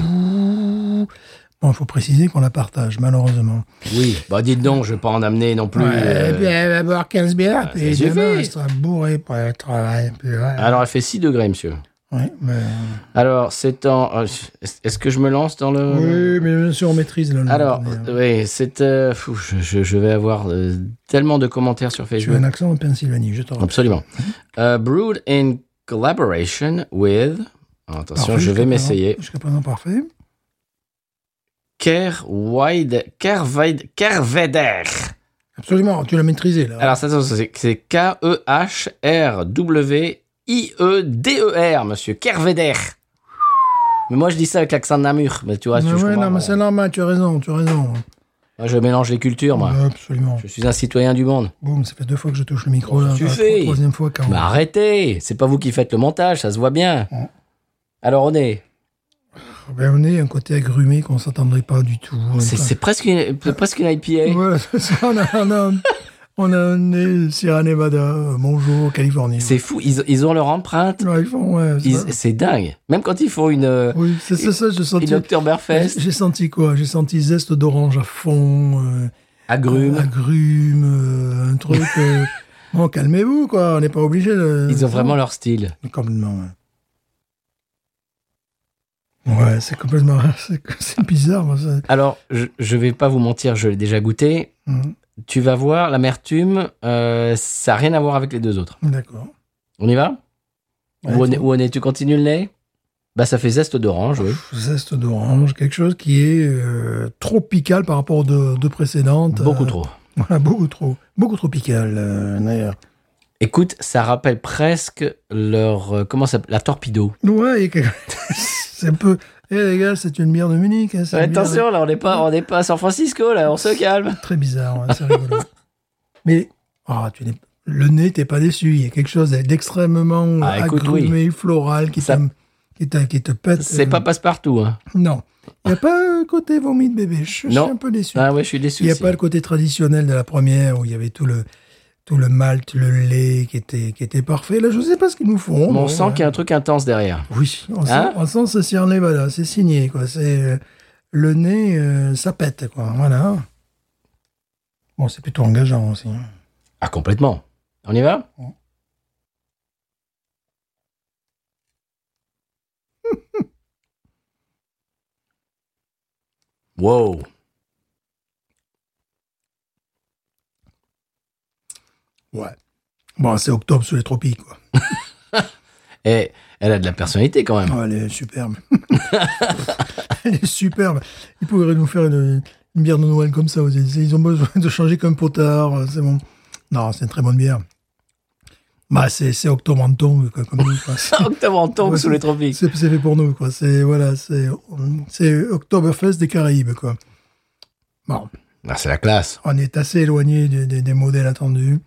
Bon, il faut préciser qu'on la partage, malheureusement.
Oui. Bah dites donc, je vais pas en amener non plus. euh.
elle va boire 15 bières,
puis ça demain, Ah, suffit. Ah. elle
sera bourrée pour le travail.
Alors elle fait 6 degrés, monsieur. Alors c'est en. euh, Est-ce que je me lance dans le.
Oui, mais bien sûr, on maîtrise le
Euh, Alors, euh,
le- le-
oui, c'est. euh, fou, je, je- je vais avoir euh, tellement de commentaires sur
Tu as
Facebook.
un accent en Mm. Pennsylvanie, je te rappelle.
Absolument. Euh, brewed in collaboration with. Alors, attention, je
Parfait,
vais
jusqu'à
m'essayer.
présent- Jusqu'à présent, parfait.
Kerwide. Kerwide. Kerweder.
Absolument, tu l'as maîtrisé, là.
Alors, ça, ça, ça, c'est- E c'est E K-E-H-R-W-I-E-D-E-R, monsieur. Kerweder. Mais moi, je dis ça avec l'accent de Namur. Mais tu vois,
Mais
tu- je,
ouais,
comprends
non, mais
pas.
c'est normal, tu as raison, tu as raison.
Moi, je mélange les cultures, moi.
Ouais, Absolument.
Je suis un citoyen du monde.
Boum, ça fait deux fois que je touche le micro,
Oh,
là.
tu
Enfin,
fais. Bah.
la Troisième fois, quand
Mais arrêtez C'est pas vous qui faites le montage, ça se voit bien.
Ouais.
Alors, on est.
Ben, on est un côté agrumé qu'on s'entendrait pas du tout.
C'est c'est presque une, presque une IPA.
Voilà, c'est ça, on a, on a, on a un nez Sierra Nevada, euh, bonjour, Californie.
C'est fou. Ils, ils ont leur empreinte.
Ouais, ils font, ouais, c'est
Ils-
vrai.
C'est dingue. Même quand ils font une, euh,
Oui, c'est c'est ça, j'ai
une
senti.
Oktoberfest,
J'ai senti quoi J'ai senti zeste d'orange à fond, euh,
agrumes.
agrumes, euh, un truc. euh, bon, calmez-vous, quoi, on n'est pas obligé de.
Ils ont vraiment leur style.
Mais Complètement, ouais. hein. Ouais, c'est complètement. C'est c'est bizarre, moi, ça.
Alors, je, je vais pas vous mentir, je l'ai déjà goûté.
Mhm,
Tu vas voir, l'amertume, euh, ça n'a rien à voir avec les deux autres.
D'accord.
On y va
Ouais,
Où on
tu-
est- où on est Tu continues le nez Bah, ça fait zeste d'orange, oui.
Zeste d'orange, quelque chose qui est euh, tropical par rapport aux deux, deux précédentes.
Beaucoup
Euh,
trop.
Voilà, beaucoup trop. Beaucoup tropical, euh, d'ailleurs.
Écoute, ça rappelle presque leur. euh, comment ça s'appelle La torpedo.
Ouais, il y a quelque- c'est un peu. Eh les gars, c'est une bière de Munich. hein, c'est une bière
attention, là, on n'est pas, on n'est pas à San Francisco, là, on se calme.
Très bizarre, ouais, c'est rigolo. Mais ah, tu n'es- le nez, t'es pas déçu. Il y a quelque chose d'extrêmement
Ah, écoute,
agrumé, floral, qui,
Ça-
t'aime- qui, t'a- qui te pète.
C'est
euh,
pas passe-partout, hein.
Non. Il n'y a pas un côté vomi de bébé. Je suis
Non.
un peu déçu.
Ah ouais, je suis déçu.
Il n'y a
aussi.
pas le côté traditionnel de la première où il y avait tout le tout le malt, le lait qui était qui était parfait. Là, je sais pas ce qu'ils nous font.
Mais
Bon, hein.
on sent
ouais.
qu'il y a un truc intense derrière.
Oui, on sent,
Hein
on sent ce Sierra Nevada, c'est signé quoi. C'est euh, le nez, euh, ça pète quoi. Voilà. Bon, c'est plutôt engageant aussi. hein.
Ah, complètement. On y va Wow.
Ouais. Bon, c'est octobre sous les tropiques quoi.
Et Eh, elle a de la personnalité quand même.
Oh, elle est superbe. elle est superbe. Ils pourraient nous faire une, une bière de Noël comme ça. vous savez. Ils ont besoin de changer comme potard. euh, C'est bon. Non, c'est une très bonne bière. Bah, c'est c'est octobre en tombe, quoi, comme nous, quoi. C'est-
Octobre en tombe sous les tropiques.
Ah. C'est c'est fait pour nous, quoi. C'est voilà, c'est c'est Oktoberfest des Caraïbes, quoi. Bon,
Ah, c'est la classe.
on est assez éloigné des, des- des modèles attendus.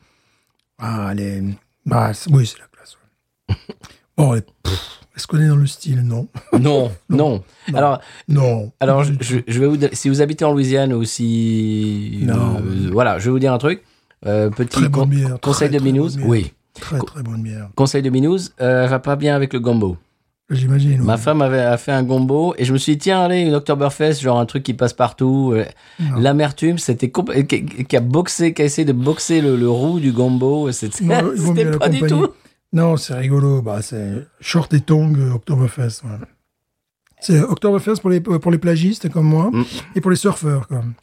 Ah, elle est- bah, c'est- oui, c'est la classe. ouais. bon, elle est- pff, est-ce qu'on est dans le style Non.
Non, non.
Non.
Alors,
Non.
alors je, je- je vais vous, dire- si vous habitez en Louisiane ou si,
Non.
euh, voilà, je vais vous dire un truc. Euh, petit
Très bonne
con-
bière,
conseil
très,
de
très
Minouze.
bonne bière.
Oui,
Très très bonne bière.
conseil de Minouze. Euh, elle va pas bien avec le gombo.
J'imagine. ouais.
Ma femme avait a fait un gombo et je me suis dit, tiens, allez, une Oktoberfest, genre un truc qui passe partout. Euh,
Non.
L'amertume, c'était compl- qui, qui a boxé, qui a essayé de boxer le, le roux du gombo. C'était
Non, il vaut
c'était
mieux
pas du
l'accompagner.
tout.
Non, c'est rigolo. Bah, c'est short et tongue euh, Oktoberfest. ouais. C'est euh, Oktoberfest pour les pour les plagistes comme moi
Mm.
et pour les surfeurs comme.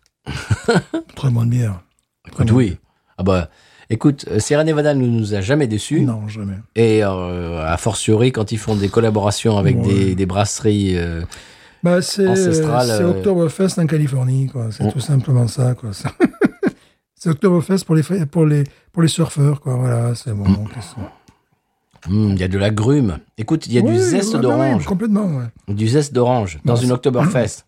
très bonne bière. Très
Écoute,
bonne
oui. Ah bah, écoute, euh, Sierra Nevada ne nous a jamais déçus.
bière. Non, jamais.
Et euh, a fortiori, quand ils font des collaborations avec
Ouais.
des, des brasseries. euh,
Bah, c'est
Ancestral,
c'est
euh,
Oktoberfest en Californie, quoi. C'est
Mm.
tout simplement ça, quoi. C'est- C'est Oktoberfest pour les fra- pour les pour les surfeurs, quoi. Voilà, c'est bon.
Mm.
qu'est-ce que-
hum, Il y a de la grume. Écoute, il y a
Oui,
du zeste
ah, bah, ouais,
d'orange.
complètement. ouais.
Du zeste d'orange dans
Bon,
une
c'est-
Oktoberfest.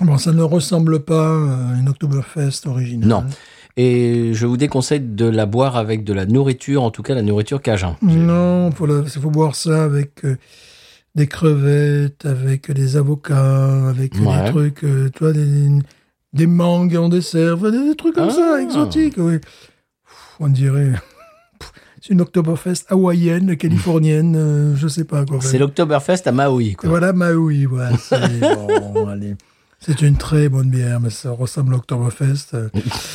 Bon, ça ne ressemble pas à une Oktoberfest originale.
Non. Et je vous déconseille de la boire avec de la nourriture, en tout cas la nourriture cajun.
Non, il faut, la- faut boire ça avec euh, des crevettes, avec euh, des avocats, avec
Ouais.
des trucs, euh, tu vois, des, des- des mangues en dessert, enfin, des, des trucs comme
Ah.
ça, exotiques, oui. Pff, On dirait. pff, C'est une Oktoberfest hawaïenne, californienne, euh, je sais pas quoi.
C'est l'Oktoberfest à Maui.
Et
Quoi.
Voilà Maui, voilà. C'est bon, allez. C'est une très bonne bière, mais ça ressemble à Oktoberfest. euh,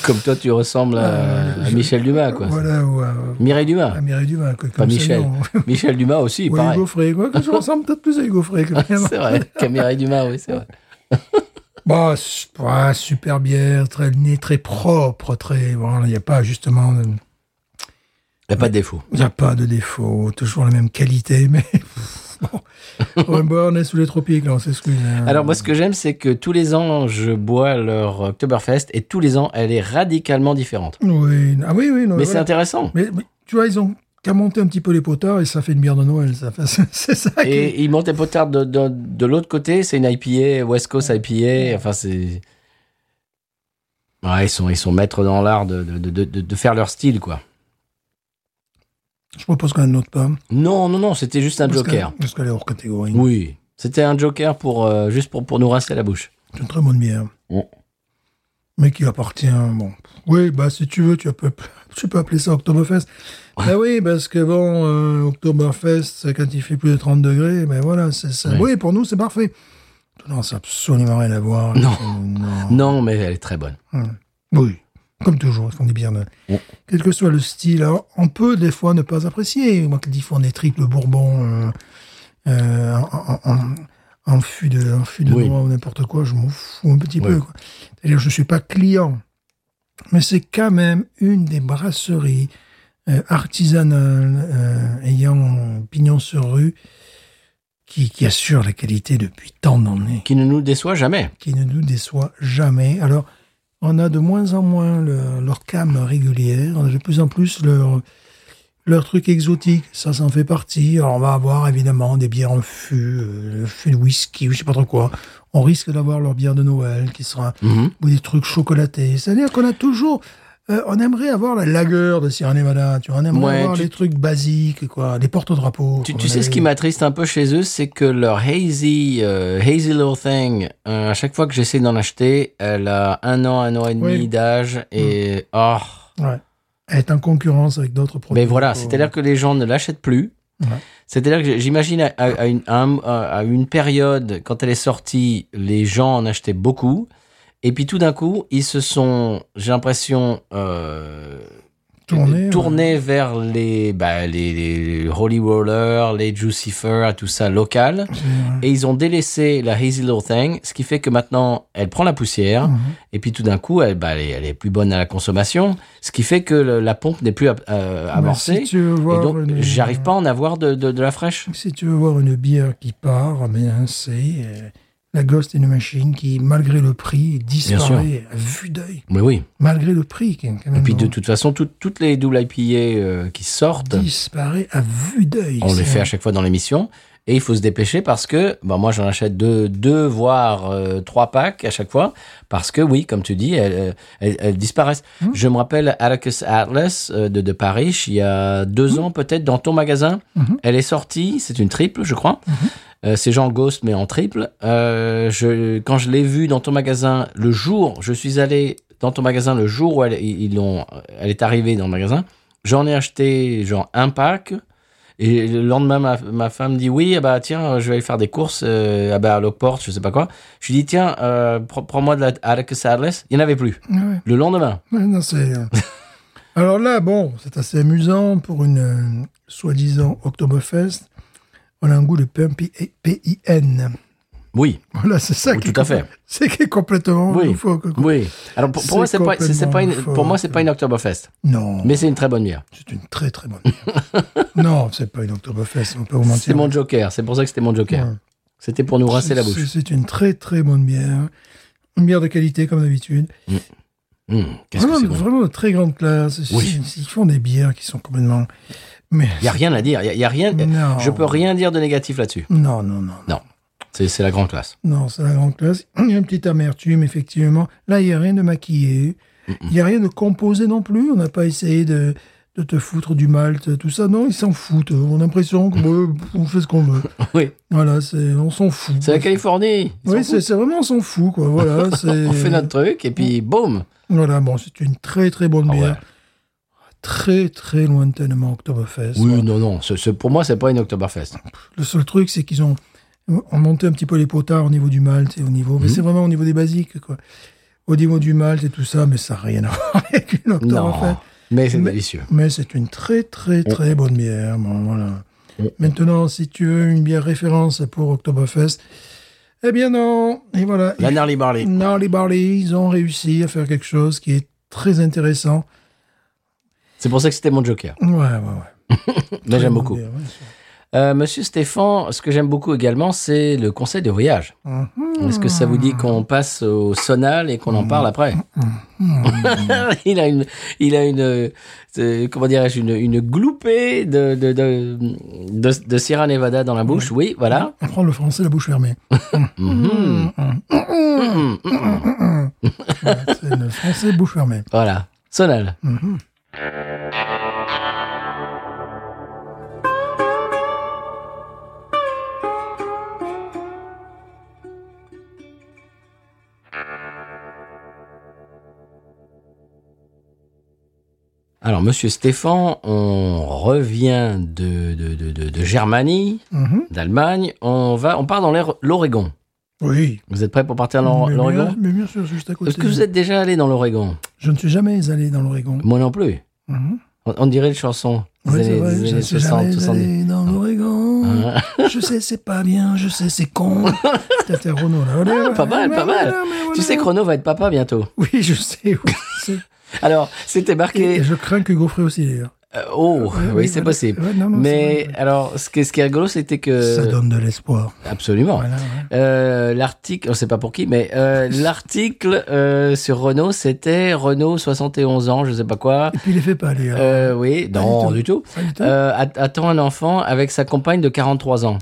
Comme toi, tu ressembles à,
Euh,
à
je-
Michel Dumas. Quoi.
Voilà, ou à,
Mireille
à
Dumas.
Mireille Dumas. quoi,
Pas
comme ça,
Michel.
non.
Michel Dumas aussi,
Ou à
pareil.
Hugo Frey, quoi. Que je ressemble peut-être plus à Hugo Frey que finalement.
C'est vrai. Qu'à Mireille Dumas, oui, c'est vrai.
Bah, su- ouais, super bière, très nez, très propre, très. Bon, il n'y a pas justement.
Il
Il
n'y a pas de défaut.
n'y a pas de défaut, toujours la même qualité, mais. bon. Ouais, bon, on est sous les tropiques, là, on s'excuse. hein.
Alors, moi, ce que j'aime, c'est que tous les ans, je bois leur Oktoberfest et tous les ans, elle est radicalement différente.
Oui, ah oui, oui, non,
Mais c'est
voilà.
intéressant.
mais, mais tu vois, ils ont qu'à monter un petit peu les potards et ça fait une bière de Noël, ça. Enfin, c'est c'est ça qui est-
Et ils montent les potards de, de- de l'autre côté, c'est une IPA, West Coast IPA, enfin c'est... Ouais, ils sont, ils sont maîtres dans l'art de, de, de- de- de faire leur style, quoi.
Je propose qu'on ne note pas.
Non, non, non, c'était juste un
parce
joker.
que- Parce qu'elle est hors catégorie.
Oui, C'était un joker pour, euh, juste pour, pour nous rincer la bouche.
C'est une très bonne bière.
Mm.
Mais qui appartient, bon. Oui, bah, si tu veux, tu peux, tu peux appeler ça Oktoberfest. Ben oui, parce que bon, euh, Oktoberfest, quand il fait plus de 30 degrés, ben voilà, c'est ça. Oui, pour nous, c'est parfait. Non, c'est absolument rien à voir.
Non.
Euh, non.
Non, mais elle est très bonne.
Oui. Comme toujours, ils font des bières de- euh,
Oh.
Quel que soit le style, alors, on peut des fois ne pas apprécier. Moi qui dis fois on est triple bourbon euh, euh, en, en- en- en fût de, en fût de
Oui.
noix ou n'importe quoi, je m'en fous un petit
Oui.
peu. quoi. C'est-à-dire, je ne suis pas client. Mais c'est quand même une des brasseries euh, artisanales euh, ayant euh, pignon sur rue qui, qui assure la qualité depuis tant d'années
Qui ne nous déçoit jamais.
qui ne nous déçoit jamais. Alors, on a de moins en moins le- leur cam régulière, on a de plus en plus leur, leur truc exotique, ça, ça en fait partie. Alors, on va avoir évidemment des bières en fût, euh, le fût de whisky, ou je sais pas trop quoi. On risque d'avoir leur bière de Noël qui sera,
Mhm.
ou des trucs chocolatés. C'est-à-dire qu'on a toujours, euh, on aimerait avoir la lagueur de Sierra Nevada, tu vois, on aimerait
Ouais,
avoir
tu-
les trucs basiques, quoi, les porte-drapeaux.
Tu,
qu'on
tu sais
a
ce
eu.
qui m'attriste un peu chez eux, c'est que leur hazy, euh, hazy little thing, euh, à chaque fois que j'essaie d'en acheter, elle a un an, un an et demi
Oui. Hmm.
d'âge et oh.
Ouais. Être en concurrence avec d'autres produits.
Mais voilà,
Faut-
c'est-à-dire que les gens ne l'achètent plus.
oh. Ouais.
C'est-à-dire que j'imagine à, à- à une, à un- à une période, quand elle est sortie, les gens en achetaient beaucoup. Et puis tout d'un coup, ils se sont, j'ai l'impression, euh,
Tourner, ouais.
tournés vers les, bah, les, les- les Holy Roller, les Jucifer, tout ça local. Et ils ont délaissé la Hazy Little Thing, ce qui fait que maintenant, elle prend la poussière.
Mhm.
Et puis tout d'un coup, elle, bah, elle, est, elle est plus bonne à la consommation, ce qui fait que le- la pompe n'est plus euh,
Mais
amorcée.
si tu veux
Et
voir
donc,
une-
j'arrive pas à en avoir de, de, de la fraîche.
Si tu veux voir une bière qui part, ben, c'est euh, la Ghost in the Machine qui, malgré le prix, disparaît à vue d'œil.
Mais oui.
Malgré le prix, qui est quand même hein.
Et puis, de
bon,
toute façon, tout- toutes les double IPA euh, qui sortent,
disparaît à vue d'œil.
on les
C'est-
fait à chaque fois dans l'émission. Et il faut se dépêcher parce que, bon, moi, j'en achète deux, deux voire euh, trois packs à chaque fois. Parce que, oui, comme tu dis, elles, euh, elles, elles disparaissent. Je me rappelle Atticus Atlas euh, de, de Paris, il y a deux ans peut-être, dans ton magasin.
Mhm.
Elle est sortie, c'est une triple, je crois. Euh, c'est genre Ghost, mais en triple. Euh, je, quand je l'ai vue dans ton magasin, le jour, je suis allé dans ton magasin, le jour où elle, ils l'ont, elle est arrivée dans le magasin, j'en ai acheté genre un pack. Et le lendemain, ma, ma femme dit oui, ah bah tiens, je vais aller faire des courses euh, ah bah, à Lockport, je sais pas quoi. Je lui dis tiens, euh, pre- prends-moi de la Atticus Atlas. Il n'y en avait plus.
Ouais, ouais.
Le lendemain.
Ouais, non, c'est- euh. Alors là, bon, c'est assez amusant pour une euh, soi-disant Oktoberfest. On a un goût de PIN.
Oui,
Voilà, c'est ça
Oui,
qui est
tout à fait.
C'est qui est complètement
Oui.
loufoque, quoi.
oui. Alors pour, pour
C'est
moi, c'est pas, c'est- c'est pas une,
complètement
pour moi, c'est pas une Oktoberfest,
Non.
mais c'est une très bonne bière.
C'est une très très bonne bière. non, c'est pas une Oktoberfest, on peut vous mentir.
C'est mon joker. C'est pour ça que c'était mon joker.
Ouais.
C'était pour nous rincer la
C'est-
bouche.
C'est une très très bonne bière. Une bière de qualité comme d'habitude.
Hum, Qu'est-ce que
Vraiment,
c'est bon.
vraiment de très grande classe.
Oui.
Ils- Ils font des bières qui sont complètement. Mais.
Il y a rien à dire. Il y a- il y, a rien.
Non.
Je peux rien dire de négatif là-dessus.
Non, non, non.
C'est c'est la grande classe.
Non, c'est la grande classe. Il y a une petite amertume, effectivement. Là, il n'y a rien de maquillé. Il n'y a rien de composé non plus. On n'a pas essayé de, de te foutre du malt, tout ça. Non, ils s'en foutent. On a l'impression qu'on fait ce qu'on veut.
Oui.
Voilà, c'est- on s'en fout.
C'est la Californie. Ils
Oui,
s'en foutent.
c'est c'est vraiment on s'en fout, quoi. Voilà, c'est-
On fait notre truc et puis boum.
Voilà, bon, c'est une très très bonne
Ah ouais.
bière. Très très lointainement Oktoberfest.
Oui,
Voilà.
non, non. ce- ce- pour moi, c'est pas une Oktoberfest.
Le seul truc, c'est qu'ils ont, ont monté un petit peu les potards au niveau du malt et au niveau.
Mhm.
Mais c'est vraiment au niveau des basiques, quoi. Au niveau du malt et tout ça, mais ça n'a rien à voir avec une Oktoberfest.
Non. Mais c'est
Mais-
délicieux.
Mais c'est une très très très bonne bière. Bon, voilà.
Mm.
Maintenant, si tu veux une bière référence pour Oktoberfest, eh bien non. Et voilà.
La Gnarly Barley.
Non, les Barley, ils ont réussi à faire quelque chose qui est très intéressant.
C'est pour ça que c'était mon joker.
Ouais, ouais, ouais.
Là, j'aime
Très
beaucoup.
bonne bière, ouais, ça.
Euh, Monsieur Stéphane, ce que j'aime beaucoup également, c'est le conseil de voyage.
Uh-huh.
Est-ce que ça vous dit qu'on passe au sonal et qu'on en parle après
Uh-huh.
Il a une, il a une, euh, euh, comment dirais-je, une, une gloupée de de, de, de de Sierra Nevada dans la bouche. Oui, voilà.
On prend le français la bouche fermée. Ouais, c'est le français bouche fermée.
Voilà, Sonal. Alors, Monsieur Stéphane, on revient de, de, de, de, de Germanie,
Mhm.
d'Allemagne. On va, on part dans l'air- l'Oregon.
Oui.
Vous êtes prêts pour partir dans
mais,
l'Oregon
bien- mais bien sûr, juste à côté.
Est-ce que vous êtes déjà allé dans l'Oregon
Je ne suis jamais allé dans l'Oregon.
Moi non plus.
Mhm.
On, on dirait une chanson des
Oui, c'est
années,
vrai,
des
je
années Ah.
ne suis
60,
jamais
70.
allé dans l'Oregon.
Hein
Je sais, c'est pas bien, je sais, c'est con. C'était Renaud, là.
Ah, pas mal, pas mal. Tu sais que Renaud va être papa bientôt.
Oui, je sais. oui, je sais.
Alors, c'était
Et
marqué.
je crains que Gaufré aussi, d'ailleurs.
Euh, oh,
Ouais, ouais,
oui, c'est
voilà.
possible.
Ouais, non, non,
Mais euh,
c'est vrai,
alors, ce qui, ce qui est rigolo, c'était que.
ouais. Ça donne de l'espoir.
Absolument.
Voilà, ouais.
Euh, l'article, on sait pas pour qui, mais euh, l'article euh, sur Renault, c'était Renault 71 ans, je sais pas quoi.
Et puis, il les fait pas, lui. hein.
Euh, oui,
Pas
non,
du
du tout.
Pas du tout.
Euh, att- attend un enfant avec sa compagne de 43 ans.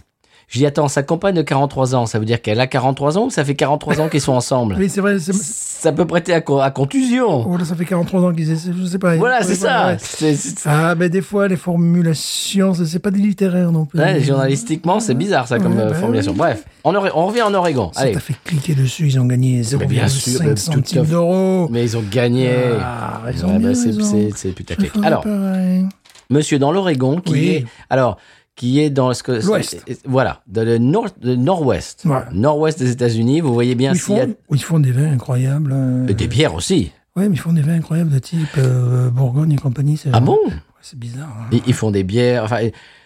Je dis, attends, sa compagne de 43 ans, ça veut dire qu'elle a 43 ans ou ça fait 43 ans qu'ils sont ensemble
Oui, c'est vrai. c'est-
Ça peut prêter à, co- à contusion.
Oh, là, ça fait 43 ans qu'ils essaient, je sais pas.
Voilà,
Ouais,
c'est
ouais,
ça.
ouais.
C'est- c'est-
Ah, ben des fois, les formulations, c'est c'est pas des littéraires non plus.
ouais, journalistiquement, c'est bizarre ça comme
Ah, Ouais,
euh,
bah
formulation.
oui.
Bref, on, aurait- on revient en Oregon.
Ça
Allez,
t'a fait cliquer dessus, ils ont gagné
Mais bien sûr, mais
0,5
tout à
centimes
fait.
d'euros.
mais ils ont gagné.
Ah, ils
Ouais,
ont bien
bah, c'est-
raison.
c'est- c'est
Je
putaclic.
ferais
Alors,
pareil.
monsieur dans l'Oregon, qui
Oui.
est alors qui est dans ce que
L'Ouest.
euh, voilà, dans le nord, le nord-ouest,
Voilà.
nord-ouest des États-Unis. Vous voyez bien
Ils
s'il y a
font, ils font des vins incroyables. euh,
des bières aussi.
Ouais, mais ils font des vins incroyables de type euh, Bourgogne et compagnie. c'est-
Ah bon
C'est bizarre. hein.
ils, ils font des bières, enfin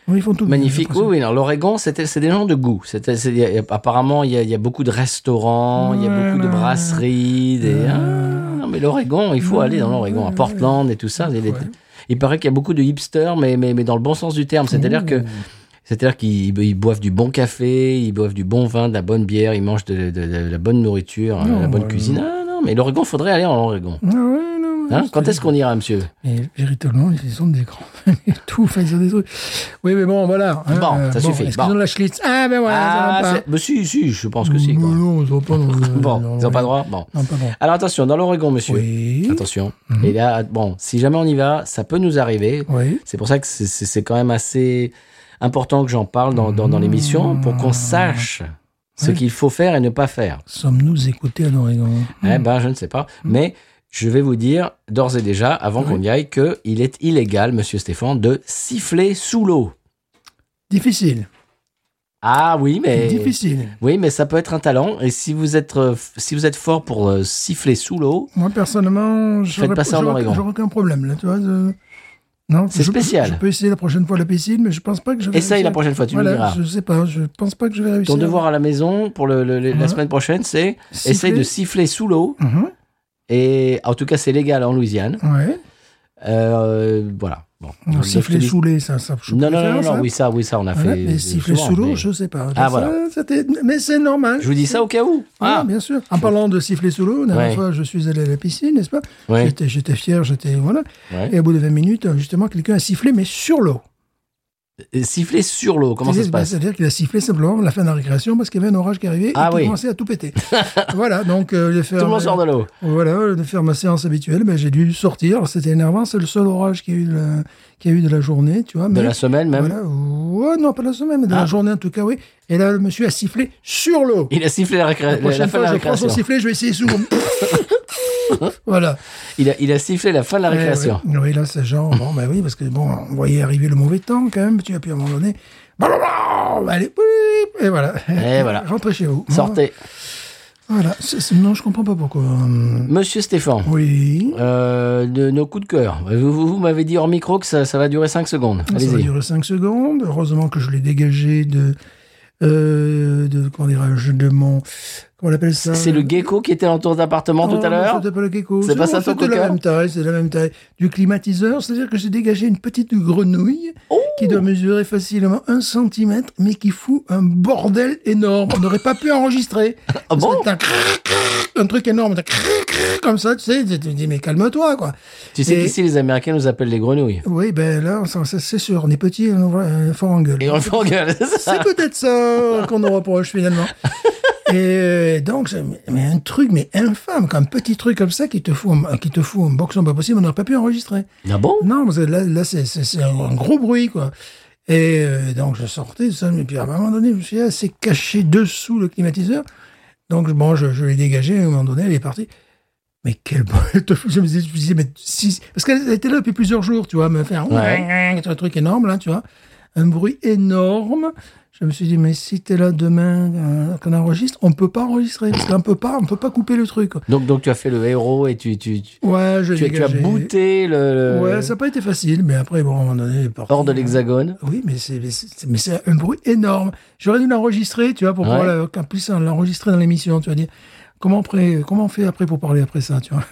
Oui, ils font tout. bien,
magnifique. Oui,
j'ai l'impression.
oui. Alors l'Oregon, c'était c'est des gens de goût. C'était c'est- il y a- apparemment il y, a, il y a beaucoup de restaurants, il y a
Ouais,
beaucoup de
ouais.
brasseries. Des...
Ouais.
Ah, mais l'Oregon, il faut
Ouais,
aller dans l'Oregon, à
ouais,
Portland et tout ça. Il, y a des-
Ouais.
il paraît qu'il y a beaucoup de hipsters, mais mais mais dans le bon sens du terme. C'est-à-dire que C'est-à-dire qu'ils ils boivent du bon café, ils boivent du bon vin, de la bonne bière, ils mangent de, de- de- de la bonne nourriture, hein,
Non,
de la bonne
euh,
cuisine. Ah non, mais l'Oregon, faudrait aller en Oregon.
Ah ouais, non, ouais,
Hein?
je te
Quand
dis.
est-ce qu'on ira, monsieur
Mais véritablement, ils ont des grands et tout, enfin, ils ont des trucs. Oui, mais bon, voilà. hein,
Bon, ça suffit,
Est-ce
bon.
qu'ils ont de la Schlitz Ah, ben voilà,
Ah,
ça va
c'est-
pas.
mais si, si, je pense que si.
Non,
quoi.
non, ils ont pas.
Bon,
non,
ils n'ont pas
oui.
droit. Bon.
Non, pas bon.
Alors attention, dans l'Oregon, monsieur.
Oui. Mhm.
Attention. Et là, bon, si jamais on y va, ça peut nous arriver.
Oui.
C'est pour ça que c'est- c'est c'est quand même assez important que j'en parle dans, dans, dans l'émission pour qu'on sache ce
Mhm. Oui.
qu'il faut faire et ne pas faire.
Sommes-nous écoutés à l'Oregon Hmm.
Eh ben, je ne sais pas.
Mhm.
Mais je vais vous dire d'ores et déjà, avant qu'on y aille, que il est illégal, monsieur Stéphane, de siffler sous l'eau.
Difficile.
Ah oui, mais
Difficile.
oui, mais ça peut être un talent. Et si vous êtes euh, f- si vous êtes fort pour euh, siffler sous l'eau,
Moi, personnellement, je
Faites pas ça en Oregon.
J'aurais aucun problème, là, tu vois. de- Non,
C'est
je-
spécial.
Je peux essayer la prochaine fois la piscine, Ah, mais je pense pas que je vais.
essaye
réussir.
la prochaine fois, tu nous
Voilà,
diras.
je sais pas, je pense pas que je vais réussir.
Ton devoir à la maison pour le- le- le- la
Ouais.
semaine prochaine, c'est
Hein? Siffler.
essaye de siffler sous l'eau.
Mhm.
Et en tout cas, c'est légal en Louisiane.
Ouais.
Euh, voilà. Bon.
Donc,
Donc,
siffler
je te dis-
sous les, ça, ça. je
Non, non,
préfère,
non, non,
ça.
oui, ça, oui, ça, on a
Voilà,
fait.
Ah, mais siffler
souvent,
sous l'eau,
mais-
je sais pas.
Ah,
Ça,
voilà.
c'était- Mais c'est normal.
Je vous dis ça au cas où.
Voilà,
Ah,
bien sûr. En parlant de siffler sous l'eau, la dernière
Ouais.
fois, je suis allé à la piscine, n'est-ce pas
Ouais.
J'étais- J'étais fier, j'étais. Voilà.
Ouais.
Et au bout de 20 minutes, justement, quelqu'un a sifflé, mais sur l'eau.
Et Siffler sur l'eau, comment ça se
C'est-à-dire-
passe
C'est-à-dire qu'il a sifflé simplement à la fin de la récréation parce qu'il y avait un orage qui arrivait
Ah
et qui
oui.
commençait à tout péter. voilà, donc euh, de faire,
Tout le monde sort de l'eau.
voilà, euh, de faire ma séance habituelle, ben, j'ai dû sortir. C'était énervant, c'est le seul orage qu'il y, a eu de la- qu'il y a eu de la journée, tu vois.
De
mais-
la semaine même.
Voilà, ouais, non, pas de la semaine, mais de
Bah Ah.
la journée en tout cas, oui. Et là, le monsieur a sifflé sur l'eau.
Il a sifflé la, récré-
La
la- la
prochaine
fin de
fois,
la
je prends
récréation.
son sifflet, je vais essayer sous voilà.
Il a, il a sifflé la fin de la
Ouais,
récréation.
ouais. Oui, là, c'est genre, bon, bah oui, parce que bon, on voyait arriver le mauvais temps quand même, tu as pu à un moment donné. bah, blablabla, Allez, boulip, et voilà.
Et voilà.
Rentrez chez vous.
Sortez.
Voilà. C'est- c'est- non, je comprends pas pourquoi. Hum,
Monsieur Stéphane,
Oui.
euh, de nos coups de cœur. Vous, vous- vous m'avez dit hors micro que ça, ça va durer 5 secondes.
Ça va
Allez-y.
durer 5 secondes. Heureusement que je l'ai dégagé de. euh, de comment dirais-je De mon. Comment on appelle ça
C'est le gecko qui était en tour d'appartement tout à
Oh,
l'heure
c'était pas le gecko.
C'est pas ça ton
C'était
coca
la même taille, c'est la même taille du climatiseur. C'est-à-dire que j'ai dégagé une petite grenouille
Oh
qui doit mesurer facilement un centimètre, mais qui fout un bordel énorme. On n'aurait pas pu enregistrer.
Ah
Parce
bon
que t'as un, crrr, crrr, un truc énorme, t'as crrr, crrr, comme ça, tu sais. Tu te dis mais calme-toi quoi.
Tu sais
Et-
qu'ici, les Américains nous appellent les grenouilles.
Oui, ben là, ça- ça, c'est sûr, on est petit, on voit euh, fort en gueule.
Et on le fait en gueule.
C'est peut-être ça qu'on nous reproche finalement. Et euh, donc, c'est- mais un truc, mais infâme, comme un petit truc comme ça qui te fout, un- qui te fout un boxon pas possible, on n'aurait pas pu enregistrer.
Ah bon
Non, parce que là, là c'est- c'est c'est un un gros bruit, quoi. Et euh, donc, je sortais tout seul, mais puis à un moment donné, je me suis dit, ah, c'est caché dessous le climatiseur. Donc, bon, je, je l'ai dégagé, à un moment donné, elle est partie. Mais quel bon- Je me disais, je me disais, mais si- Parce qu'elle était là depuis plusieurs jours, tu vois, me faire un truc énorme, là, tu vois. Un bruit énorme. Je me suis dit, mais si t'es là demain, euh, qu'on enregistre, on peut pas enregistrer. Parce qu'on peut pas, on peut pas couper le truc. quoi.
Donc, donc tu as fait le héros et tu, tu, tu,
Ouais, je
tu- tu as booté le,
Ouais, ça n'a pas été facile, mais après, bon, à un moment donné, elle est partie.
Euh, hors de l'hexagone.
Oui, mais c'est- mais c'est mais c'est un bruit énorme. J'aurais dû l'enregistrer, tu vois, pour
Ouais.
pouvoir la- qu'en plus l'enregistrer dans l'émission. Tu vas dire, comment, après, comment on fait après pour parler après ça, tu vois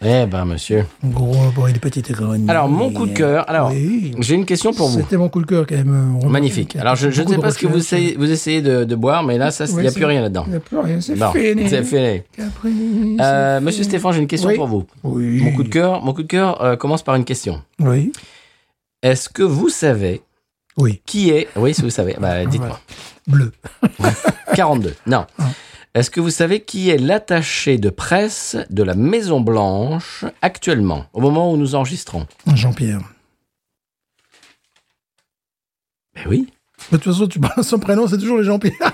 Eh ben, monsieur.
Gros, bon, il est petit économie.
Alors, mon coup de cœur. Alors,
Oui.
j'ai une question pour vous.
C'était mon coup de cœur quand même. euh,
Magnifique.
remarqué.
Alors, je je ne
Beaucoup
sais
de
pas ce que vous
recherches.
essayez, vous essayez de, de boire, mais là, ça, il
Ouais,
n'y a
c'est-
plus rien là-dedans.
Il n'y a plus rien, c'est
Non,
fini.
c'est fini.
Capri,
Euh,
c'est
Monsieur
fini.
Stéphane, j'ai une question
Oui.
pour vous.
Oui.
Mon coup de cœur, mon coup de cœur euh, commence par une question.
Oui.
Est-ce que vous savez
Oui.
qui est Oui, si vous savez, bah, dites-moi.
Bleu.
42. Non.
Ah.
Est-ce que vous savez qui est l'attaché de presse de la Maison Blanche actuellement, au moment où nous enregistrons
Jean-Pierre.
Ben oui.
De toute façon, tu parles son prénom, c'est toujours le Jean-Pierre.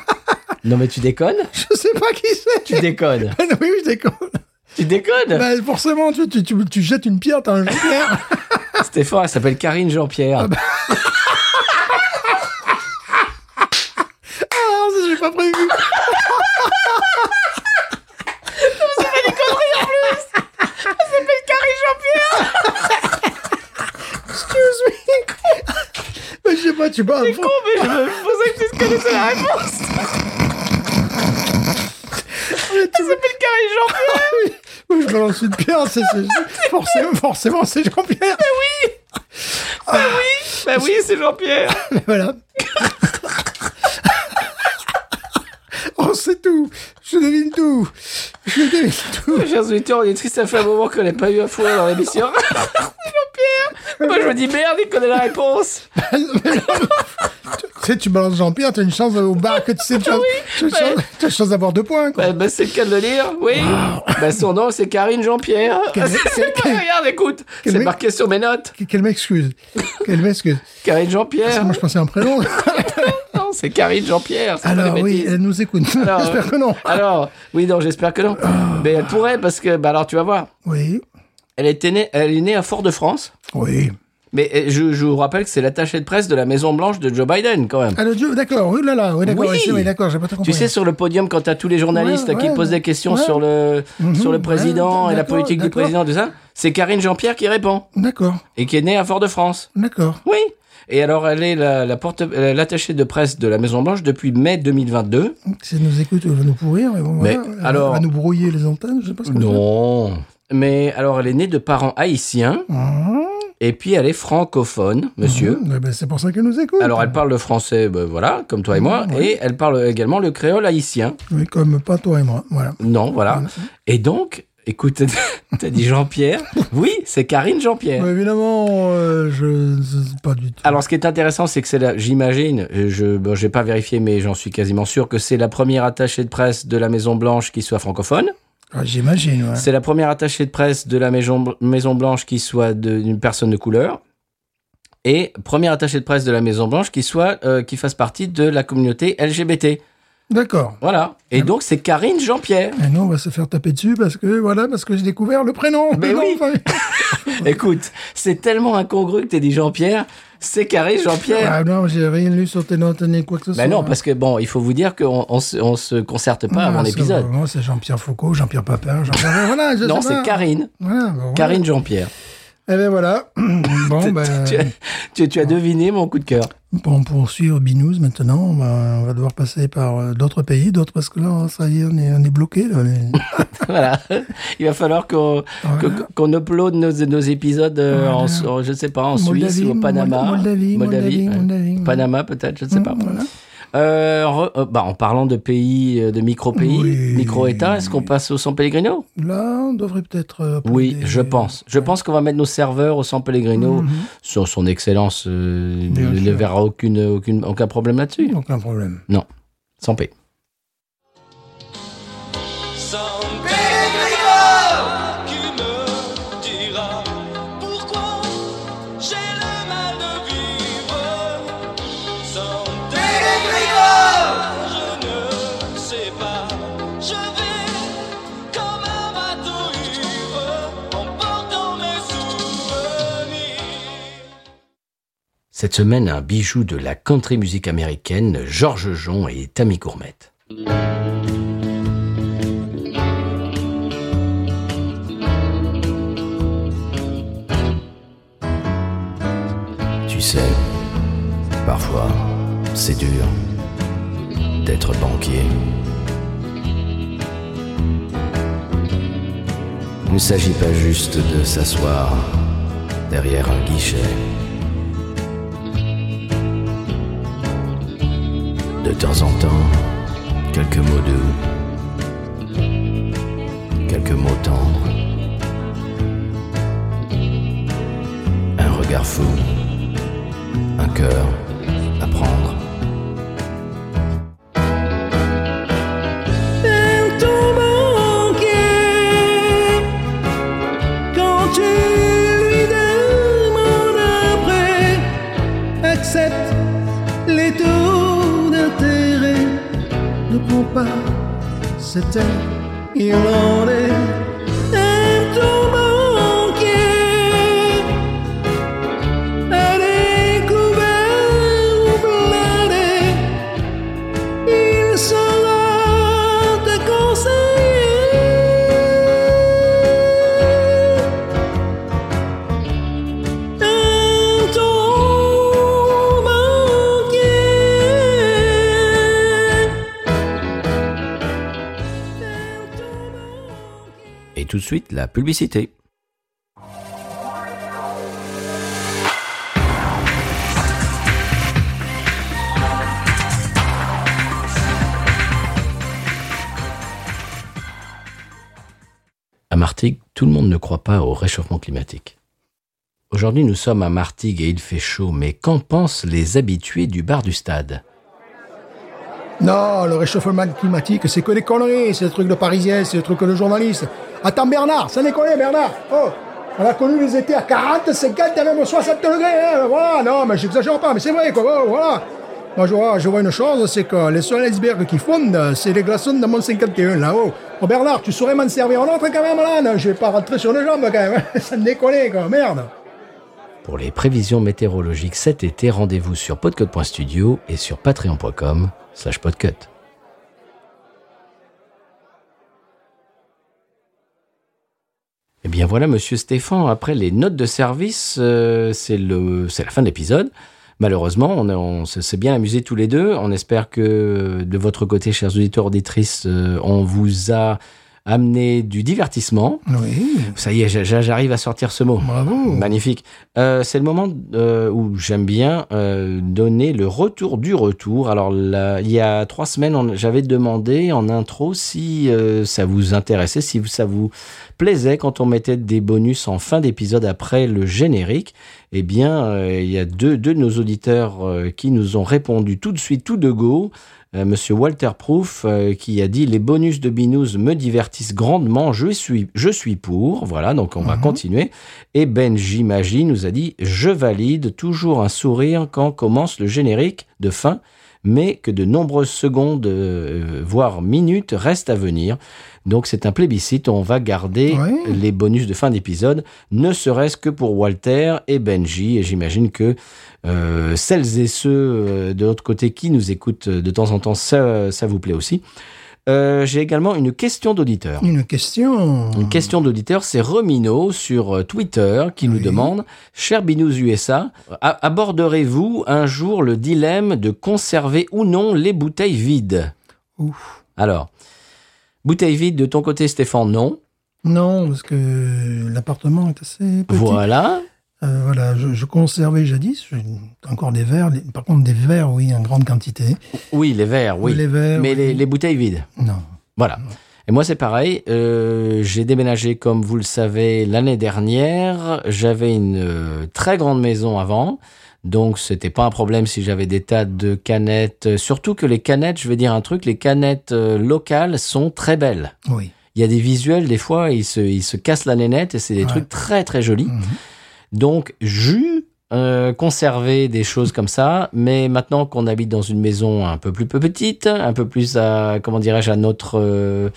Non mais tu déconnes
Je sais pas qui c'est.
Tu déconnes.
Bah oui, oui, je déconne.
tu déconnes.
Bah, forcément, tu, tu, tu, tu jettes une pierre, t'as un Jean-Pierre.
Stéphane, elle s'appelle Karine Jean-Pierre.
ah, ça, j'ai pas prévu. Excuse me. Mais je sais pas, tu parles.
mais je pensais que tu connaissais la réponse. Elle s'appelle Karine Jean-Pierre.
Oui, je balance une pierre, c'est, c'est- forcément, forcément, c'est Jean-Pierre.
Ben oui, c'est Jean-Pierre.
Mais voilà. On sait tout. Je devine tout. Je devine tout.
Chers auditeurs, on est triste, ça fait un moment qu'on n'a pas eu un fourré dans l'émission. Jean-Pierre Moi, je me dis merde, il connaît la réponse
Tu sais, tu balances Jean-Pierre, t'as une chance au bar que tu sais, tu as, tu as une
Ah ouais.
chance- tu as une chance d'avoir deux points, quoi.
Bah, bah, c'est le cas de le dire, oui. Bah, son nom, c'est Karine Jean-Pierre.
Quel- quel-
C'est pas- Regarde, écoute,
quel
c'est
mec-
marqué sur mes notes.
Que- Qu'elle m'excuse. Qu'elle m'excuse.
Karine
Parce que
Jean-Pierre.
Moi, je pensais à un prénom.
Non, c'est Karine Jean-Pierre. c'est pas
Alors,
Ah, des
oui,
bêtises.
elle nous écoute.
Alors, euh,
J'espère que non.
Alors, oui, non, j'espère que non. Mais elle pourrait, parce que, bah, alors, tu vas voir.
Oui.
Elle, était née, elle est née à Fort-de-France.
Oui.
Mais euh, je, je vous rappelle que c'est l'attaché de presse de la Maison Blanche de Joe Biden, quand même.
Ah, le Dieu, d'accord. Oui, là, là. Oui, d'accord.
Oui.
Oui, c'est- oui, d'accord. J'ai pas tout compris.
Tu sais, sur le podium, quand tu as tous les journalistes
Ouais,
là, qui
ouais,
posent des questions
ouais.
sur, le,
Mhm,
sur le président
ouais,
et la
d'accord,
politique du
d'accord.
président, tout ça, c'est Karine Jean-Pierre qui répond
D'accord.
et qui est née à Fort-de-France.
D'accord.
Oui. Et alors, elle est la, la porte, euh, l'attachée de presse de la Maison-Blanche depuis mai 2022.
Si elle nous écoute, elle va nous pourrir. Mais bon,
Mais
voilà. Elle
alors-
va nous brouiller les antennes. Je sais pas ce qu'on
Non. Mais alors, elle est née de parents haïtiens
fait. Mmh.
et puis elle est francophone, monsieur.
Mmh. Eh ben, c'est pour ça qu'elle nous écoute.
Euh. Alors, elle parle le français, ben, voilà, comme toi et moi,
Mhm, ouais.
et elle parle également le créole haïtien.
Oui, comme pas toi et moi. Voilà.
Non, voilà. Et donc, écoute, t'as dit Jean-Pierre Oui, c'est Karine Jean-Pierre.
Mais Bah, évidemment, euh, je je- pas du tout.
Alors, ce qui est intéressant, c'est que c'est la, j'imagine, euh, je, bon, j'ai pas vérifié, mais j'en suis quasiment sûr que c'est la première attachée de presse de la Maison Blanche qui soit francophone.
Ah, J'imagine, ouais.
C'est la première attachée de presse de la Maison, Maison Blanche qui soit de- d'une personne de couleur. Et première attachée de presse de la Maison Blanche qui soit, euh, qui fasse partie de la communauté LGBT.
D'accord.
Voilà. Et donc, c'est Karine Jean-Pierre.
Et nous, on va se faire taper dessus parce que, voilà, parce que j'ai découvert le prénom.
Mais
Non,
oui.
enfin,
Écoute, c'est tellement incongru que t'aies dit Jean-Pierre. C'est Karine Jean-Pierre.
Ah non, j'ai rien lu sur tes notes ni quoi que ce soit.
Ben non, parce que bon, il faut vous dire qu'on on se, on se concerte pas avant
Ah, c'est-
l'épisode.
Moi, c'est Jean-Pierre Foucault, Jean-Pierre Papin, Jean-Pierre. voilà, je
Non,
sais pas.
c'est Karine.
Voilà, bon, voilà.
Karine Jean-Pierre.
Eh ben voilà. bon, ben.
Tu, as- tu- tu as deviné mon coup de cœur.
Bon, pour suivre Binous maintenant, on va- on va devoir passer par euh, d'autres pays, d'autres parce que là, ça y est, on est, on est bloqué. là, on est-
voilà. Il va falloir qu'on que-
Voilà.
qu'on upload nos, nos épisodes euh, en, en- je ne sais pas, en Suisse
Moldavie,
ou au Panama.
Molda- Moldavie, Moldavie,
ouais.
Moldavie, ouais.
Panama peut-être, je ne sais pas.
Mmh. voilà.
Euh, re- euh, bah, en parlant de pays, euh, de micro-pays,
Oui.
micro-États, est-ce qu'on passe au San Pellegrino
Là, on devrait peut-être. euh, prendre
Oui,
des-
je pense. Je pense qu'on va mettre nos serveurs au San Pellegrino. Sur son excellence euh,
Mmh. Bien
ne- ne
sûr.
verra aucune, aucune, aucun problème là-dessus.
Aucun problème.
Non, sans paix.
San Pedro qui me dira pourquoi j'ai le mal de vivre. San Pedro, je ne sais pas, je vais comme un bateau ivre.
Cette semaine, un bijou de la country musique américaine, George Jon et Tammy Gourmette.
Tu sais, parfois, c'est dur d'être banquier. Il ne s'agit pas juste de s'asseoir derrière un guichet, de temps en temps, quelques mots doux, quelques mots tendres, un regard fou, un cœur à prendre.
Quand tu lui demandes un prêt, accepte les taux d'intérêt. Ne prends pas cet air irlandais. Aime ton banquier. À découvert ou blindé, il saura te conseiller. Un ton manqué.
Et tout de suite, la publicité. À Martigues, tout le monde ne croit pas au réchauffement climatique. Aujourd'hui, nous sommes à Martigues et il fait chaud, mais qu'en pensent les habitués du bar du stade
Non, le réchauffement climatique, c'est que des conneries. C'est le truc de parisien, c'est le truc de journaliste. Attends, Bernard, ça déconne, Bernard. Oh, on a connu les étés à 40, 50, même 60 degrés. hein. Voilà, non, mais j'exagère pas, mais c'est vrai, quoi. Oh, Voilà. Moi, je vois, je vois une chose, c'est que les seuls icebergs qui fondent, c'est les glaçons de mon 51, là-haut. Oh, Bernard, tu saurais m'en servir en autre, quand même, là. Non, je vais pas rentrer sur les jambes, quand même. hein. ça déconne, quoi. Merde.
Pour les prévisions météorologiques cet été, rendez-vous sur podcut.studio et sur patreon.com slash podcut. Eh bien voilà, monsieur Stéphane, après les notes de service, euh, c'est le- c'est la fin de l'épisode. Malheureusement, on, a- on se- s'est bien amusés tous les deux. On espère que euh, de votre côté, chers auditeurs, auditrices, euh, on vous a amené du divertissement.
Oui.
Ça y est, j'a- j'a- j'arrive à sortir ce mot.
Bravo.
Magnifique. Euh, c'est le moment euh, où j'aime bien euh, donner le retour du retour. Alors, là, il y a trois semaines, on- j'avais demandé en intro si euh, ça vous intéressait, si ça vous plaisait quand on mettait des bonus en fin d'épisode après le générique. Eh bien, euh, il y a deux, deux de nos auditeurs euh, qui nous ont répondu tout de suite, tout de go. Euh, Monsieur Walter Proof euh, qui a dit les bonus de Binous me divertissent grandement, je suis, je suis pour. Voilà, donc on va continuer. Et Benji Magie nous a dit Je valide toujours un sourire quand commence le générique de fin, mais que de nombreuses secondes, euh, voire minutes, restent à venir. Donc c'est un plébiscite, on va garder
Ouais.
les bonus de fin d'épisode, ne serait-ce que pour Walter et Benji. Et j'imagine que euh, celles et ceux euh, de l'autre côté qui nous écoutent euh, de temps en temps, ça, ça vous plaît aussi. Euh, J'ai également une question d'auditeur.
Une question.
Une question d'auditeur, c'est Romino sur euh, Twitter qui nous
Oui.
demande Cher Binous USA, a- aborderez-vous un jour le dilemme de conserver ou non les bouteilles vides
Ouf.
Alors, bouteilles vides de ton côté, Stéphane, non.
Non, parce que l'appartement est assez petit.
Voilà.
Euh, voilà, je, je conservais jadis, j'ai encore des verres, des- par contre des verres, oui, en grande quantité.
Oui, les verres, oui.
Les verres,
Mais
oui.
les, les bouteilles vides.
Non.
Voilà. Et moi, c'est pareil. Euh, j'ai déménagé, comme vous le savez, l'année dernière. J'avais une euh, très grande maison avant. Donc, c'était pas un problème si j'avais des tas de canettes. Euh, Surtout que les canettes, je vais dire un truc, les canettes euh, locales sont très belles.
Oui.
Il y a des visuels, des fois, ils se, ils se cassent la nénette et c'est des
Ouais.
trucs très, très jolis.
Mhm.
Donc, jus, euh, conserver des choses comme ça. Mais maintenant qu'on habite dans une maison un peu plus petite, un peu plus à, comment dirais-je, à notre, euh,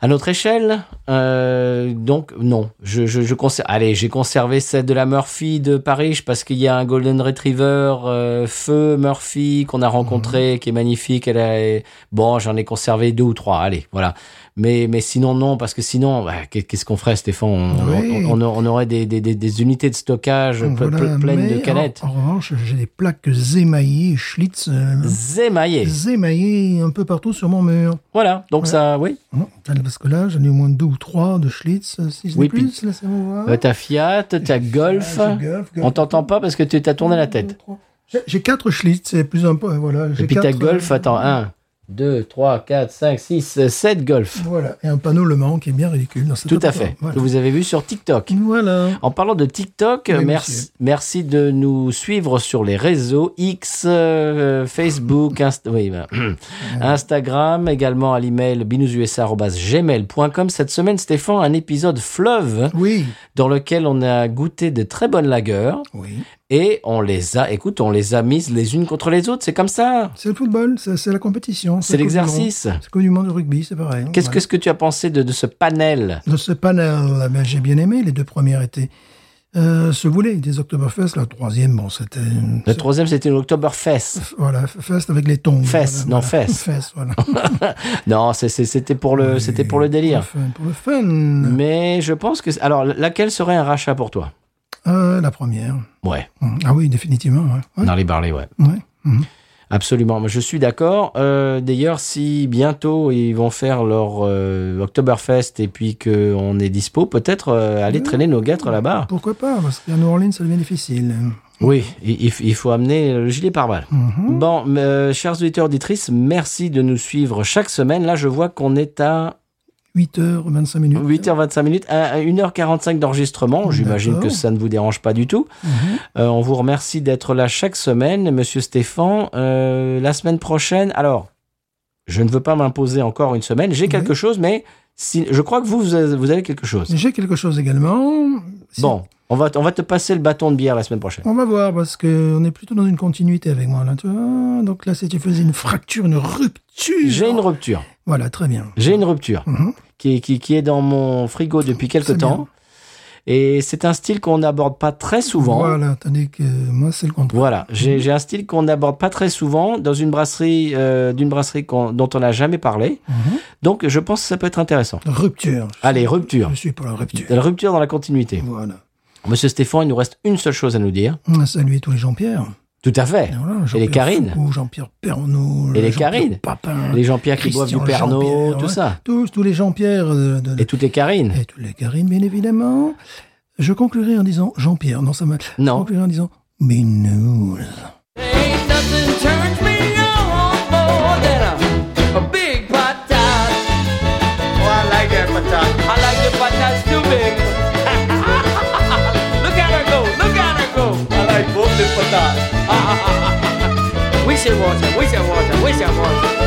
À notre échelle, euh, donc non, je, je, je conser- Allez, j'ai conservé celle de la Murphy de Paris parce qu'il y a un Golden Retriever euh, feu Murphy qu'on a rencontré qui est magnifique. Elle a... Bon, j'en ai conservé deux ou trois. Allez, voilà. Mais mais sinon non parce que sinon bah, qu'est- qu'est-ce qu'on ferait, Stéphane on,
Oui.
on, on- on aurait des, des, des, des unités de stockage ple-
Mmh. Voilà,
ple- pleines
mais
de canettes.
En, en revanche, j'ai des plaques émaillées, Schlitz, euh,
Zémaillé.
émaillées un peu partout sur mon mur.
Voilà, donc ça, oui.
Hum, Parce que là, j'en ai au moins deux ou trois de Schlitz, euh, si je
Oui,
n'ai plus. Laissez-moi voir.
Euh, ta Fiat, ta Golf.
Ah, j'ai Golf, Golf.
On t'entend pas parce que tu t'as tourné la tête.
J'ai- J'ai quatre Schlitz, c'est plus un peu. euh, Voilà,
Et
j'ai
puis ta
quatre, euh,
Golf, attends, 1, 2, 3, 4, 5, 6, 7 Golf.
Voilà, et un panneau Le Mans qui est bien ridicule. dans cet
Tout à
appartement.
fait.
Voilà.
Que vous avez vu sur TikTok.
Voilà.
En parlant de TikTok,
Oui, monsieur.
merci, merci de nous suivre sur les réseaux X, euh, Facebook, Inst- oui, bah, Instagram, également à l'email binoususa.gmail.com. Cette semaine, Stéphane, un épisode fleuve
Oui.
dans lequel on a goûté de très bonnes lagueurs.
Oui.
Et on les a, écoute, on les a mises les unes contre les autres, c'est comme ça.
C'est le football, c'est c'est la compétition.
C'est
le Coupe du Monde.
l'exercice.
C'est comme du monde de rugby, c'est pareil.
Qu'est-ce que
Voilà.
ce que tu as pensé de, de ce panel
De ce panel, ben, j'ai bien aimé. Les deux premières étaient. Euh, se voulaient des Oktoberfest, la troisième, bon, c'était.
Le troisième, c'était l'Octoberfest.
Voilà, fest avec les tombes.
Fest, non, fest.
Fest, voilà.
Non, c'est- c'est- c'était pour le, c'était pour le délire.
Pour le fun. pour le fun.
Mais je pense que, alors, laquelle serait un rachat pour toi
Euh, la première.
Ouais,
Ah oui, définitivement, ouais. Ouais,
dans les barley, ouais.
ouais. Mhm.
Absolument, mais je suis d'accord. Euh, D'ailleurs, si bientôt ils vont faire leur euh, Oktoberfest et puis qu'on est dispo, peut-être euh, aller traîner nos gâtres là-bas.
Pourquoi pas Parce qu'à New Orleans, ça devient difficile.
Oui, il, il f- il faut amener le gilet pare-balles.
Mhm.
Bon, mais, euh, chers auditeurs, auditrices, merci de nous suivre chaque semaine. Là, je vois qu'on est à
8h25 minutes.
8h25 minutes, à 1h45 d'enregistrement. J'imagine
D'accord.
que ça ne vous dérange pas du tout.
Hum.
Euh, on vous remercie d'être là chaque semaine, Monsieur Stéphane. Euh, la semaine prochaine, alors, je ne veux pas m'imposer encore une semaine. J'ai quelque chose, mais si, je crois que vous, vous avez- vous avez quelque chose.
J'ai quelque chose également. Si-
Bon, on va, t- on va te passer le bâton de bière la semaine prochaine.
On va voir, parce qu'on est plutôt dans une continuité avec moi, là, tu vois. Donc là, si tu faisais une fracture, une rupture.
J'ai une rupture.
Voilà, très bien.
J'ai une rupture
Mhm.
qui, est- qui, qui est dans mon frigo depuis quelque
C'est
temps. Et c'est un style qu'on n'aborde pas très souvent. Voilà.
Voilà, tandis que moi, c'est le contraire.
j'ai j'ai un style qu'on n'aborde pas très souvent dans une brasserie, euh, d'une brasserie qu'on- dont on n'a jamais parlé.
Mhm.
Donc, je pense que ça peut être intéressant.
Rupture.
Allez, rupture.
Je suis pour la rupture.
La rupture dans la continuité.
Voilà.
Monsieur Stéphane, il nous reste une seule chose à nous dire.
On a salué tous les Jean-Pierre.
Tout à fait.
Voilà,
Et les Karine.
Foucault, Jean-Pierre Pernaut.
Et les
Jean-Pierre
Karine.
Papin.
Les Jean-Pierre qui
Christian
boivent du Pernod,
Jean-Pierre,
tout
ouais.
ça.
Tous, tous les Jean-Pierre de, de-
Et toutes les Karines.
et tous les Karine, bien évidemment. Je conclurai en disant Jean-Pierre, non, ça m'a.
Non.
Je conclurai en disant Binous.
Ain't nothing turns me on more than a, a big patat. Oh, I like that patat. I like the patats too big. look at her go, look at her go. I like both the patats. we should watch it, we should watch it, we should watch it.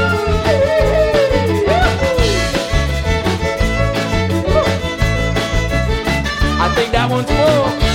I think that one's full.